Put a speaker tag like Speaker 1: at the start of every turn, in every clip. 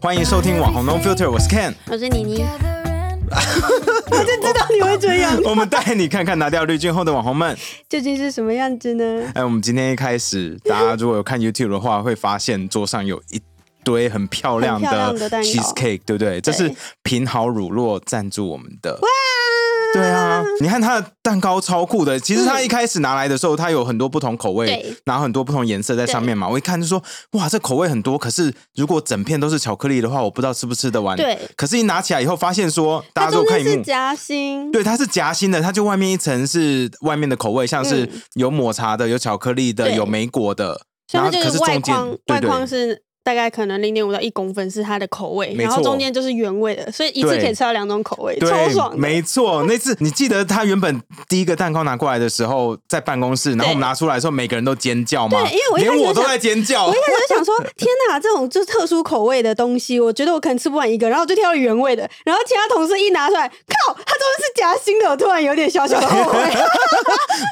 Speaker 1: 欢迎收听网红 No Filter，我是 Ken，
Speaker 2: 我是妮妮，
Speaker 3: 我就知道你会这样，
Speaker 1: 我们带你看看拿掉滤镜后的网红们。
Speaker 3: 究竟是什么样子呢？
Speaker 1: 哎，我们今天一开始，大家如果有看 YouTube 的话，会发现桌上有一堆很漂亮
Speaker 3: 很漂亮
Speaker 1: 的
Speaker 3: 的蛋糕
Speaker 1: cheesecake，对不对？这是平好乳酪赞助我们的。对啊，你看它的蛋糕超酷的。其实
Speaker 3: 嗯
Speaker 1: 它一开始拿来的时候，它有很多不同口味
Speaker 2: 对，
Speaker 1: 然后很多不同颜色在上面嘛。我一看就说，哇，这口味很多。可是如果整片都是巧克力的话，我不知道吃不吃得完。
Speaker 2: 对
Speaker 1: 可是一拿起来以后，发现说，大
Speaker 3: 它
Speaker 1: 家都
Speaker 3: 中
Speaker 1: 看
Speaker 3: 间
Speaker 1: 一幕
Speaker 3: 是，夹心，
Speaker 1: 对，它是夹心的，它就外面一层是外面的口味，像是
Speaker 3: 嗯
Speaker 1: 有抹茶的、有巧克力的、
Speaker 2: 对
Speaker 1: 有莓果的，
Speaker 3: 所
Speaker 1: 然
Speaker 3: 以
Speaker 1: 后
Speaker 3: 它就
Speaker 1: 可是
Speaker 3: 外
Speaker 1: 中
Speaker 3: 框
Speaker 1: 间，对
Speaker 3: 外
Speaker 1: 对。
Speaker 3: 框是大概可能零点五到一公分是它的口味，
Speaker 1: 没
Speaker 3: 然后
Speaker 1: 错
Speaker 3: 中间就是原味的，所以一次
Speaker 1: 对
Speaker 3: 可以吃到两种口味，超爽
Speaker 1: 对，
Speaker 3: 的。
Speaker 1: 没错。那次你记得他原本第一个蛋糕拿过来的时候，在办公室，然后我们拿出来的时候，每个人都尖叫嘛，
Speaker 3: 对因为我一开始
Speaker 1: 连我
Speaker 3: 就
Speaker 1: 都
Speaker 3: 想
Speaker 1: 在尖叫
Speaker 3: 我一。开始就想说，天哪，这种就是特殊口味的东西，我觉得我可能吃不完一个，然后我就挑了原味的。然后其他同事一拿出来，靠，它中间是夹心的，我突然有点小小 的后悔。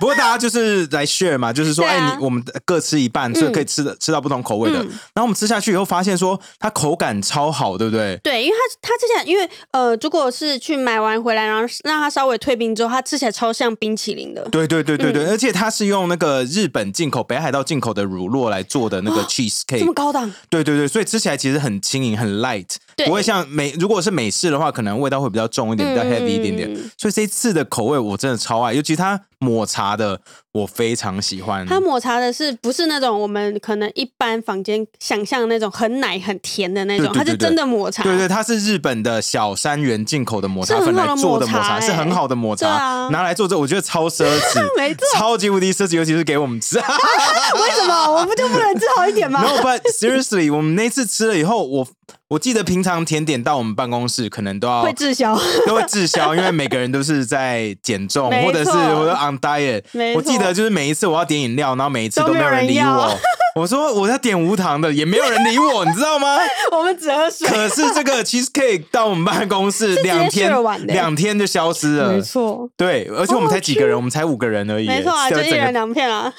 Speaker 1: 不过大家就是来 share 嘛，就是说，
Speaker 3: 对
Speaker 1: 哎、
Speaker 3: 啊嗯
Speaker 1: 你我们各吃一半，所以可以吃的、吃到不同口味的。然后我们吃下去以后，发现说它口感超好，对不对？
Speaker 3: 对，因为它它之前因为呃，如果是去买完回来，然后让它稍微退冰之后，它吃起来超像冰淇淋的。
Speaker 1: 对对对对
Speaker 3: 嗯
Speaker 1: 对，而且它是用那个日本进口、北海道进口的乳酪来做的那个 cheese
Speaker 3: 这
Speaker 1: cake，、
Speaker 3: 啊么高档，
Speaker 1: 对对对，所以吃起来其实很轻盈、很 light，
Speaker 2: 对
Speaker 1: 不会像美如果是美式的话，可能味道会比较重一点、比
Speaker 3: 嗯
Speaker 1: 较 heavy 一点点。所以这一次的口味我真的超爱，尤其它抹茶的，我非常喜欢。
Speaker 3: 它抹茶的是不是那种我们可能一般房间想象的那种很奶很甜的那种？
Speaker 1: 对对
Speaker 3: 它是
Speaker 1: 对对
Speaker 3: 真的抹茶，
Speaker 1: 对对，它是日本的小山原进口的抹茶
Speaker 3: 是
Speaker 1: 粉
Speaker 3: 很好
Speaker 1: 来
Speaker 3: 的
Speaker 1: 做的抹
Speaker 3: 抹茶
Speaker 1: 茶，是
Speaker 3: 欸
Speaker 1: 很好的抹茶，
Speaker 3: 对啊
Speaker 1: 拿来做这我觉得超奢侈，
Speaker 3: 没错
Speaker 1: 超级无敌奢侈，尤其是给我们吃。
Speaker 3: 为什么我们就不能治好一 点吗？
Speaker 1: No, but seriously，我们那次吃了以后，我我记得平常甜点到我们办公室可能都要
Speaker 3: 会滞销，
Speaker 1: 都会滞销，因为每个人都是在减重，
Speaker 3: 没错
Speaker 1: 或者是我都 on diet
Speaker 3: 没。错
Speaker 1: 我记得就是每一次我要点饮料，然后每一次都
Speaker 3: 都
Speaker 1: 没
Speaker 3: 没
Speaker 1: 有
Speaker 3: 有
Speaker 1: 人
Speaker 3: 人
Speaker 1: 理
Speaker 3: 要
Speaker 1: 我。我说我要点无糖的，也没有人理我，你知道吗？
Speaker 3: 我们只喝水。
Speaker 1: 可是这个 cheesecake 到我们办公室
Speaker 3: 接
Speaker 1: 两天
Speaker 3: share 完，的
Speaker 1: 两天就消失了
Speaker 3: 没。错，
Speaker 1: 对，而且我们才几个 人，我们才五个人而已。
Speaker 3: 没错啊，
Speaker 1: 这
Speaker 3: 就
Speaker 1: 样
Speaker 3: 一
Speaker 1: 整个
Speaker 3: 人两片啊。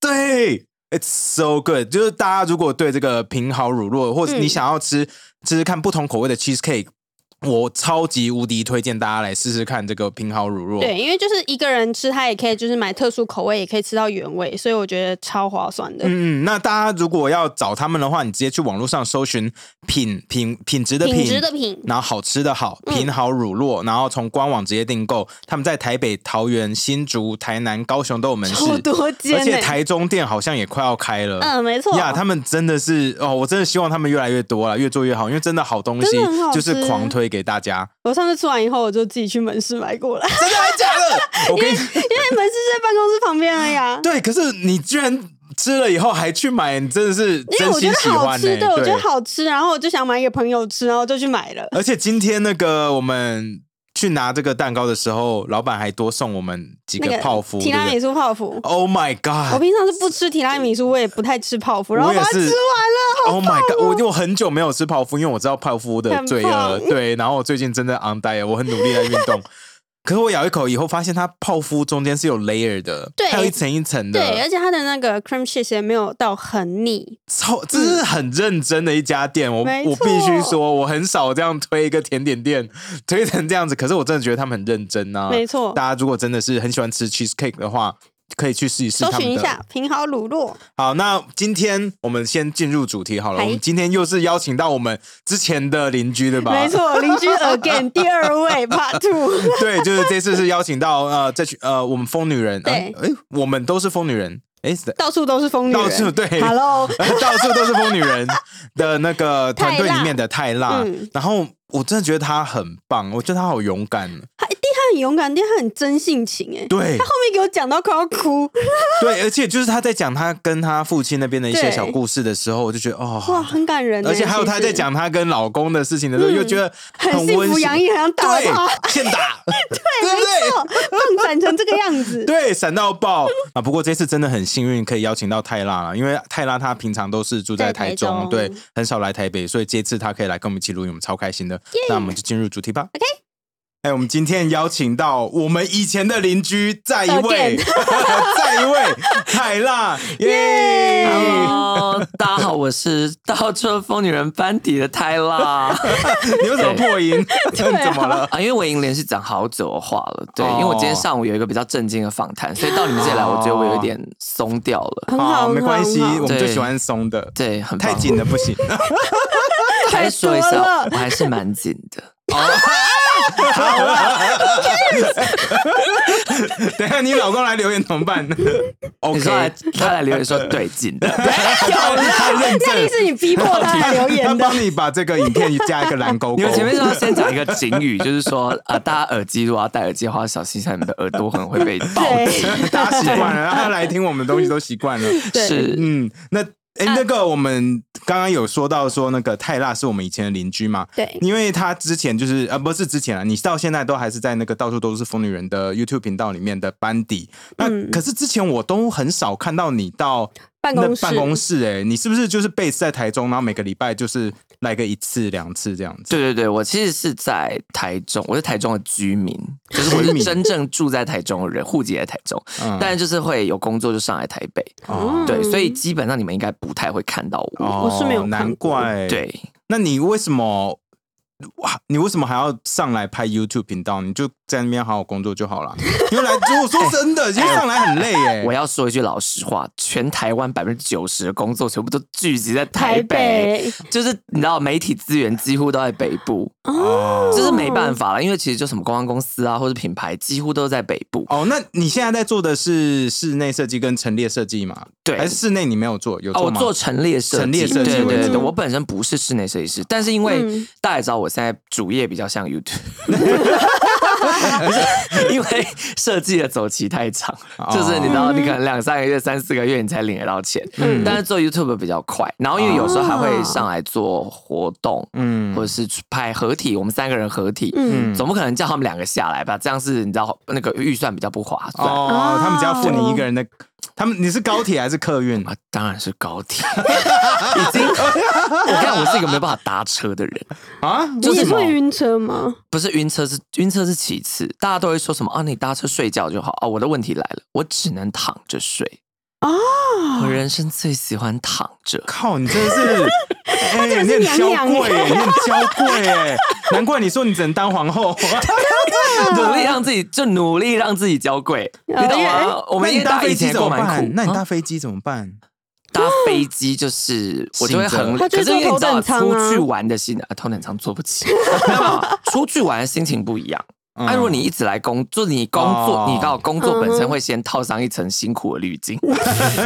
Speaker 1: 对，It's so good。就是大家如果对这个平好乳酪，或者
Speaker 3: 嗯
Speaker 1: 你想要吃、吃吃看不同口味的 cheesecake，我超级无敌推荐大家来试试看这个平好乳酪。嗯
Speaker 3: 对，因为就是一个人吃，它也可以就是买特殊口味，也可以吃到原味，所以我觉得超划算的。
Speaker 1: 嗯，那大家如果要找他们的话，你直接去网络上搜寻品品品质的品，
Speaker 2: 品质的品，
Speaker 1: 然后好吃的好，
Speaker 3: 嗯
Speaker 1: 品好乳酪，然后从官网直接订购。他们在台北、桃园、新竹、台南、高雄都有门市，
Speaker 3: 超多
Speaker 1: 而
Speaker 3: 间
Speaker 1: 且
Speaker 3: 呢、
Speaker 1: 台中店好像也快要开了。
Speaker 3: 嗯，没错
Speaker 1: 呀他们真的是哦，我真的希望他们越来越多了，越做越好，因为真的好东西
Speaker 3: 真的很好
Speaker 1: 就
Speaker 3: 吃
Speaker 1: 是狂推给大家。
Speaker 3: 我上次吃完以后，我就自己去门市买过来，
Speaker 1: 真的还假 的？我跟你
Speaker 3: 因为门市是在办公室旁边而已啊。
Speaker 1: 对，可是你居然吃了以后还去买，你真的是
Speaker 3: 因为
Speaker 1: 真
Speaker 3: 我觉
Speaker 1: 心喜
Speaker 3: 得好
Speaker 1: 欢呢、欸
Speaker 3: 吃，对我觉得好吃，然后我就想买给朋友吃，然后就去买了。
Speaker 1: 而且今天那个我们去拿这个蛋糕的时候，老板还多送我们几
Speaker 3: 那
Speaker 1: 个泡芙。
Speaker 3: 提拉
Speaker 1: 对不
Speaker 3: 米
Speaker 1: 对
Speaker 3: 苏泡芙，
Speaker 1: Oh my
Speaker 3: 我
Speaker 1: god！
Speaker 3: 平常是不吃提拉米苏，我也不太吃泡芙，然后
Speaker 1: 我
Speaker 3: 把
Speaker 1: 也
Speaker 3: 它吃完
Speaker 1: 是
Speaker 3: 了。
Speaker 1: Oh my god！我因为我很久没有吃泡芙，因为我知道泡芙的
Speaker 3: 哦很
Speaker 1: 罪恶。
Speaker 3: 胖
Speaker 1: 对，然后我最近真的 on diet，我很努力在运动。可是我咬一口以后，发现它泡芙中间是有 layer 的，
Speaker 2: 对
Speaker 1: 还有一层一层的，
Speaker 3: 对，而且它的那个 cream cheese 也没有到很腻，
Speaker 1: 超，这是很认真的一家店。我
Speaker 3: 嗯没
Speaker 1: 我
Speaker 3: 错
Speaker 1: 必须说，我很少这样推一个甜点店推成这样子。可是我真的觉得他们很认真啊。
Speaker 3: 没错
Speaker 1: 大家如果真的是很喜欢吃 cheesecake 的话，可以去试一试
Speaker 3: 搜
Speaker 1: 他
Speaker 3: 寻
Speaker 1: 们
Speaker 3: 一
Speaker 1: 的。
Speaker 3: 下平好乳酪，
Speaker 1: 好，那今天我们先进入主题好
Speaker 3: 哎
Speaker 1: 了。
Speaker 2: 嗨
Speaker 1: 我们今天又是邀请到我们之前的邻居，对吧？
Speaker 3: 没。错，邻 居 again 第二位 part two，
Speaker 1: 对，就是这次是邀请到呃，这群呃，我们疯女人，
Speaker 3: 对
Speaker 1: 哎、诶我们都是疯女人，哎、是的
Speaker 3: 到处都是疯女人，
Speaker 1: 到处对
Speaker 3: Hello，
Speaker 1: 到处都是疯女人的那个团队里面的泰辣，
Speaker 3: 嗯
Speaker 1: 然后我真的觉得她很棒，我觉得她好勇敢，
Speaker 3: 他一定他很勇敢，一定他很真性情哎。
Speaker 1: 对
Speaker 3: 他后面给我讲到快要哭，
Speaker 1: 对，而且就是她在讲她跟她父亲那边的一些
Speaker 3: 对
Speaker 1: 小故事的时候，我就觉得
Speaker 3: 哇，
Speaker 1: 哦，
Speaker 3: 很感人欸。
Speaker 1: 而且还有
Speaker 3: 其实
Speaker 1: 她在讲她跟老公的事情的时候，又觉得
Speaker 3: 很 幸
Speaker 1: 温
Speaker 3: 福
Speaker 1: 馨，
Speaker 3: 洋溢，很想打
Speaker 1: 对
Speaker 3: 他。，
Speaker 1: 欠 打，对不对？
Speaker 3: 哦，放闪成这个样子。
Speaker 1: 对，闪到爆啊！不过这次真的很幸运，可以邀请到泰拉了，因为泰拉她平常都是住在
Speaker 2: 在
Speaker 1: 台
Speaker 2: 台
Speaker 1: 中，
Speaker 2: 中
Speaker 1: 对，很少来台北，所以这次她可以来跟我们一起录音，我们超开心的。那我们就进入主题吧。OK。哎，我们今天邀请到我们以前的邻居，再一位， 再一位，海辣，耶！
Speaker 2: 啊 Hello，大家好，我是到春风女人班底的 泰拉
Speaker 1: 你为什么破音？你 怎么了？
Speaker 2: 啊，因为我已经连续讲好久的话了，对，
Speaker 1: 哦
Speaker 2: 因为我今天上午有一个比较震惊的访谈，所以到你们这里来，我觉得我有一点松掉了，
Speaker 3: 很好，
Speaker 1: 没
Speaker 3: 很好
Speaker 1: 关系，
Speaker 3: 很好
Speaker 1: 我们就
Speaker 2: 对
Speaker 1: 喜欢松的，
Speaker 2: 对，很棒
Speaker 1: 哦太紧了不行。
Speaker 2: 还是说一
Speaker 3: 太多
Speaker 2: 下
Speaker 3: 了，
Speaker 2: 我还是蛮紧的。
Speaker 1: 等一下你老公来留言怎么办
Speaker 2: 你说 来
Speaker 1: ？OK，，
Speaker 2: 他来留言说对紧 的，
Speaker 1: 有太认
Speaker 3: 那
Speaker 1: 真
Speaker 3: 一定
Speaker 1: 了。
Speaker 3: 是你逼迫他来留
Speaker 1: 他
Speaker 3: 言的
Speaker 1: 帮。你把这个影片加一个蓝勾勾。
Speaker 2: 你们前面是要先讲一个警语，就是说啊，大家耳机如果要戴耳机的话，小心一下你们的耳朵可能会被爆击。
Speaker 1: 大家习惯了，大家来听我们的东西都习惯了。
Speaker 3: 对
Speaker 2: 是，
Speaker 1: 嗯，那哎、那个我们刚刚有说到说那个泰辣是我们以前的邻居嘛，
Speaker 3: 对，
Speaker 1: 因为他之前就是呃不是之前啊，你到现在都还是在那个到处都是疯女人的 YouTube 频道里面的班底。那、
Speaker 3: 嗯
Speaker 1: 可是之前我都很少看到你到
Speaker 3: 办
Speaker 1: 那
Speaker 3: 公室，
Speaker 1: 办公室、哎，你是不是就是 base 在台中，然后每个礼拜就是来个一次两次这样子？
Speaker 2: 对对对，我其实是在台中，我是台中的居 民，就是我
Speaker 1: 居
Speaker 2: 是
Speaker 1: 民
Speaker 2: 真正住在台中的人，户籍在台中，
Speaker 1: 嗯
Speaker 2: 但就是会有工作就上来台北，
Speaker 1: 哦
Speaker 2: 对，所以基本上你们应该不太会看到我。
Speaker 1: 哦
Speaker 3: 嗯我是没有看过
Speaker 1: 难怪。，
Speaker 2: 对，
Speaker 1: 那你为什么哇？你为什么还要上来拍 YouTube 频道？你就在那边好好工作就好了。因为来，我说真的，今天上来很累耶、
Speaker 2: 我要说一句老实话，全台湾百分之九十的工作全部都聚集在
Speaker 3: 台
Speaker 2: 台北，就是你知道媒体资源几乎都在北部，
Speaker 3: 哦，
Speaker 2: 这是没办法了，因为其实就什么公关公司啊，或者品牌，几乎都在北部。
Speaker 1: 哦，那你现在在做的是室内设计跟陈列设计吗？
Speaker 2: 对
Speaker 1: 还是室内你没有做？有
Speaker 2: 哦，
Speaker 1: 做
Speaker 2: 我
Speaker 1: 吗？
Speaker 2: 做陈列设计，
Speaker 1: 陈列设
Speaker 3: 计
Speaker 2: 对对
Speaker 3: 为
Speaker 2: 对
Speaker 3: 主
Speaker 2: 对，我本身不是室内设计师，但是因为
Speaker 3: 嗯
Speaker 2: 大家也知道，我现在主业比较 像 YouTube，不是因为设计的周期太长
Speaker 1: 哦，
Speaker 2: 就是你知道，你可能两三个月、三四个月你才领得到钱，
Speaker 1: 嗯
Speaker 2: 但是做 YouTube 比较快，然后因为有时候还会上来做活动，
Speaker 1: 嗯
Speaker 2: 或者是拍合体，我们三个人合体，
Speaker 3: 嗯
Speaker 2: 总不可能叫他们两个下来吧？这样是你知道那个预算比较不划算。
Speaker 1: 哦，
Speaker 3: 啊
Speaker 1: 他们只要付你一个人的，他们你是高铁还是客运？
Speaker 2: 啊，当然是高铁， 已经。我看我是一个没有办法搭车的人，
Speaker 1: 啊，
Speaker 3: 你
Speaker 1: 为
Speaker 3: 也
Speaker 1: 什么
Speaker 3: 会晕车吗？
Speaker 2: 不是晕车是晕车是其次，大家都会说什么啊，你搭车睡觉就好啊。我的问题来了，我只能躺着睡。我
Speaker 3: 哦，
Speaker 2: 人生最喜欢躺着，
Speaker 1: 靠，你真的 是，哎、
Speaker 3: 的
Speaker 1: 你
Speaker 3: 是
Speaker 1: 很
Speaker 3: 娘
Speaker 1: 娇
Speaker 3: 娘
Speaker 1: 贵，你 很娇贵哎，难怪你说你只能当皇后。
Speaker 2: 努力让自己就努力让自己娇贵，你
Speaker 3: 哦
Speaker 2: 懂吗？我
Speaker 1: 那
Speaker 2: 们
Speaker 1: 你搭
Speaker 2: 大家
Speaker 1: 飞
Speaker 2: 以
Speaker 1: 机
Speaker 2: 前
Speaker 1: 怎
Speaker 2: 购
Speaker 1: 么
Speaker 2: 买
Speaker 1: 办
Speaker 2: 苦？，
Speaker 1: 那你
Speaker 2: 啊
Speaker 1: 搭飞机怎么办？
Speaker 2: 搭飞机就是我就会
Speaker 1: 醒
Speaker 2: 很，
Speaker 3: 着
Speaker 2: 可是因为你知
Speaker 3: 他就坐头
Speaker 2: 道
Speaker 3: 等舱啊
Speaker 2: 出去玩的心，啊，头等舱坐不起， 没有没有出去玩的心情不一样。
Speaker 1: 嗯
Speaker 2: 啊，如果你一直来工，就你工作，
Speaker 1: 哦
Speaker 2: 你到工作本
Speaker 3: 嗯哼
Speaker 2: 身会先套上一层辛苦的滤镜，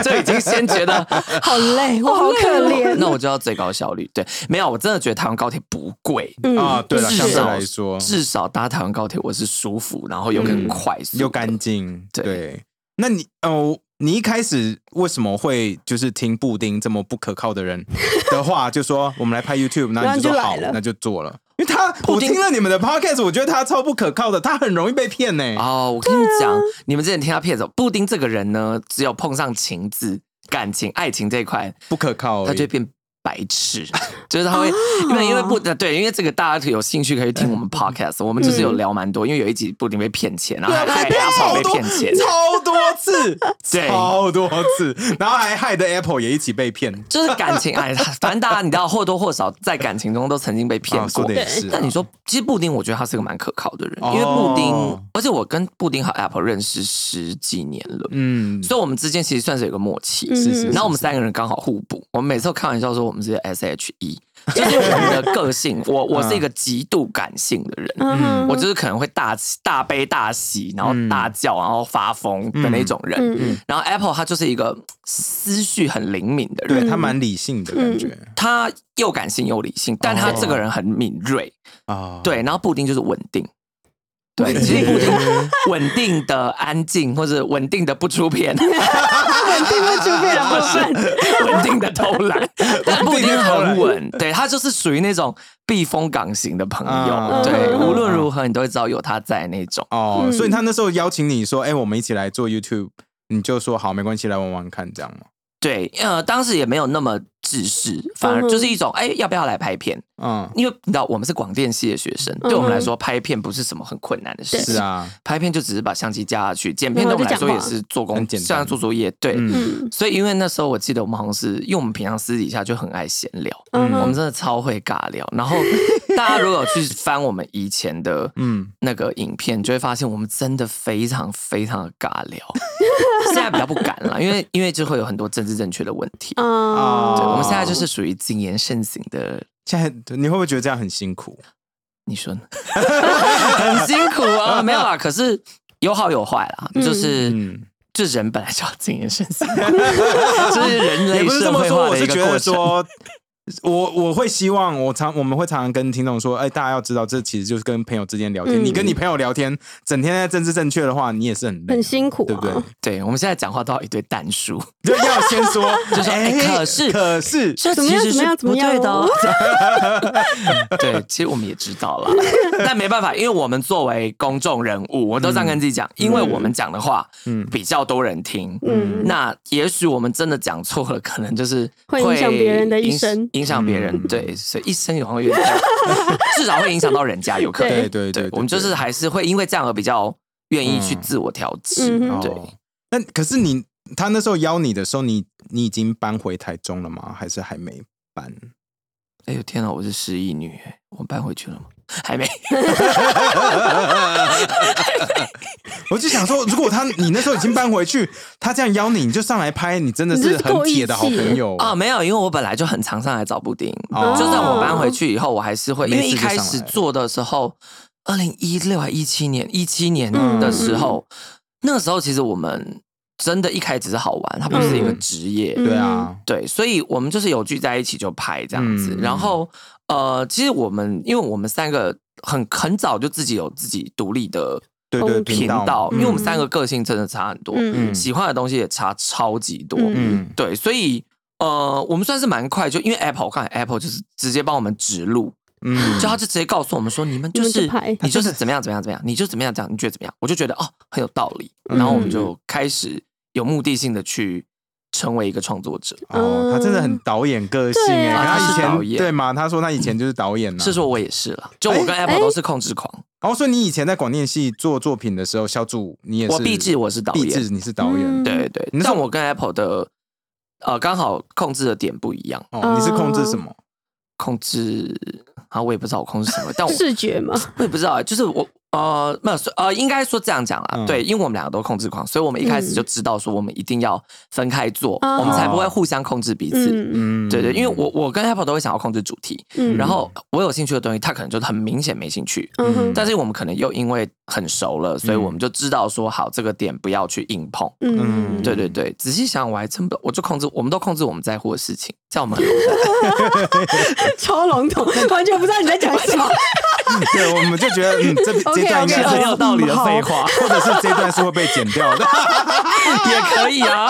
Speaker 2: 就已经先觉得
Speaker 3: 好累，我好可怜。
Speaker 2: 那我就要最高效率。对，没有，我真的觉得台湾高铁不贵。
Speaker 3: 嗯
Speaker 1: 啊，对了，
Speaker 2: 至
Speaker 1: 相对
Speaker 2: 少
Speaker 1: 来说嗯
Speaker 2: 至少搭台湾高铁我是舒服，然后又很快速，
Speaker 1: 又干净。
Speaker 2: 对
Speaker 1: 对，那你哦，你一开始为什么会就是听布丁这么不可靠的人的话，就说我们来拍 YouTube，然后你就说
Speaker 3: 然
Speaker 1: 好
Speaker 3: 后就来了，
Speaker 1: 那就做了。因为他，我
Speaker 2: 丁
Speaker 1: 听了你们的 podcast，我觉得他超不可靠的，他很容易被骗呢。
Speaker 2: 哦，我跟你讲，你们之前听他骗子，布丁这个人呢，只有碰上情字、感情、爱情这一块，
Speaker 1: 不可靠而已，
Speaker 2: 他就会变白痴， 就是他会，
Speaker 1: 啊
Speaker 2: 因为因为布对，因为这个大家有兴趣可以听我
Speaker 1: 嗯
Speaker 2: 们 podcast，我们就是有聊蛮多，因为有一集布丁被骗钱，然后还害阿
Speaker 1: 啊超
Speaker 2: 跑被
Speaker 1: 多
Speaker 2: 骗钱，
Speaker 1: 超多次，
Speaker 2: 对
Speaker 1: 超多次，然后还害得 Apple 也一起被骗。
Speaker 2: 就是 感情哎，反正大家你知道或多或少在感情中都曾经被骗
Speaker 1: 啊
Speaker 2: 过
Speaker 1: 说的。也是啊。
Speaker 2: 但你说，其实布丁，我觉得他是个蛮可靠的人，
Speaker 1: 哦
Speaker 2: 因为布丁，而且我跟布丁和 Apple 认识十几年了，
Speaker 1: 嗯，
Speaker 2: 所以我们之间其实算是有个默契。
Speaker 3: 嗯
Speaker 1: 是是
Speaker 2: 然
Speaker 1: 是
Speaker 2: 后我们三个人刚好互补，我们每次都开玩笑说我们是 S H E，就是我们的个性，我我
Speaker 1: 嗯
Speaker 2: 是一个极度感性的人，
Speaker 3: 嗯哼
Speaker 2: 我就是可能会大喜大悲大喜，然后
Speaker 1: 嗯
Speaker 2: 大叫，然后发疯的那种人。
Speaker 3: 嗯 嗯
Speaker 2: 然后 Apple 他就是一个思绪很灵敏的
Speaker 3: 嗯
Speaker 2: 人，
Speaker 1: 对他蛮理性的感觉
Speaker 2: 他又感性又理性，但他这个人很敏锐。
Speaker 3: 嗯
Speaker 1: 啊，
Speaker 2: 对，然后布丁就是稳定。对，其实布丁 稳定的安静，或者稳定的不出片，
Speaker 3: 稳定不出片的部分，
Speaker 2: 稳定的偷 懒，但布丁很稳，对他就是属于那种避风港型的朋
Speaker 1: 嗯
Speaker 2: 友，对，
Speaker 3: 嗯
Speaker 2: 无论如何你都会知道有他在那种。
Speaker 1: 哦，
Speaker 3: 嗯
Speaker 1: 所以他那时候邀请你说，哎、我们一起来做 YouTube，你就说好，没关系，来玩玩看这样吗？
Speaker 2: 对，呃，当时也没有那么自视，反而就是一种哎、要不要来拍片？
Speaker 1: 嗯，
Speaker 2: 因为你知道我们是广电系的学生，对我们来说拍片不是什么很困难的事
Speaker 3: 对
Speaker 1: 是
Speaker 2: 情。
Speaker 1: 啊，
Speaker 2: 拍片就只是把相机架下去，剪片
Speaker 3: 然后
Speaker 2: 对我们来说
Speaker 3: 就
Speaker 2: 也
Speaker 3: 讲话
Speaker 2: 是做工
Speaker 1: 很，简单
Speaker 2: 像做作业。对，
Speaker 1: 嗯
Speaker 3: 嗯
Speaker 2: 所以因为那时候我记得我们好像是，因为我们平常私底下就很爱闲聊，
Speaker 3: 嗯
Speaker 2: 我们
Speaker 3: 哼，
Speaker 2: 真的超会尬聊。然后大家如果有去翻我们以前的
Speaker 1: 嗯，
Speaker 2: 那个影片，就会发现我们真的非常非常的尬 聊。现在比较不敢了，因为因为就会有很多政治正确的问题。
Speaker 3: 啊
Speaker 2: 对，
Speaker 1: 哦
Speaker 2: 我们现在就是属于谨言慎行的。
Speaker 1: 现在你会不会觉得这样很辛苦？
Speaker 2: 你说呢？很辛苦 啊，没有啦，可是有好有坏啦，
Speaker 3: 嗯
Speaker 2: 就是。
Speaker 1: 嗯，
Speaker 2: 就人本来就要谨言慎 行，就是人
Speaker 1: 也
Speaker 2: 类
Speaker 1: 不是这
Speaker 2: 社
Speaker 1: 么
Speaker 2: 会
Speaker 1: 说，
Speaker 2: 化
Speaker 1: 我
Speaker 2: 的
Speaker 1: 是
Speaker 2: 一
Speaker 1: 觉
Speaker 2: 个过
Speaker 1: 得
Speaker 2: 程。
Speaker 1: 说。我我会希望我常我们会常常跟听众说，哎，大家要知道，这其实就是跟朋友之间聊天。
Speaker 3: 嗯
Speaker 1: 你跟你朋友聊天，整天在政治正确的话，你也是很累啊
Speaker 3: 很辛苦啊
Speaker 1: 对不 对？
Speaker 2: 对，我们现在讲话都要一堆淡数，
Speaker 1: 就要先说，
Speaker 2: 就说哎可是
Speaker 1: 可是，
Speaker 2: 这
Speaker 3: 怎么
Speaker 2: 其
Speaker 3: 样
Speaker 2: 实是
Speaker 3: 怎么
Speaker 2: 不
Speaker 3: 样
Speaker 2: 对的哦
Speaker 3: 怎。
Speaker 2: 对，其实我们也知道了，但没办法，因为我们作为公众人物，我都这样
Speaker 3: 嗯
Speaker 2: 跟自己讲，因为我们讲的话
Speaker 1: 嗯
Speaker 2: 比较多人听。
Speaker 3: 嗯，
Speaker 2: 那也许我们真的讲错了，可能就是
Speaker 3: 会影响别人的一
Speaker 2: 影
Speaker 3: 生
Speaker 2: 影响别人
Speaker 1: 嗯
Speaker 2: 对，所以一生有好像有点像， 至少会影响到人家，有可能。
Speaker 1: 对对对
Speaker 2: 对
Speaker 1: 对，
Speaker 2: 我们就是还是会因为这样而比较愿意去
Speaker 1: 嗯
Speaker 2: 自我调
Speaker 3: 嗯
Speaker 2: 试。
Speaker 3: 哼
Speaker 2: 对，
Speaker 1: 哦那可是你他那时候邀你的时候，你你已经搬回台中了吗？还是还没搬？
Speaker 2: 哎呦天哪，我是失忆女，哎我搬回去了吗？还没。
Speaker 1: 我就想说，如果他你那时候已经搬回去， 他这样邀你，你就上来拍，你真的
Speaker 3: 你
Speaker 1: 是
Speaker 3: 这是
Speaker 1: 很
Speaker 3: 过义
Speaker 1: 铁的好
Speaker 3: 气
Speaker 1: 朋友
Speaker 2: 啊、！没有，因为我本来就很常上来找布丁，
Speaker 1: 哦
Speaker 2: 就算我搬回去以后，我还是会，因为
Speaker 1: 没
Speaker 2: 一
Speaker 1: 事就
Speaker 2: 开
Speaker 1: 上
Speaker 2: 始
Speaker 1: 来
Speaker 2: 做的时候，二零一六还一七年，一七年
Speaker 1: 嗯
Speaker 2: 的时候，那个时候其实我们真的一开始是好玩，它不是一个
Speaker 3: 嗯
Speaker 2: 职业，
Speaker 3: 嗯
Speaker 1: 对啊，
Speaker 2: 对，所以我们就是有聚在一起就拍这样子，
Speaker 1: 嗯
Speaker 2: 然后呃，其实我们因为我们三个很很早就自己有自己独立的
Speaker 1: 对对，
Speaker 3: 哦
Speaker 2: 频
Speaker 1: 道嘛，
Speaker 2: 道，因为我们
Speaker 3: 嗯
Speaker 2: 三个个性真的差很多，
Speaker 3: 嗯
Speaker 1: 嗯
Speaker 2: 喜欢的东西也差超级多，
Speaker 3: 嗯
Speaker 1: 嗯
Speaker 2: 对，所以呃，我们算是蛮快，就因为 Apple 我看 Apple 就是直接帮我们指路，
Speaker 1: 嗯，
Speaker 2: 就他就直接告诉我们说，你们就
Speaker 3: 你们就是拍
Speaker 2: 你就是怎么样怎么样怎么样，你就怎么样这样，你觉得怎么样？我就觉得哦很有道理，
Speaker 3: 嗯
Speaker 2: 然后我们就开始有目的性的去成为一个创作者。
Speaker 1: 哦，他真的很导演个性
Speaker 3: 对
Speaker 1: 哎，
Speaker 3: 啊
Speaker 1: 他
Speaker 2: 嗯他
Speaker 1: 以
Speaker 2: 是导
Speaker 1: 前
Speaker 2: 演
Speaker 1: 对吗？他说他以前就是导演呐，
Speaker 2: 是说我也是了，就我跟
Speaker 3: 哎
Speaker 2: Apple 都是控制狂，
Speaker 1: 然后说你以前在广电系做作品的时候，小组你也是
Speaker 2: 我毕志我是导演
Speaker 1: 毕志你是导演，
Speaker 3: 嗯
Speaker 2: 对对
Speaker 1: 你，是
Speaker 2: 但我跟 Apple 的呃刚好控制的点不一样，
Speaker 1: 哦，你是控制什么？
Speaker 2: 控制啊我也不知道我控制什么，但我
Speaker 3: 视觉嘛，
Speaker 2: 我也不知道，就是我呃，没有说呃，应该说这样讲啦，
Speaker 1: 嗯
Speaker 2: 对，因为我们两个都控制狂，所以我们一开始就知道说我们一定要分开做，
Speaker 3: 哦
Speaker 2: 我们才不会互相控制彼此。
Speaker 3: 嗯
Speaker 1: 嗯，
Speaker 2: 对对，因为我我跟 Apple 都会想要控制主题，
Speaker 3: 嗯
Speaker 2: 然后我有兴趣的东西，他可能就很明显没兴趣。
Speaker 3: 嗯哼
Speaker 2: 但是我们可能又因为很熟了，
Speaker 1: 嗯
Speaker 2: 所以我们就知道说好这个点不要去硬碰。
Speaker 3: 嗯，
Speaker 2: 对对对，仔细想我还真不，我就控制，我们都控制我们在乎的事情，这样我们很容易
Speaker 3: 超笼统，完全不知道你在讲什么。
Speaker 1: 对，我们就觉得嗯，这
Speaker 3: OK，
Speaker 1: 这段应该
Speaker 3: OK，嗯
Speaker 1: 是
Speaker 3: 很有道理的废
Speaker 2: 话
Speaker 1: 或者是这段是会被剪掉的。
Speaker 2: 也可以啊。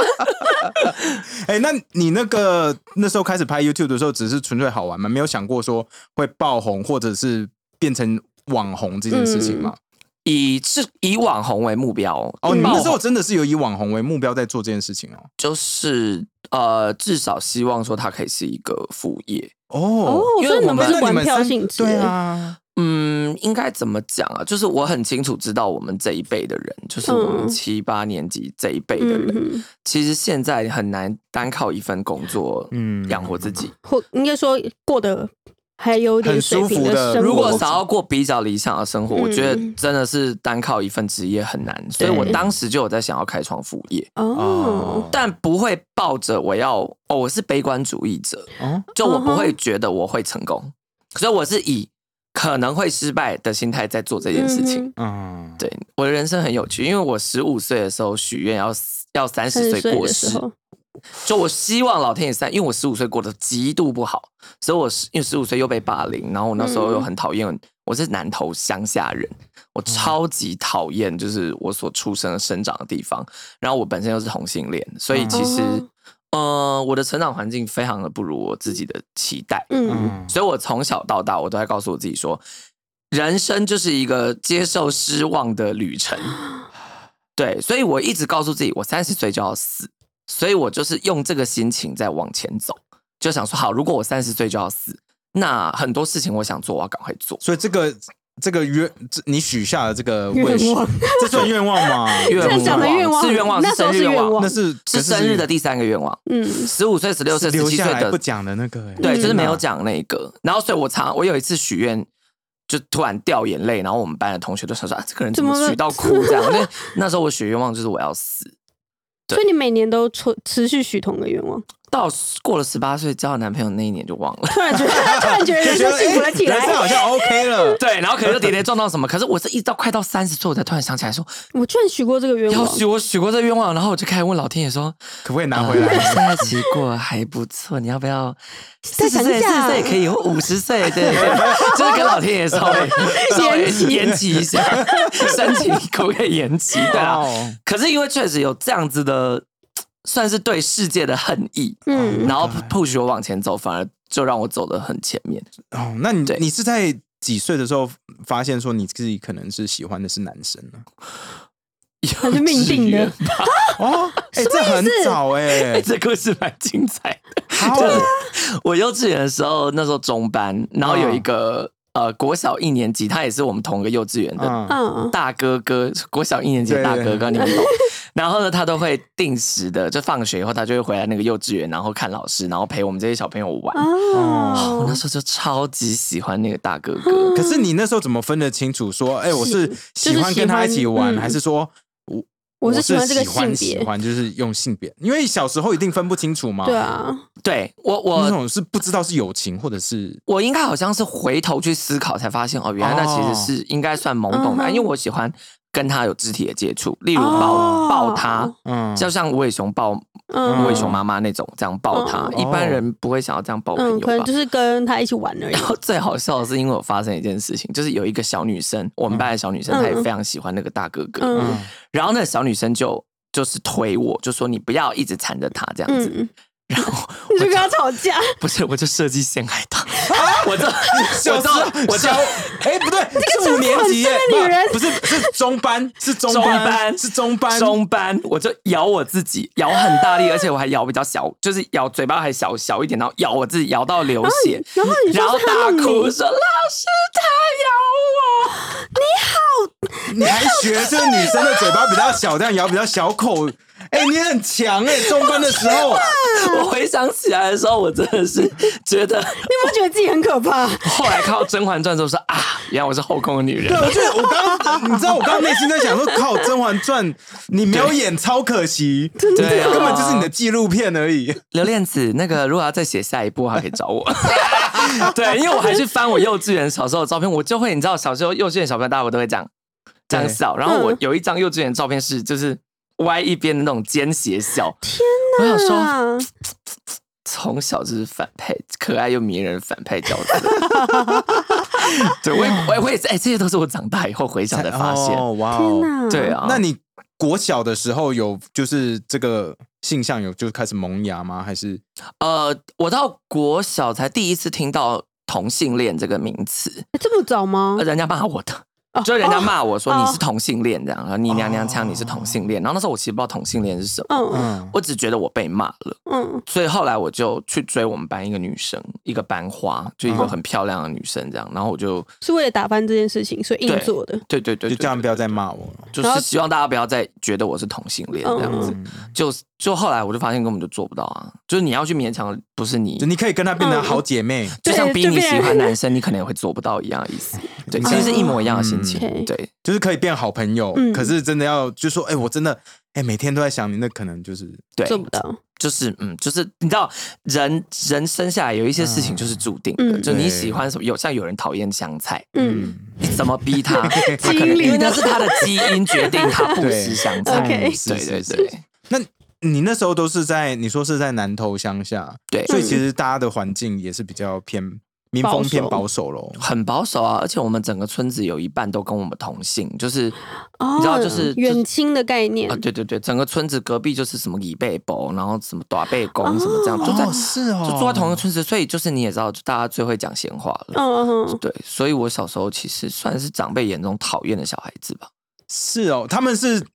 Speaker 1: 哎、那你那个那时候开始拍 YouTube 的时候，只是纯粹好玩吗？没有想过说会爆红，或者是变成网红这件事情吗？
Speaker 2: 以是以网红为目标
Speaker 3: 嗯
Speaker 1: 哦，你们
Speaker 2: 爆
Speaker 1: 那时候
Speaker 2: 红
Speaker 1: 真的是有以网红为目标在做这件事情哦。
Speaker 2: 就是呃，至少希望说它可以是一个副业。
Speaker 1: 哦
Speaker 3: 哦，
Speaker 2: 因为
Speaker 3: 所以你
Speaker 2: 我
Speaker 3: 们
Speaker 2: 们
Speaker 3: 不
Speaker 1: 那
Speaker 3: 是
Speaker 1: 你
Speaker 3: 玩
Speaker 1: 们
Speaker 3: 票
Speaker 1: 三
Speaker 3: 性质，
Speaker 1: 对，啊，
Speaker 2: 嗯，应该怎么讲啊？就是我很清楚知道我们这一辈的人，就是我
Speaker 3: 嗯
Speaker 2: 们七八年级这一辈的
Speaker 3: 嗯
Speaker 2: 人，
Speaker 3: 嗯，
Speaker 2: 其实现在很难单靠一份工作，
Speaker 1: 嗯
Speaker 2: 嗯，养活自己。
Speaker 3: 或应该说过得还有点
Speaker 1: 很
Speaker 3: 水
Speaker 1: 舒
Speaker 3: 平
Speaker 1: 服的
Speaker 3: 嗯生活。
Speaker 2: 如果想要过比较理想的生活，
Speaker 3: 嗯
Speaker 2: 我觉得真的是单靠一份职业很难，所以我当时就有在想要开创副业，
Speaker 3: 哦，
Speaker 2: 但不会抱着我要哦，我是悲观主义者，
Speaker 1: 哦，
Speaker 2: 就我不
Speaker 3: 嗯
Speaker 2: 会
Speaker 3: 哼
Speaker 2: 觉得我会成功，所以我是以可能会失败的心态在做这件事情。
Speaker 1: 嗯，
Speaker 2: 对我的人生很有趣，因为我十五岁的时候许愿要死要三
Speaker 3: 三十
Speaker 2: 十岁
Speaker 3: 岁
Speaker 2: 过
Speaker 3: 的时
Speaker 2: 世，
Speaker 3: 候，
Speaker 2: 就我希望老天爷三，因为我十五岁过得极度不好，所以我十因为十五岁又被霸凌，然后我那时候
Speaker 3: 嗯
Speaker 2: 又很讨厌，我是南投乡下人，我超级讨厌就是我所出生生长的地方，然后我本身又是同性恋，所以其实、
Speaker 3: 哦
Speaker 2: 呃我的成长环境非常的不如我自己的期待，
Speaker 3: 嗯
Speaker 1: 嗯，
Speaker 2: 所以我从小到大，我都在告诉我自己说，人生就是一个接受失望的旅程。对，所以我一直告诉自己，我三十岁就要死，所以我就是用这个心情在往前走，就想说，好，如果我三十岁就要死，那很多事情我想做，我要赶快做。
Speaker 1: 所以这个这个愿，这你许下的这个
Speaker 3: 愿
Speaker 1: wish，
Speaker 3: 望，
Speaker 1: 这算愿望吗？
Speaker 2: 愿
Speaker 3: 这讲的 愿望
Speaker 2: 是愿望，
Speaker 3: 那时候是
Speaker 2: 生日愿
Speaker 3: 愿望
Speaker 1: 那是
Speaker 2: 是生日的第三个愿望。
Speaker 3: 嗯，
Speaker 2: 十五岁、十六岁、十
Speaker 1: 留
Speaker 2: 七
Speaker 1: 下
Speaker 2: 岁
Speaker 1: 来
Speaker 2: 的
Speaker 1: 不讲的那个、欸，
Speaker 2: 对，
Speaker 3: 嗯
Speaker 2: 就是没有讲那个。然后，所以我常我有一次许愿，就突然掉眼泪，然后我们班的同学都想说啊，这个人怎
Speaker 3: 怎么
Speaker 2: 么
Speaker 3: 了
Speaker 2: 许到哭这样？那那时候我许愿望就是我要死。对
Speaker 3: 所以你每年都持持续许同个愿望，
Speaker 2: 到过了十八岁交了男朋友那一年就忘了，
Speaker 3: 突然觉得 突然觉得人
Speaker 1: 就觉
Speaker 3: 生
Speaker 1: 得
Speaker 3: 幸
Speaker 2: 哎
Speaker 3: 福了起
Speaker 1: 欸人生
Speaker 3: 来。
Speaker 1: 好 像 OK 了。
Speaker 2: 对，然后可能就跌跌撞撞什么，可是我是一直到快到三十岁，我才突然想起 来说，
Speaker 3: 我居然许过这个愿
Speaker 2: 要
Speaker 3: 望，
Speaker 2: 许我许过这愿望，然后我就开始问老天爷说，
Speaker 1: 可不可以拿回来？
Speaker 2: 呃 现在其实过得还不错，你要不要
Speaker 3: 再
Speaker 2: 四
Speaker 3: 想
Speaker 2: 十
Speaker 3: 一
Speaker 2: 岁？四
Speaker 3: 下
Speaker 2: 十岁也可以，或五十岁，对对 对，就是跟老天爷稍微 稍微
Speaker 3: 延期
Speaker 2: 延期 一下，申请可不可以延期？对啊，
Speaker 1: 哦
Speaker 2: 可是因为确实有这样子的，算是对世界的恨意，
Speaker 3: 嗯，
Speaker 2: 然后 push 我往前走，反而就让我走得很前面。
Speaker 1: 哦，那你
Speaker 2: 对
Speaker 1: 你是在几岁的时候发现说你自己可能是喜欢的是男生呢？
Speaker 3: 还是命定的，
Speaker 1: 哦，哎、这很早哎、
Speaker 2: 哎，这故事蛮精彩的。
Speaker 3: 啊
Speaker 1: 好
Speaker 2: 就是我幼稚园的时候，那时候中班，然后有
Speaker 3: 嗯
Speaker 2: 一个、呃国小一年级，他也是我们同一个幼稚园的
Speaker 1: 嗯，
Speaker 3: 嗯，
Speaker 2: 大哥哥，国小一年级的大哥
Speaker 1: 对
Speaker 2: 哥，你们懂。 然后呢，他都会定时的，就放学以后，他就会回来那个幼稚园，然后看老师，然后陪我们这些小朋友玩。
Speaker 1: 哦
Speaker 2: 我
Speaker 3: 啊
Speaker 2: 那
Speaker 3: 哦，
Speaker 2: 时候就超级喜欢那个大哥哥，
Speaker 1: 可是你那时候怎么分得清楚说，哎、我是喜欢跟他一起
Speaker 3: 就是喜
Speaker 1: 玩，
Speaker 3: 欢嗯
Speaker 1: 还是说我
Speaker 3: 我是喜
Speaker 1: 喜
Speaker 3: 欢这个性
Speaker 1: 欢
Speaker 3: 别
Speaker 1: 喜欢就是用性别？因为小时候一定分不清楚嘛。
Speaker 3: 对，啊，
Speaker 2: 对我
Speaker 1: 那
Speaker 3: 嗯
Speaker 2: 我
Speaker 1: 种是不知道是友情或者是
Speaker 2: 我应该好像是回头去思考才发现，哦，原来那其实是应该算懵懂的，
Speaker 3: 嗯哼
Speaker 2: 因为我喜欢跟他有肢体的接触，例如抱、
Speaker 3: 哦
Speaker 2: 抱他，
Speaker 1: 嗯，
Speaker 2: 就像无尾熊抱
Speaker 3: 嗯，哦
Speaker 2: 无尾熊妈妈那种这样抱他，
Speaker 1: 嗯
Speaker 2: 一般人不会想要这样抱
Speaker 3: 嗯，
Speaker 2: 朋友吧？
Speaker 3: 可能就是跟他一起玩而已
Speaker 2: 然。后最好笑的是，因为我发生一件事情，就是有一个小女生，我们班的小女生，
Speaker 3: 嗯
Speaker 2: 她也非常喜欢那个大哥哥。
Speaker 3: 嗯
Speaker 2: 然后那个小女生就就是推我，就说你不要一直缠着他这样子。
Speaker 3: 嗯，
Speaker 2: 然后
Speaker 3: 你就跟他吵 架，
Speaker 2: 不是，我就设计陷害 他。
Speaker 3: 啊
Speaker 2: 我这
Speaker 1: 小
Speaker 2: 我
Speaker 1: 时
Speaker 2: 这
Speaker 1: 候
Speaker 2: 我
Speaker 1: 小
Speaker 2: 这
Speaker 1: 哎不对，是五年级耶
Speaker 3: 这个女人
Speaker 1: 不是不是是中班，是中
Speaker 2: 中
Speaker 1: 班，
Speaker 2: 班
Speaker 1: 是中班，
Speaker 2: 中班，我就咬我自己，咬很大力，而且我还咬比较小，就是咬嘴巴还小小一点，然后咬我自己，咬到流血。
Speaker 3: 然后啊你
Speaker 2: 然
Speaker 3: 说
Speaker 2: 后
Speaker 3: 是他弄
Speaker 2: 大哭
Speaker 3: 你，
Speaker 2: 说：“老师，他咬我！”
Speaker 1: 你还学这个女生的嘴巴比较小，这样咬比较小口。哎、你很强哎、中班的时候，
Speaker 3: 嗯
Speaker 2: 我回想起来的时候，我真的是觉得，
Speaker 3: 你有没有觉得自己很可怕？
Speaker 2: 后来看到《甄嬛传》之后说啊，原来我是后宫的
Speaker 1: 对，
Speaker 2: 女人。
Speaker 1: 我就我刚，你知道我刚刚内心在想说，靠，《甄嬛传》你没有演，超可惜，真
Speaker 2: 的哦
Speaker 1: 根本就是你的纪录片而已。
Speaker 2: 刘恋子，那个如果要再写下一部，还可以找我。 对，因为我还去翻我幼稚园小时候的照片，我就会，你知道，小时候幼稚园小朋友大家我都会这样这样笑，然后我有一张幼稚园照片是就是歪一边的那种奸邪笑。天哪！我想说，
Speaker 3: 啊，
Speaker 2: 从小就是反派，可爱又迷人的反派角 色。对，我也我也我也是，哎、这些都是我长大以后回想才发现。
Speaker 1: 哦，哇
Speaker 3: 天哪！
Speaker 2: 对，啊，
Speaker 1: 那你国小的时候有就是这个性向有就开始萌芽吗？还是
Speaker 2: 呃，我到国小才第一次听到同性恋这个名词，
Speaker 1: 嗯
Speaker 3: 欸这么早吗
Speaker 2: 呃？人家骂我的，
Speaker 3: 哦
Speaker 2: 就是人家
Speaker 3: 哦
Speaker 2: 骂我说
Speaker 3: 哦
Speaker 2: 你是同性恋这样，然后你娘娘腔，
Speaker 1: 哦
Speaker 2: 你是同性恋。然后那时候我其实不知道同性恋是什么，
Speaker 3: 嗯
Speaker 1: 嗯，
Speaker 2: 我只觉得我被骂了，
Speaker 3: 嗯
Speaker 2: 所以后来我就去追我们班一个女生，一个班花，就一个
Speaker 1: 嗯
Speaker 2: 很漂亮的女生这样。然后我就，
Speaker 3: 是为了打翻这件事情，所以硬
Speaker 2: 对
Speaker 3: 做的。
Speaker 2: 对对对，
Speaker 1: 就
Speaker 2: 对
Speaker 1: 这样不要再骂我了。
Speaker 2: 就
Speaker 3: 然后
Speaker 2: 是希望大家不要再觉得我是同性恋这样子。
Speaker 1: 嗯
Speaker 2: 就就后来我就发现根本就做不到啊，就是你要去勉强，不是你
Speaker 1: 就你可以跟她变成好姐妹，
Speaker 2: 就像
Speaker 3: 对
Speaker 2: 逼
Speaker 3: 就
Speaker 2: 你
Speaker 3: 变
Speaker 2: 喜
Speaker 3: 成
Speaker 2: 欢男生，你可能也会做不到一样的意思。对，
Speaker 1: 嗯
Speaker 2: 其实是一模一样的心
Speaker 3: 嗯
Speaker 2: 情。对，
Speaker 1: 就是可以变好朋友。
Speaker 3: 嗯
Speaker 1: 可是真的要就说，哎、我真的，哎、每天都在想你，那可能就是
Speaker 2: 对
Speaker 3: 做不到，
Speaker 2: 就是嗯，就是你知道，人人生下来有一些事情就是注定的，
Speaker 3: 嗯
Speaker 2: 就你
Speaker 1: 对
Speaker 2: 喜欢什么，有像有人讨厌香菜，
Speaker 3: 嗯，
Speaker 2: 你怎么 逼他，他可
Speaker 3: 基因
Speaker 2: 能
Speaker 3: 里的
Speaker 2: 因为那是他的基因决定他不吃香 菜。
Speaker 3: OK
Speaker 1: 是
Speaker 2: 对
Speaker 1: 是
Speaker 2: 对
Speaker 1: 是
Speaker 2: 对
Speaker 1: 你那时候都是在你说是在南投乡下，
Speaker 2: 对，
Speaker 1: 所以其实大家的环境也是比较偏民
Speaker 3: 保
Speaker 1: 风
Speaker 3: 守
Speaker 1: 偏保守喽。
Speaker 2: 很保守啊，而且我们整个村子有一半都跟我们同姓，就是
Speaker 3: 哦
Speaker 2: 你知道，就是
Speaker 3: 远亲的概念
Speaker 2: 啊，，对对对，整个村子隔壁就是什么李贝伯，然后什么大贝公什么这样，就在
Speaker 1: 哦，是哦，
Speaker 2: 就住在同一个村子，所以就是你也知道，就大家最会讲闲话了。
Speaker 3: 嗯嗯
Speaker 2: 对，所 以我小时候其实算是长辈眼中讨厌的小孩子吧。
Speaker 1: 是哦，他们是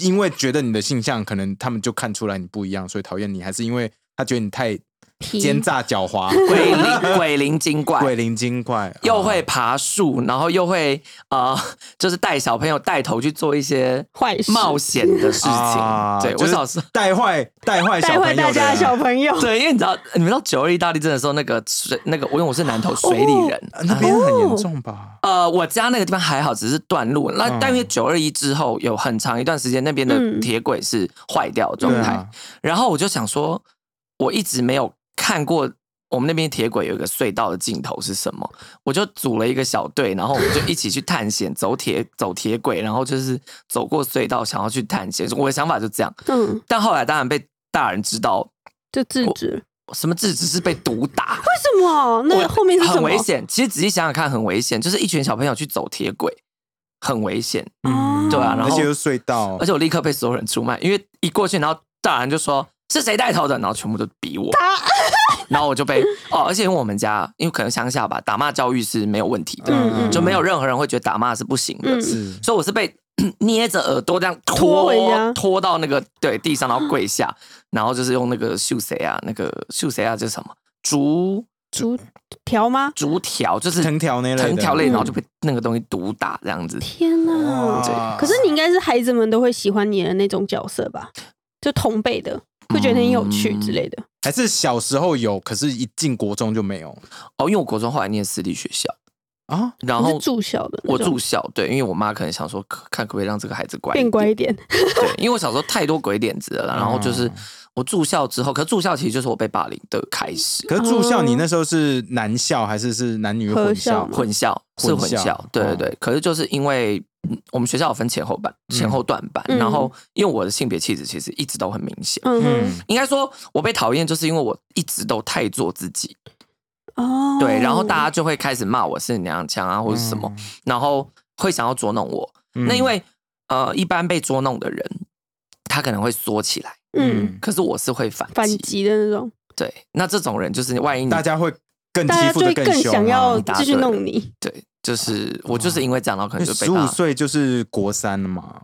Speaker 1: 因为觉得你的性向可能他们就看出来你不一样，所以讨厌你，还是因为他觉得你太
Speaker 3: 皮
Speaker 1: 奸诈狡猾、
Speaker 2: 鬼灵鬼灵精怪，
Speaker 1: 鬼灵精怪，
Speaker 2: 又
Speaker 1: 啊
Speaker 2: 会爬树，然后又会呃，就是带小朋友带头去做一些
Speaker 3: 坏事
Speaker 2: 冒险的事情。
Speaker 1: 啊
Speaker 2: 对、
Speaker 1: 就是
Speaker 2: 我小时候，
Speaker 1: 带坏带坏小
Speaker 3: 带
Speaker 1: 朋
Speaker 3: 坏
Speaker 1: 友
Speaker 3: 大家的
Speaker 1: 人
Speaker 3: 小朋友。
Speaker 2: 对，因为你知道，你们知道九二一大地震的时候，那个水那个，因为我是南投水里人。
Speaker 1: 啊那边很严重吧？
Speaker 2: 呃，我家那个地方还好，只是断路。那
Speaker 1: 哦嗯
Speaker 2: 但因为九二一之后有很长一段时间，那边的
Speaker 3: 嗯
Speaker 2: 铁轨是坏掉
Speaker 3: 哦
Speaker 2: 的状
Speaker 1: 对
Speaker 2: 态。
Speaker 1: 啊，
Speaker 2: 然后我就想说，我一直没有看过我们那边铁轨有一个隧道的尽头是什么，我就组了一个小队，然后我们就一起去探险，走铁走铁轨，然后就是走过隧道，想要去探险。我的想法就这样，
Speaker 3: 嗯，
Speaker 2: 但后来当然被大人知道，
Speaker 3: 就制止。为
Speaker 2: 什么制止是被毒打。
Speaker 3: 什么？ 那
Speaker 2: 我
Speaker 3: 后面是什
Speaker 2: 很
Speaker 3: 么
Speaker 2: 危？险，其实仔细想想看，很危险，就是一群小朋友去走铁轨，很危险。
Speaker 3: 嗯
Speaker 2: 对啊然后
Speaker 1: 而且又隧道
Speaker 2: 而，且我立刻被所有人出卖，因为一过去，然后大人就说是谁带头的，然后全部都比我，然后我就被哦，而且因为我们家，因为可能乡下吧，打骂教育是没有问题的，
Speaker 3: 嗯嗯
Speaker 2: 就没有任何人会觉得打骂是不行的，
Speaker 3: 嗯
Speaker 1: 是
Speaker 2: 所以我是被 捏着耳朵这样
Speaker 3: 拖
Speaker 2: 拖
Speaker 3: 回家
Speaker 2: 拖到那个对地上，然后跪下，然后就是用那个秀谁啊，那个秀谁啊，这是什么竹
Speaker 3: 竹条吗？
Speaker 2: 竹条，就是
Speaker 1: 藤条那类的
Speaker 2: 藤条类，
Speaker 3: 嗯
Speaker 2: 然后就被那个东西毒打这样子。
Speaker 3: 天哪！
Speaker 2: 啊
Speaker 1: 哇
Speaker 3: 可是你应该是孩子们都会喜欢你的那种角色吧？就同辈的，会觉得很有
Speaker 2: 嗯
Speaker 3: 趣之类的。
Speaker 1: 还是小时候有，可是一进国中就没有
Speaker 2: 哦，因为我国中后来念私立学校，
Speaker 1: 啊？
Speaker 2: 然
Speaker 3: 你
Speaker 2: 后
Speaker 3: 是住校的那
Speaker 2: 我
Speaker 3: 种，
Speaker 2: 住校，对，因为我妈可能想说，可看可不可以让这个孩子乖一
Speaker 3: 变
Speaker 2: 点，
Speaker 3: 乖一点。
Speaker 2: 对，因为我小时候太多鬼点子了啦，然后
Speaker 1: 哦
Speaker 2: 就是我住校之后，可是住校其实就是我被霸凌的开始，
Speaker 1: 可是住校，你那时候是男校还是是男女混校
Speaker 3: 哦合校？吗
Speaker 2: 混校是
Speaker 1: 混
Speaker 2: 混
Speaker 1: 校哦
Speaker 2: 校，对对对，可是就是因为嗯我们学校有分前后班、前后段班，
Speaker 3: 嗯
Speaker 2: 然后因为我的性别气质其实一直都很明显，
Speaker 3: 嗯哼，
Speaker 2: 应该说我被讨厌就是因为我一直都太做自己，
Speaker 3: 哦，
Speaker 2: 嗯对，然后大家就会开始骂我是娘腔啊或者是什么，然后会想要捉弄我，
Speaker 1: 嗯？
Speaker 2: 那因为呃，一般被捉弄的人，他可能会缩起来，
Speaker 3: 嗯
Speaker 2: 可是我是会反击。
Speaker 3: 反击的那种，
Speaker 2: 对，那这种人就是万一你
Speaker 1: 大家会更
Speaker 3: 大
Speaker 1: 欺
Speaker 3: 家
Speaker 1: 负
Speaker 3: 就会
Speaker 1: 的
Speaker 3: 更
Speaker 1: 凶啊
Speaker 3: 想要
Speaker 2: 你打
Speaker 3: 继续
Speaker 2: 对了
Speaker 3: 弄你。
Speaker 2: 对，就是我就是因为这样，然后可能就被
Speaker 1: 啊十五
Speaker 2: 他。
Speaker 1: 岁就是国三了嘛，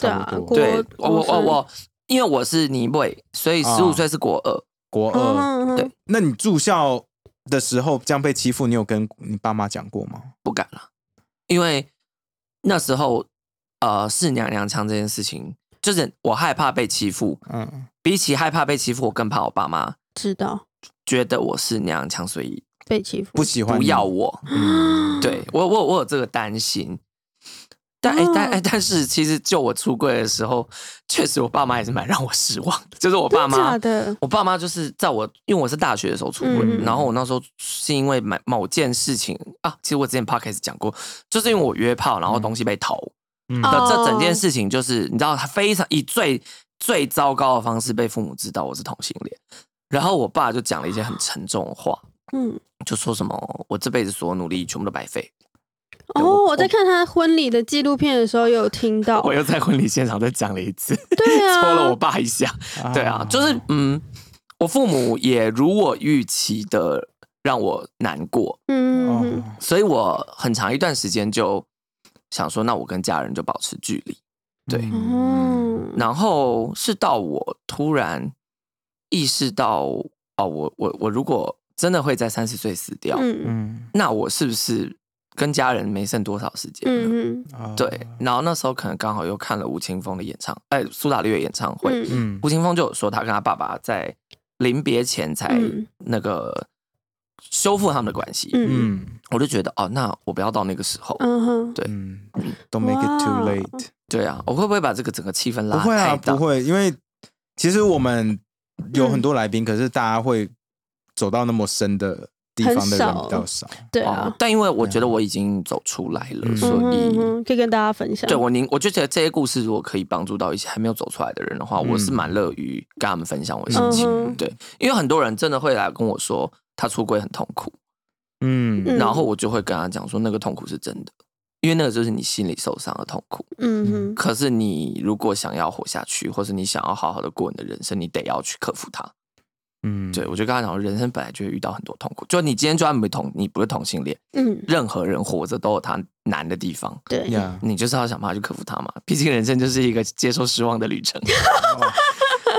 Speaker 3: 对啊
Speaker 1: 差不多
Speaker 3: 国
Speaker 2: 对，我我
Speaker 3: 国
Speaker 2: 我
Speaker 3: 三
Speaker 2: 我，因为我是尼贝，所以
Speaker 1: 啊
Speaker 2: 十五岁是国二。
Speaker 1: 国二。
Speaker 3: 嗯
Speaker 2: 对
Speaker 1: 那你住校的时候这样被欺负，你有跟你爸妈讲过吗？
Speaker 2: 因为那时候呃是娘娘腔这件事情，就是我害怕被欺负，
Speaker 1: 嗯，
Speaker 2: 比起害怕被欺负，我更怕我爸妈
Speaker 3: 知道
Speaker 2: 觉得我是娘娘腔，所以
Speaker 3: 被欺负，
Speaker 1: 不喜欢
Speaker 2: 不
Speaker 1: 你
Speaker 2: 要我。
Speaker 1: 嗯
Speaker 2: 对我，我我有这个担心。但哎、但哎、
Speaker 3: 哦
Speaker 2: 但是其实就我出柜的时候，确实我爸妈也是蛮让我失望的。就是我爸
Speaker 3: 真的
Speaker 2: 妈
Speaker 3: 假，的，
Speaker 2: 我爸妈就是在我因为我是大学的时候出柜，
Speaker 3: 嗯
Speaker 2: 然后我那时候是因为某某件事情啊，其实我之前 podcast 讲过，就是因为我约炮，然后东西被偷
Speaker 1: 嗯
Speaker 2: 的、
Speaker 3: 哦
Speaker 2: 这整件事情，就是你知道，他非常以最最糟糕的方式被父母知道我是同性恋，然后我爸就讲了一些很沉重的话，
Speaker 3: 嗯，
Speaker 2: 就说什么我这辈子所有努力全部都白费，对
Speaker 3: 哦，
Speaker 2: 我
Speaker 3: 我在看他婚礼的纪录片的时候有听到，
Speaker 2: 我又在婚礼现场再讲了一次，
Speaker 3: 对 啊，
Speaker 2: 戳了我爸一下。对
Speaker 1: 哦
Speaker 2: 啊，就是嗯，我父母也如我预期的让我难过，
Speaker 3: 嗯，
Speaker 1: 哦
Speaker 2: 所以我很长一段时间就想说，那我跟家人就保持距离。对
Speaker 1: 嗯
Speaker 3: 嗯，
Speaker 2: 然后是到我突然意识到，哦，我我我如果真的会在三十岁死掉，
Speaker 3: 嗯
Speaker 1: 嗯
Speaker 2: 那我是不是跟家人没剩多少时间了？
Speaker 3: 嗯嗯
Speaker 1: 啊
Speaker 2: 对，然后那时候可能刚好又看了吴青峰的演唱，哎，苏打绿的演唱会，
Speaker 3: 嗯
Speaker 1: 嗯
Speaker 2: 吴青峰就有说，他跟他爸爸在临别前才
Speaker 3: 嗯
Speaker 2: 那个修复他们的关系。
Speaker 3: 嗯
Speaker 1: 嗯
Speaker 2: 我就觉得，哦，那我不要到那个时候。
Speaker 3: 嗯哼，
Speaker 2: 对
Speaker 1: 嗯，Don't make it too
Speaker 3: 哇
Speaker 1: late。
Speaker 2: 对啊，我会不会把这个整个气氛
Speaker 1: 不
Speaker 2: 拉
Speaker 1: 会啊，
Speaker 2: 太大？
Speaker 1: 不会，因为其实我们有很多来宾，可是大家会走到那么深的地方的人
Speaker 3: 很少
Speaker 1: 比较少。
Speaker 3: 对
Speaker 2: 哦
Speaker 3: 啊，，
Speaker 2: 但因为我觉得我已经走出来了，
Speaker 1: 嗯
Speaker 2: 所
Speaker 3: 嗯哼嗯
Speaker 2: 以。
Speaker 3: 哼，可以跟大家分享，
Speaker 2: 对我宁，我就觉得这些故事如果可以帮助到一些还没有走出来的人的话，
Speaker 1: 嗯
Speaker 2: 我是蛮乐于跟他们分享我的心情。
Speaker 3: 嗯哼
Speaker 2: 对，因为很多人真的会来跟我说他出轨很痛苦，
Speaker 1: 嗯
Speaker 3: 嗯
Speaker 2: 然后我就会跟他讲说那个痛苦是真的，因为那个就是你心里受伤的痛苦。
Speaker 3: 嗯哼，
Speaker 2: 可是你如果想要活下去，或是你想要好好的过你的人生，你得要去克服它。
Speaker 1: 嗯，
Speaker 2: 对，我就跟他讲，人生本来就会遇到很多痛苦，就你今天就算没同，你不是同性恋，
Speaker 3: 嗯，
Speaker 2: 任何人活着都有他难的地方，
Speaker 3: 对，
Speaker 1: 呀，
Speaker 2: 你就是要想办法去克服它嘛。毕竟人生就是一个接受失望的旅 程。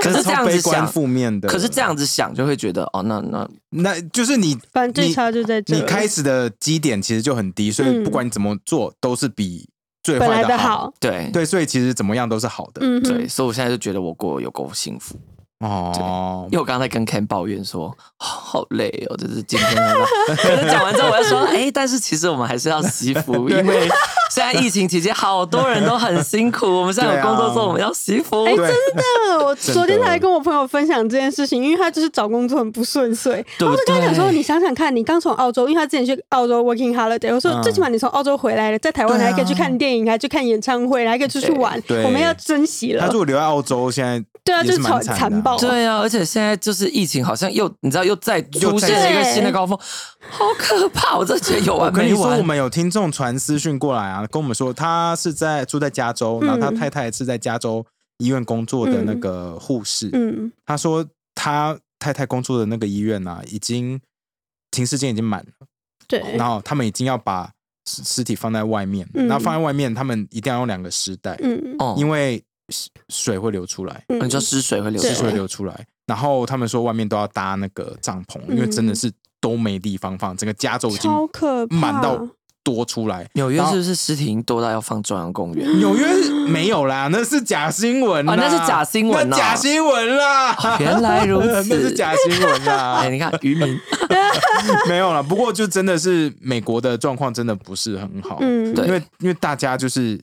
Speaker 2: 可
Speaker 1: 哦这
Speaker 2: 是这
Speaker 1: 超
Speaker 2: 样
Speaker 1: 悲
Speaker 2: 子
Speaker 1: 观
Speaker 2: 想，
Speaker 1: 负面的，
Speaker 2: 可是这样子想就会觉得，哦，那那
Speaker 1: 那就是你，
Speaker 3: 反正最
Speaker 1: 你
Speaker 3: 差就在这。
Speaker 1: 你开始的基点其实就很低，所以
Speaker 3: 嗯
Speaker 1: 不管你怎么做都是比最
Speaker 3: 本
Speaker 1: 坏
Speaker 3: 来的
Speaker 1: 好。
Speaker 3: 好，
Speaker 2: 对
Speaker 1: 对，所以其实怎么样都是好的。
Speaker 3: 嗯哼，
Speaker 2: 对，所以我现在就觉得我过得有够幸福。
Speaker 1: 哦
Speaker 2: 因，为我刚才跟 Ken 抱怨说，哦好累哦，就是今天 很忙。可是讲完之后，我就说，哎，但是其实我们还是要惜福，因为现在疫情期间，好多人都很辛苦。我们现在有工作
Speaker 1: 对
Speaker 2: 做，
Speaker 1: 啊
Speaker 2: 我们要惜福。
Speaker 1: 对，
Speaker 3: 真嗯的，我
Speaker 1: 真的
Speaker 3: 昨天才跟我朋友分享这件事情，因为他就是找工作很不顺遂，
Speaker 2: 对
Speaker 3: 然后
Speaker 2: 不
Speaker 3: 我就跟他讲说，
Speaker 2: 对
Speaker 3: 你想想看，你刚从澳洲，因为他之前去澳洲 working holiday，我说、
Speaker 1: 嗯
Speaker 3: 最起码你从澳洲回来了，在台湾
Speaker 1: 对啊
Speaker 3: 还可以去看电影，还去看演唱会，还可以出去玩，
Speaker 1: 对
Speaker 3: 我们要珍惜
Speaker 1: 他
Speaker 3: 了
Speaker 1: 如。果留在澳洲，现在
Speaker 3: 对啊
Speaker 1: 也是
Speaker 3: 就是
Speaker 1: 蛮
Speaker 3: 惨
Speaker 1: 的啊
Speaker 3: 惨爆
Speaker 2: 对啊，而且现在就是疫情，好像又你知道又再出
Speaker 1: 又再
Speaker 2: 现了一个
Speaker 3: 对
Speaker 2: 新的高峰，好可怕！我真的觉得有
Speaker 1: 我
Speaker 2: 完
Speaker 1: 跟
Speaker 2: 没
Speaker 1: 你说，
Speaker 2: 完
Speaker 1: 我。们有听众传私讯过来啊，跟我们说他是在住在加州，然后他
Speaker 3: 嗯
Speaker 1: 太太是在加州医院工作的那个护士。
Speaker 3: 嗯，
Speaker 1: 他说他太太工作的那个医院啊，已经停尸间已经满了，
Speaker 3: 对，
Speaker 1: 然后他们已经要把尸尸体放在外面，
Speaker 3: 嗯
Speaker 1: 然后放在外面，他们一定要用两个尸袋，
Speaker 3: 嗯
Speaker 2: 哦，
Speaker 1: 因为水水会流出来，
Speaker 3: 嗯
Speaker 2: 你说失水会流
Speaker 3: 对
Speaker 1: 是
Speaker 2: 出
Speaker 1: 水
Speaker 2: 来，
Speaker 1: 流出来。然后他们说外面都要搭那个帐篷，因为真的是都没地方放，整个加州已经
Speaker 3: 嗯超可怕，
Speaker 1: 满到多出来。
Speaker 2: 纽约
Speaker 1: 然后
Speaker 2: 是不是尸体已经多到要放中央公园？
Speaker 1: 纽约没有啦，那是假新闻啦、
Speaker 2: 哦那是假新闻
Speaker 1: 那
Speaker 2: 啊
Speaker 1: 假新闻啦，
Speaker 2: 哦原来如此
Speaker 1: 那是假啊新闻啦
Speaker 2: 哎，，你看渔民，
Speaker 1: 没有啦。不过就真的是美国的状况真的不是很好，
Speaker 3: 嗯，
Speaker 2: 对
Speaker 1: 因为因为大家就是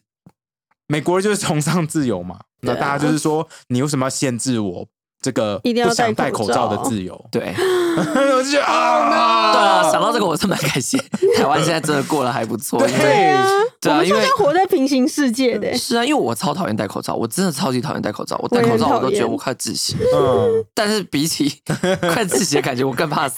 Speaker 1: 美国人就是崇尚自由嘛，那
Speaker 2: 对啊
Speaker 1: 大家就是说你为什么要限制我这个
Speaker 3: 一定要
Speaker 1: 不想
Speaker 3: 戴
Speaker 1: 戴
Speaker 3: 口
Speaker 1: 口罩
Speaker 3: 罩
Speaker 1: 的自 由？
Speaker 2: 对
Speaker 1: 我就觉得啊，
Speaker 2: 对啊，想到这个我是蛮开 心。台湾现在真的过得还不错，因为
Speaker 3: 对啊，
Speaker 2: 对
Speaker 3: 我
Speaker 2: 啊
Speaker 3: 们
Speaker 2: 因
Speaker 3: 超
Speaker 2: 为
Speaker 3: 像活在平行世界的、
Speaker 2: 是啊，因为我超讨厌戴口罩，我真的超级讨厌戴口罩，我戴
Speaker 3: 我也
Speaker 2: 口
Speaker 3: 很
Speaker 2: 罩我都觉
Speaker 3: 讨
Speaker 2: 得
Speaker 3: 厌
Speaker 2: 我快窒息。
Speaker 1: 嗯，
Speaker 2: 但是比 起快窒息的感觉，我更怕死，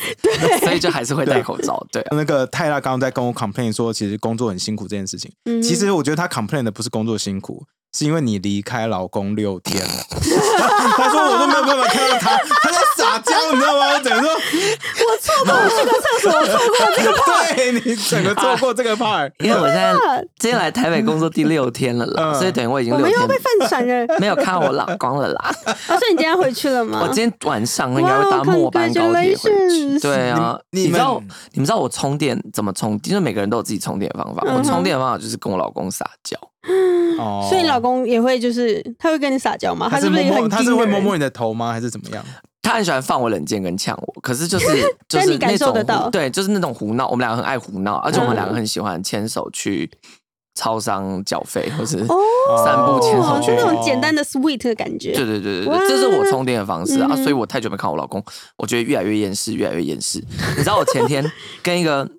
Speaker 2: 所以就还是会戴口罩。对啊，
Speaker 1: 那个泰拉刚刚在跟我 complain 说，其实工作很辛苦这件事情。
Speaker 3: 嗯
Speaker 1: 其实我觉得他 complain 的不是工作辛苦，是因为你离开老公六天了。 他说我都没有办法看到他，他在撒娇，你知道吗？我整个说，
Speaker 3: 我错过我去过厕所，我错过这 个
Speaker 1: 对你整个错过这个 part，
Speaker 3: 啊
Speaker 2: 因为我现在今天来台北工作第六天了啦，
Speaker 1: 嗯
Speaker 2: 所以等于我已经
Speaker 3: 我
Speaker 2: 六
Speaker 3: 们又要
Speaker 2: 天
Speaker 3: 被犯 闪了。
Speaker 2: 没有看我老公了啦。
Speaker 3: 啊，所以你今天回去了吗？
Speaker 2: 我今天晚上应该会搭末班高铁回去。
Speaker 3: Congratulations
Speaker 2: 对啊，
Speaker 1: 你
Speaker 2: 你
Speaker 1: 你们
Speaker 2: 知道你们知道我充电怎么充？就是每个人都有自己充电方法。
Speaker 3: 嗯哼
Speaker 2: 我充电的方法就是跟我老公撒娇，
Speaker 1: 哦
Speaker 3: 所以老公也会就是他会跟你撒娇吗？
Speaker 1: 他
Speaker 3: 是
Speaker 1: 是
Speaker 3: 不
Speaker 1: 摸
Speaker 3: 是
Speaker 1: 摸，
Speaker 3: 很
Speaker 1: 他是会摸摸你
Speaker 3: 你？
Speaker 1: 的头吗？还是怎么样？
Speaker 2: 他很喜欢放我冷箭跟呛我，可是就是 就
Speaker 3: 但
Speaker 2: 是
Speaker 3: 你感
Speaker 2: 那
Speaker 3: 受
Speaker 2: 种
Speaker 3: 得到
Speaker 2: 胡对，就是那种胡闹。我们两个很爱胡闹，而且我们
Speaker 3: 嗯
Speaker 2: 两个很喜欢牵手去超商缴费，或是
Speaker 3: 哦
Speaker 2: 散步牵
Speaker 3: 哦
Speaker 2: 手，
Speaker 3: 是
Speaker 2: 去。
Speaker 3: 那种简单的 sweet 的感
Speaker 2: 对
Speaker 3: 觉。
Speaker 2: 对对对
Speaker 3: 哇
Speaker 2: 对，这是我充电的方式
Speaker 3: 嗯
Speaker 2: 啊，
Speaker 3: 哼
Speaker 2: 所以我太久没看我老公，我觉得越来越厌世，越来越厌世。你知道我前天跟一个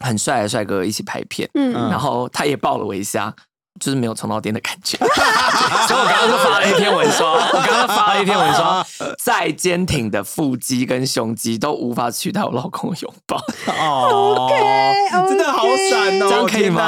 Speaker 2: 很帅的帅哥一起拍片，
Speaker 3: 嗯，
Speaker 2: 然后他也抱了我一下，就是没有充到电的感 觉。所以我刚刚就发了一篇文说，我刚刚发了一篇文说， 再坚挺的腹肌跟胸肌都无法取代我老公的拥抱，
Speaker 1: 哦
Speaker 3: OK，OK
Speaker 1: 真的好闪哦，
Speaker 2: 这样可以
Speaker 1: 天
Speaker 2: 吗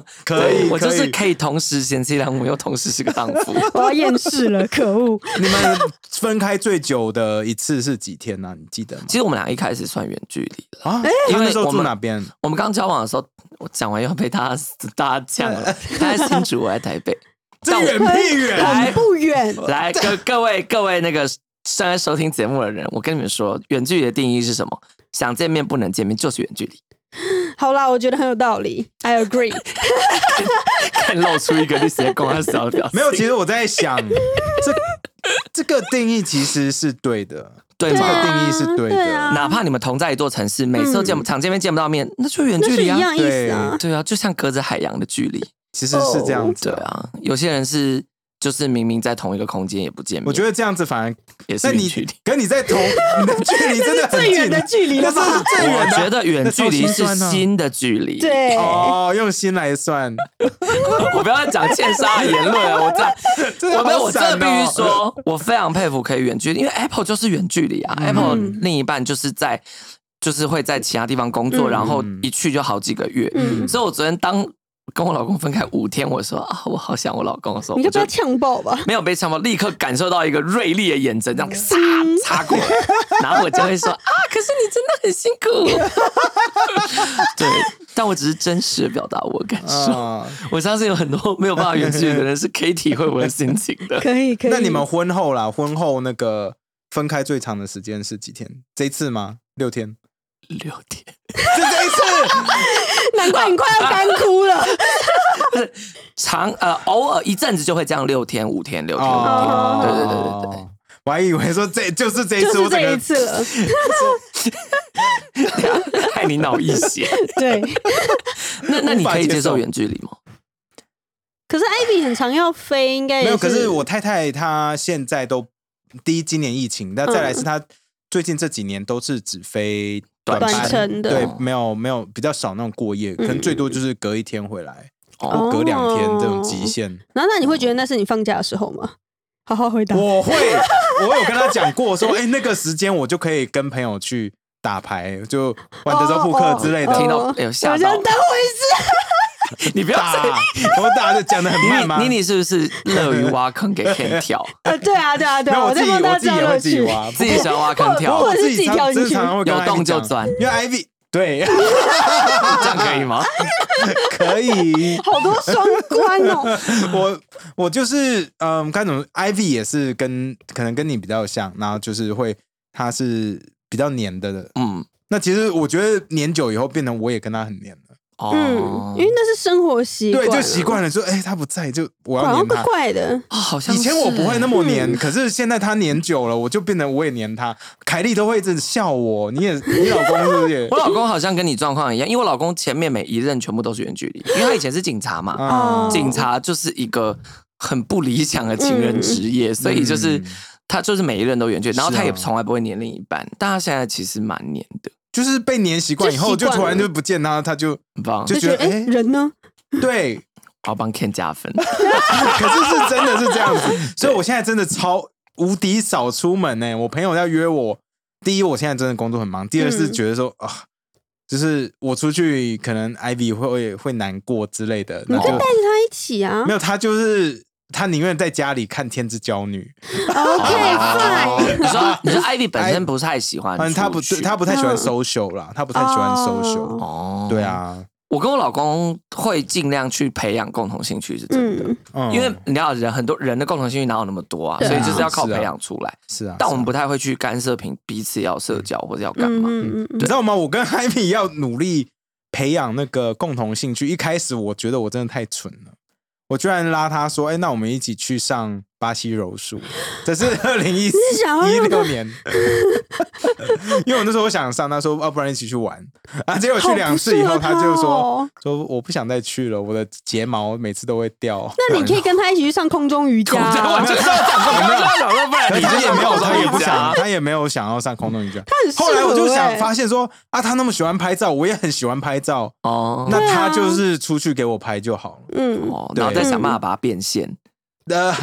Speaker 1: 哪？可以
Speaker 2: 对，我就是
Speaker 1: 可以。
Speaker 2: 可以同时贤妻良母，又同时是个荡妇。
Speaker 3: 我要厌世了，可 恶！
Speaker 1: 你们分开最久的一次是几天呢？你记得吗？
Speaker 2: 其实我们俩一开始算远距离了，
Speaker 1: 啊，
Speaker 2: 哎因
Speaker 1: 他
Speaker 2: 为
Speaker 1: 那时候
Speaker 2: 我
Speaker 1: 住
Speaker 2: 们
Speaker 1: 哪边？
Speaker 2: 我们刚交往的时候，我讲完又被他大家呛了，他在新竹，我在台北。
Speaker 1: 这
Speaker 2: 但我
Speaker 1: 远屁远，
Speaker 3: 很不远，
Speaker 2: 来，各各位各位那个正在收听节目的人，我跟你们说，远距离的定义是什么？想见面不能见面就是远距离，
Speaker 3: 好啦，我觉得很有道理，I agree。
Speaker 2: 看 露出一个律师在公安小的表情。
Speaker 1: 没有，其实我在 想，这这个定义其实是对的，
Speaker 2: 对
Speaker 1: 这
Speaker 2: 吗？
Speaker 1: 个
Speaker 3: 啊
Speaker 1: 定义是对
Speaker 3: 对
Speaker 1: 的。
Speaker 3: 啊
Speaker 2: 哪怕你们同在一座城市，每次都见不、常见面见不到面，嗯那就远
Speaker 3: 那
Speaker 2: 距
Speaker 3: 是
Speaker 2: 离
Speaker 3: 一
Speaker 2: 啊。
Speaker 3: 样意思啊。
Speaker 2: 对啊，就像隔着海洋的距离。
Speaker 1: 其实是这样子
Speaker 2: 对。啊，有些人是就是明明在同一个空间也不见面，
Speaker 1: 我觉
Speaker 2: 得
Speaker 1: 得这样子反而，
Speaker 2: 也是
Speaker 1: 但
Speaker 2: 远
Speaker 1: 你
Speaker 2: 距 离。
Speaker 1: 可你在同 你的距离真的很
Speaker 3: 最远
Speaker 1: 近
Speaker 3: 的距离了
Speaker 1: 那
Speaker 3: 吧
Speaker 1: 是最远
Speaker 2: 我
Speaker 1: 的。
Speaker 2: 觉得远啊距离是新的距离。
Speaker 3: 对，
Speaker 1: 哦，用心来算，
Speaker 2: 我不要再讲欠杀的言论了，我
Speaker 1: 真
Speaker 2: 这
Speaker 1: 的
Speaker 2: 我没有，
Speaker 1: 好
Speaker 2: 我真
Speaker 1: 闪哦
Speaker 2: 的必须说， 我非常佩服可以远距离，因为 Apple 就是远距离啊、a p p l e 另一半就是在就是会在其他地方工作，
Speaker 3: 嗯
Speaker 2: 然后一去就好几个月，
Speaker 3: 嗯
Speaker 2: 所以我昨天当。跟我老公分开五天，我说啊，我好想我老公的时候，
Speaker 3: 你
Speaker 2: 我
Speaker 3: 就不
Speaker 2: 就
Speaker 3: 要呛爆吧。
Speaker 2: 没有被强暴，立刻感受到一个锐利的眼神，这样唰擦 过来，然后我就会说啊，可是你真的很辛苦。 对，但我只是真实的表达我的感受。
Speaker 1: 嗯
Speaker 2: 我相信有很多没有办法远距离的人是可以体会我的心情的。
Speaker 3: 可以可以。
Speaker 1: 那你们婚后啦，婚后那个分开最长的时间是几天？这一次吗？六天？
Speaker 2: 六天，
Speaker 1: 是这 一次？
Speaker 3: 难怪你快要干 哭了。
Speaker 2: 长呃，偶尔一阵子就会这样，六天、五天、六天、五
Speaker 3: 哦
Speaker 2: 天，对对对对
Speaker 1: 对对。哦我还以为说这就是这一
Speaker 3: 就
Speaker 1: 次，
Speaker 3: 是
Speaker 1: 我整
Speaker 3: 这一
Speaker 1: 个
Speaker 3: 次了，
Speaker 2: 对，害你脑溢 血。
Speaker 3: 对。
Speaker 2: 那那你可以
Speaker 1: 无法
Speaker 2: 接受
Speaker 1: 接受
Speaker 2: 远距离吗？
Speaker 3: 可是艾比很常要飞，应该也
Speaker 1: 没有。可是我太太她现在都第一，今年疫情，那再
Speaker 3: 嗯
Speaker 1: 来是她最近这几年都是只飞
Speaker 2: 短
Speaker 1: 班
Speaker 3: 短程的嗯
Speaker 1: 对，没有没有比较少那种过夜，可能最多就是隔一天回来，
Speaker 3: 哦
Speaker 1: 或隔两天这种极。限。
Speaker 3: 然后那你会觉得那是你放假的时候吗？好好回答。
Speaker 1: 我会， 我有跟他讲过说，哎、那个时间我就可以跟朋友去打牌，就玩德州扑克之类的。
Speaker 2: 哦听到
Speaker 3: 哦
Speaker 2: 哎呦吓
Speaker 3: 我
Speaker 2: 到
Speaker 3: 想等我一次。
Speaker 2: 你不要
Speaker 1: 打，我打的讲的很慢吗？
Speaker 2: 你你是不是乐于挖坑给 Ken 跳？
Speaker 3: 呃，对啊，对啊，对
Speaker 1: 没
Speaker 3: 啊，
Speaker 1: 有我自
Speaker 3: 在
Speaker 1: 己
Speaker 3: 帮大
Speaker 1: 我啊
Speaker 3: 家
Speaker 1: 自己
Speaker 3: 找
Speaker 1: 也会
Speaker 3: 乐
Speaker 1: 自己
Speaker 3: 趣。
Speaker 1: 玩，
Speaker 2: 自己想挖坑跳，
Speaker 3: 或
Speaker 1: 我
Speaker 3: 者是自己
Speaker 1: 常
Speaker 3: 跳进
Speaker 1: 真的
Speaker 3: 去
Speaker 1: 常常会跟
Speaker 2: 有
Speaker 1: Ivy
Speaker 2: 动就
Speaker 1: 讲
Speaker 2: 钻
Speaker 1: 因为 Ivy 对
Speaker 2: 这样可以吗？
Speaker 1: 可以，
Speaker 3: 好多双关 哦，
Speaker 1: 我我就是嗯，该怎么？Ivy 也是跟可能跟你比较像，然后就是会他是比较黏的的。
Speaker 2: 嗯，
Speaker 1: 那其实我觉得黏久以后，变成我也跟他很黏了。
Speaker 2: 哦
Speaker 3: 嗯，，因为那是生活习惯，啊
Speaker 1: 对，就习，惯了，说哎、他不在，就我
Speaker 3: 好
Speaker 1: 要黏
Speaker 3: 像怪
Speaker 1: 他。
Speaker 3: 怪的。
Speaker 2: 啊好像
Speaker 1: 以前我不会那
Speaker 2: 么
Speaker 1: 么黏，可是现在他黏久了，我就变得我也黏他。凯莉都会一直笑我，你也你老公是不是 也
Speaker 2: 我老公好像跟你状况一样，因为我老公前面每一任全部都是远距离，因为他以前是警察嘛，
Speaker 1: 啊
Speaker 3: 哦
Speaker 2: 警察就是一个很不理想的情人职业，所以就是
Speaker 1: 嗯
Speaker 2: 他就是每一任都远距离，然后
Speaker 1: 是啊
Speaker 2: 他也从来不会黏另一半，但他现在其实蛮黏的，
Speaker 1: 就是被黏习惯以后，就
Speaker 3: 就习惯
Speaker 1: 突然
Speaker 3: 了
Speaker 1: 就不见他，他就
Speaker 2: 很棒，
Speaker 1: 就
Speaker 3: 就
Speaker 1: 觉得
Speaker 3: 觉得哎
Speaker 1: 哎，
Speaker 3: 人呢？
Speaker 1: 对。
Speaker 2: 好帮 Ken 加分。
Speaker 1: 可是是真的是这样子，所以我现在真的超无敌少出门呢、我朋友要约我，第一我现在真的工作很忙，第二是
Speaker 3: 嗯
Speaker 1: 觉得说、啊，就是我出去可能 Ivy 会会难过之类的，
Speaker 3: 你
Speaker 1: 然
Speaker 3: 可以带
Speaker 1: 后
Speaker 3: 着他一起啊
Speaker 1: 没。有他就是他宁愿在家里看《天之娇女》。
Speaker 3: OK
Speaker 2: 哦
Speaker 3: fine。
Speaker 2: 你说你说 Ivy 本身不太喜欢出
Speaker 1: 嗯，
Speaker 2: 去，
Speaker 1: 他不对，他不太喜欢
Speaker 3: 嗯
Speaker 1: social 啦，他不太喜欢
Speaker 3: 哦
Speaker 1: social。
Speaker 2: 哦
Speaker 1: 对，啊，
Speaker 2: 我跟我老公会尽量去培养共同兴趣，是真的。
Speaker 3: 嗯，
Speaker 1: 嗯，
Speaker 2: 因为你知道人很多人的共同兴趣哪有那么多啊，
Speaker 3: 对啊
Speaker 2: 所以就是要靠
Speaker 1: 是啊
Speaker 2: 培养出来。
Speaker 1: 是啊，
Speaker 2: 但我们
Speaker 1: 不，
Speaker 2: 不太会去干涉平彼此要社交或者要干
Speaker 3: 嗯
Speaker 2: 嘛。
Speaker 3: 嗯嗯
Speaker 1: 你知道吗？我跟 Happy 要努力培养那个共同兴趣。一开始我觉得我真的太蠢了，我居然拉他说：“哎，那我们一起去上巴西柔术。” 这是二零一
Speaker 3: 是想要
Speaker 1: 一
Speaker 3: 让他
Speaker 1: 六年， 因为我那时候我想上，他说：“啊，不然一起去玩。”啊，结果去两次以后，
Speaker 3: 好不适合
Speaker 1: 他就
Speaker 3: 他
Speaker 1: 说
Speaker 3: 哦：“
Speaker 1: 说我不想再去了，我的睫毛每次都会掉。”
Speaker 3: 那你可以跟他一起去上空中瑜伽
Speaker 2: 我
Speaker 3: 啊，
Speaker 2: 就是要讲，我刚刚就要讲说，不然
Speaker 1: 可
Speaker 2: 你
Speaker 1: 他
Speaker 2: 这
Speaker 1: 也
Speaker 2: 也
Speaker 1: 没
Speaker 2: 没
Speaker 1: 有，
Speaker 2: 有
Speaker 1: 他
Speaker 2: 说
Speaker 1: 也不想，
Speaker 2: 想。
Speaker 1: 他也没有想要上空中瑜伽。
Speaker 3: 他很适合
Speaker 1: 后来我就想
Speaker 3: 欸
Speaker 1: 发现说啊，他那么喜欢拍照，我也很喜欢拍照，
Speaker 2: 哦
Speaker 1: 那他
Speaker 3: 对啊
Speaker 1: 就是出去给我拍就好了。
Speaker 3: 嗯，
Speaker 2: 哦，
Speaker 1: 对
Speaker 2: 然后再想办法把它变现，
Speaker 3: 啊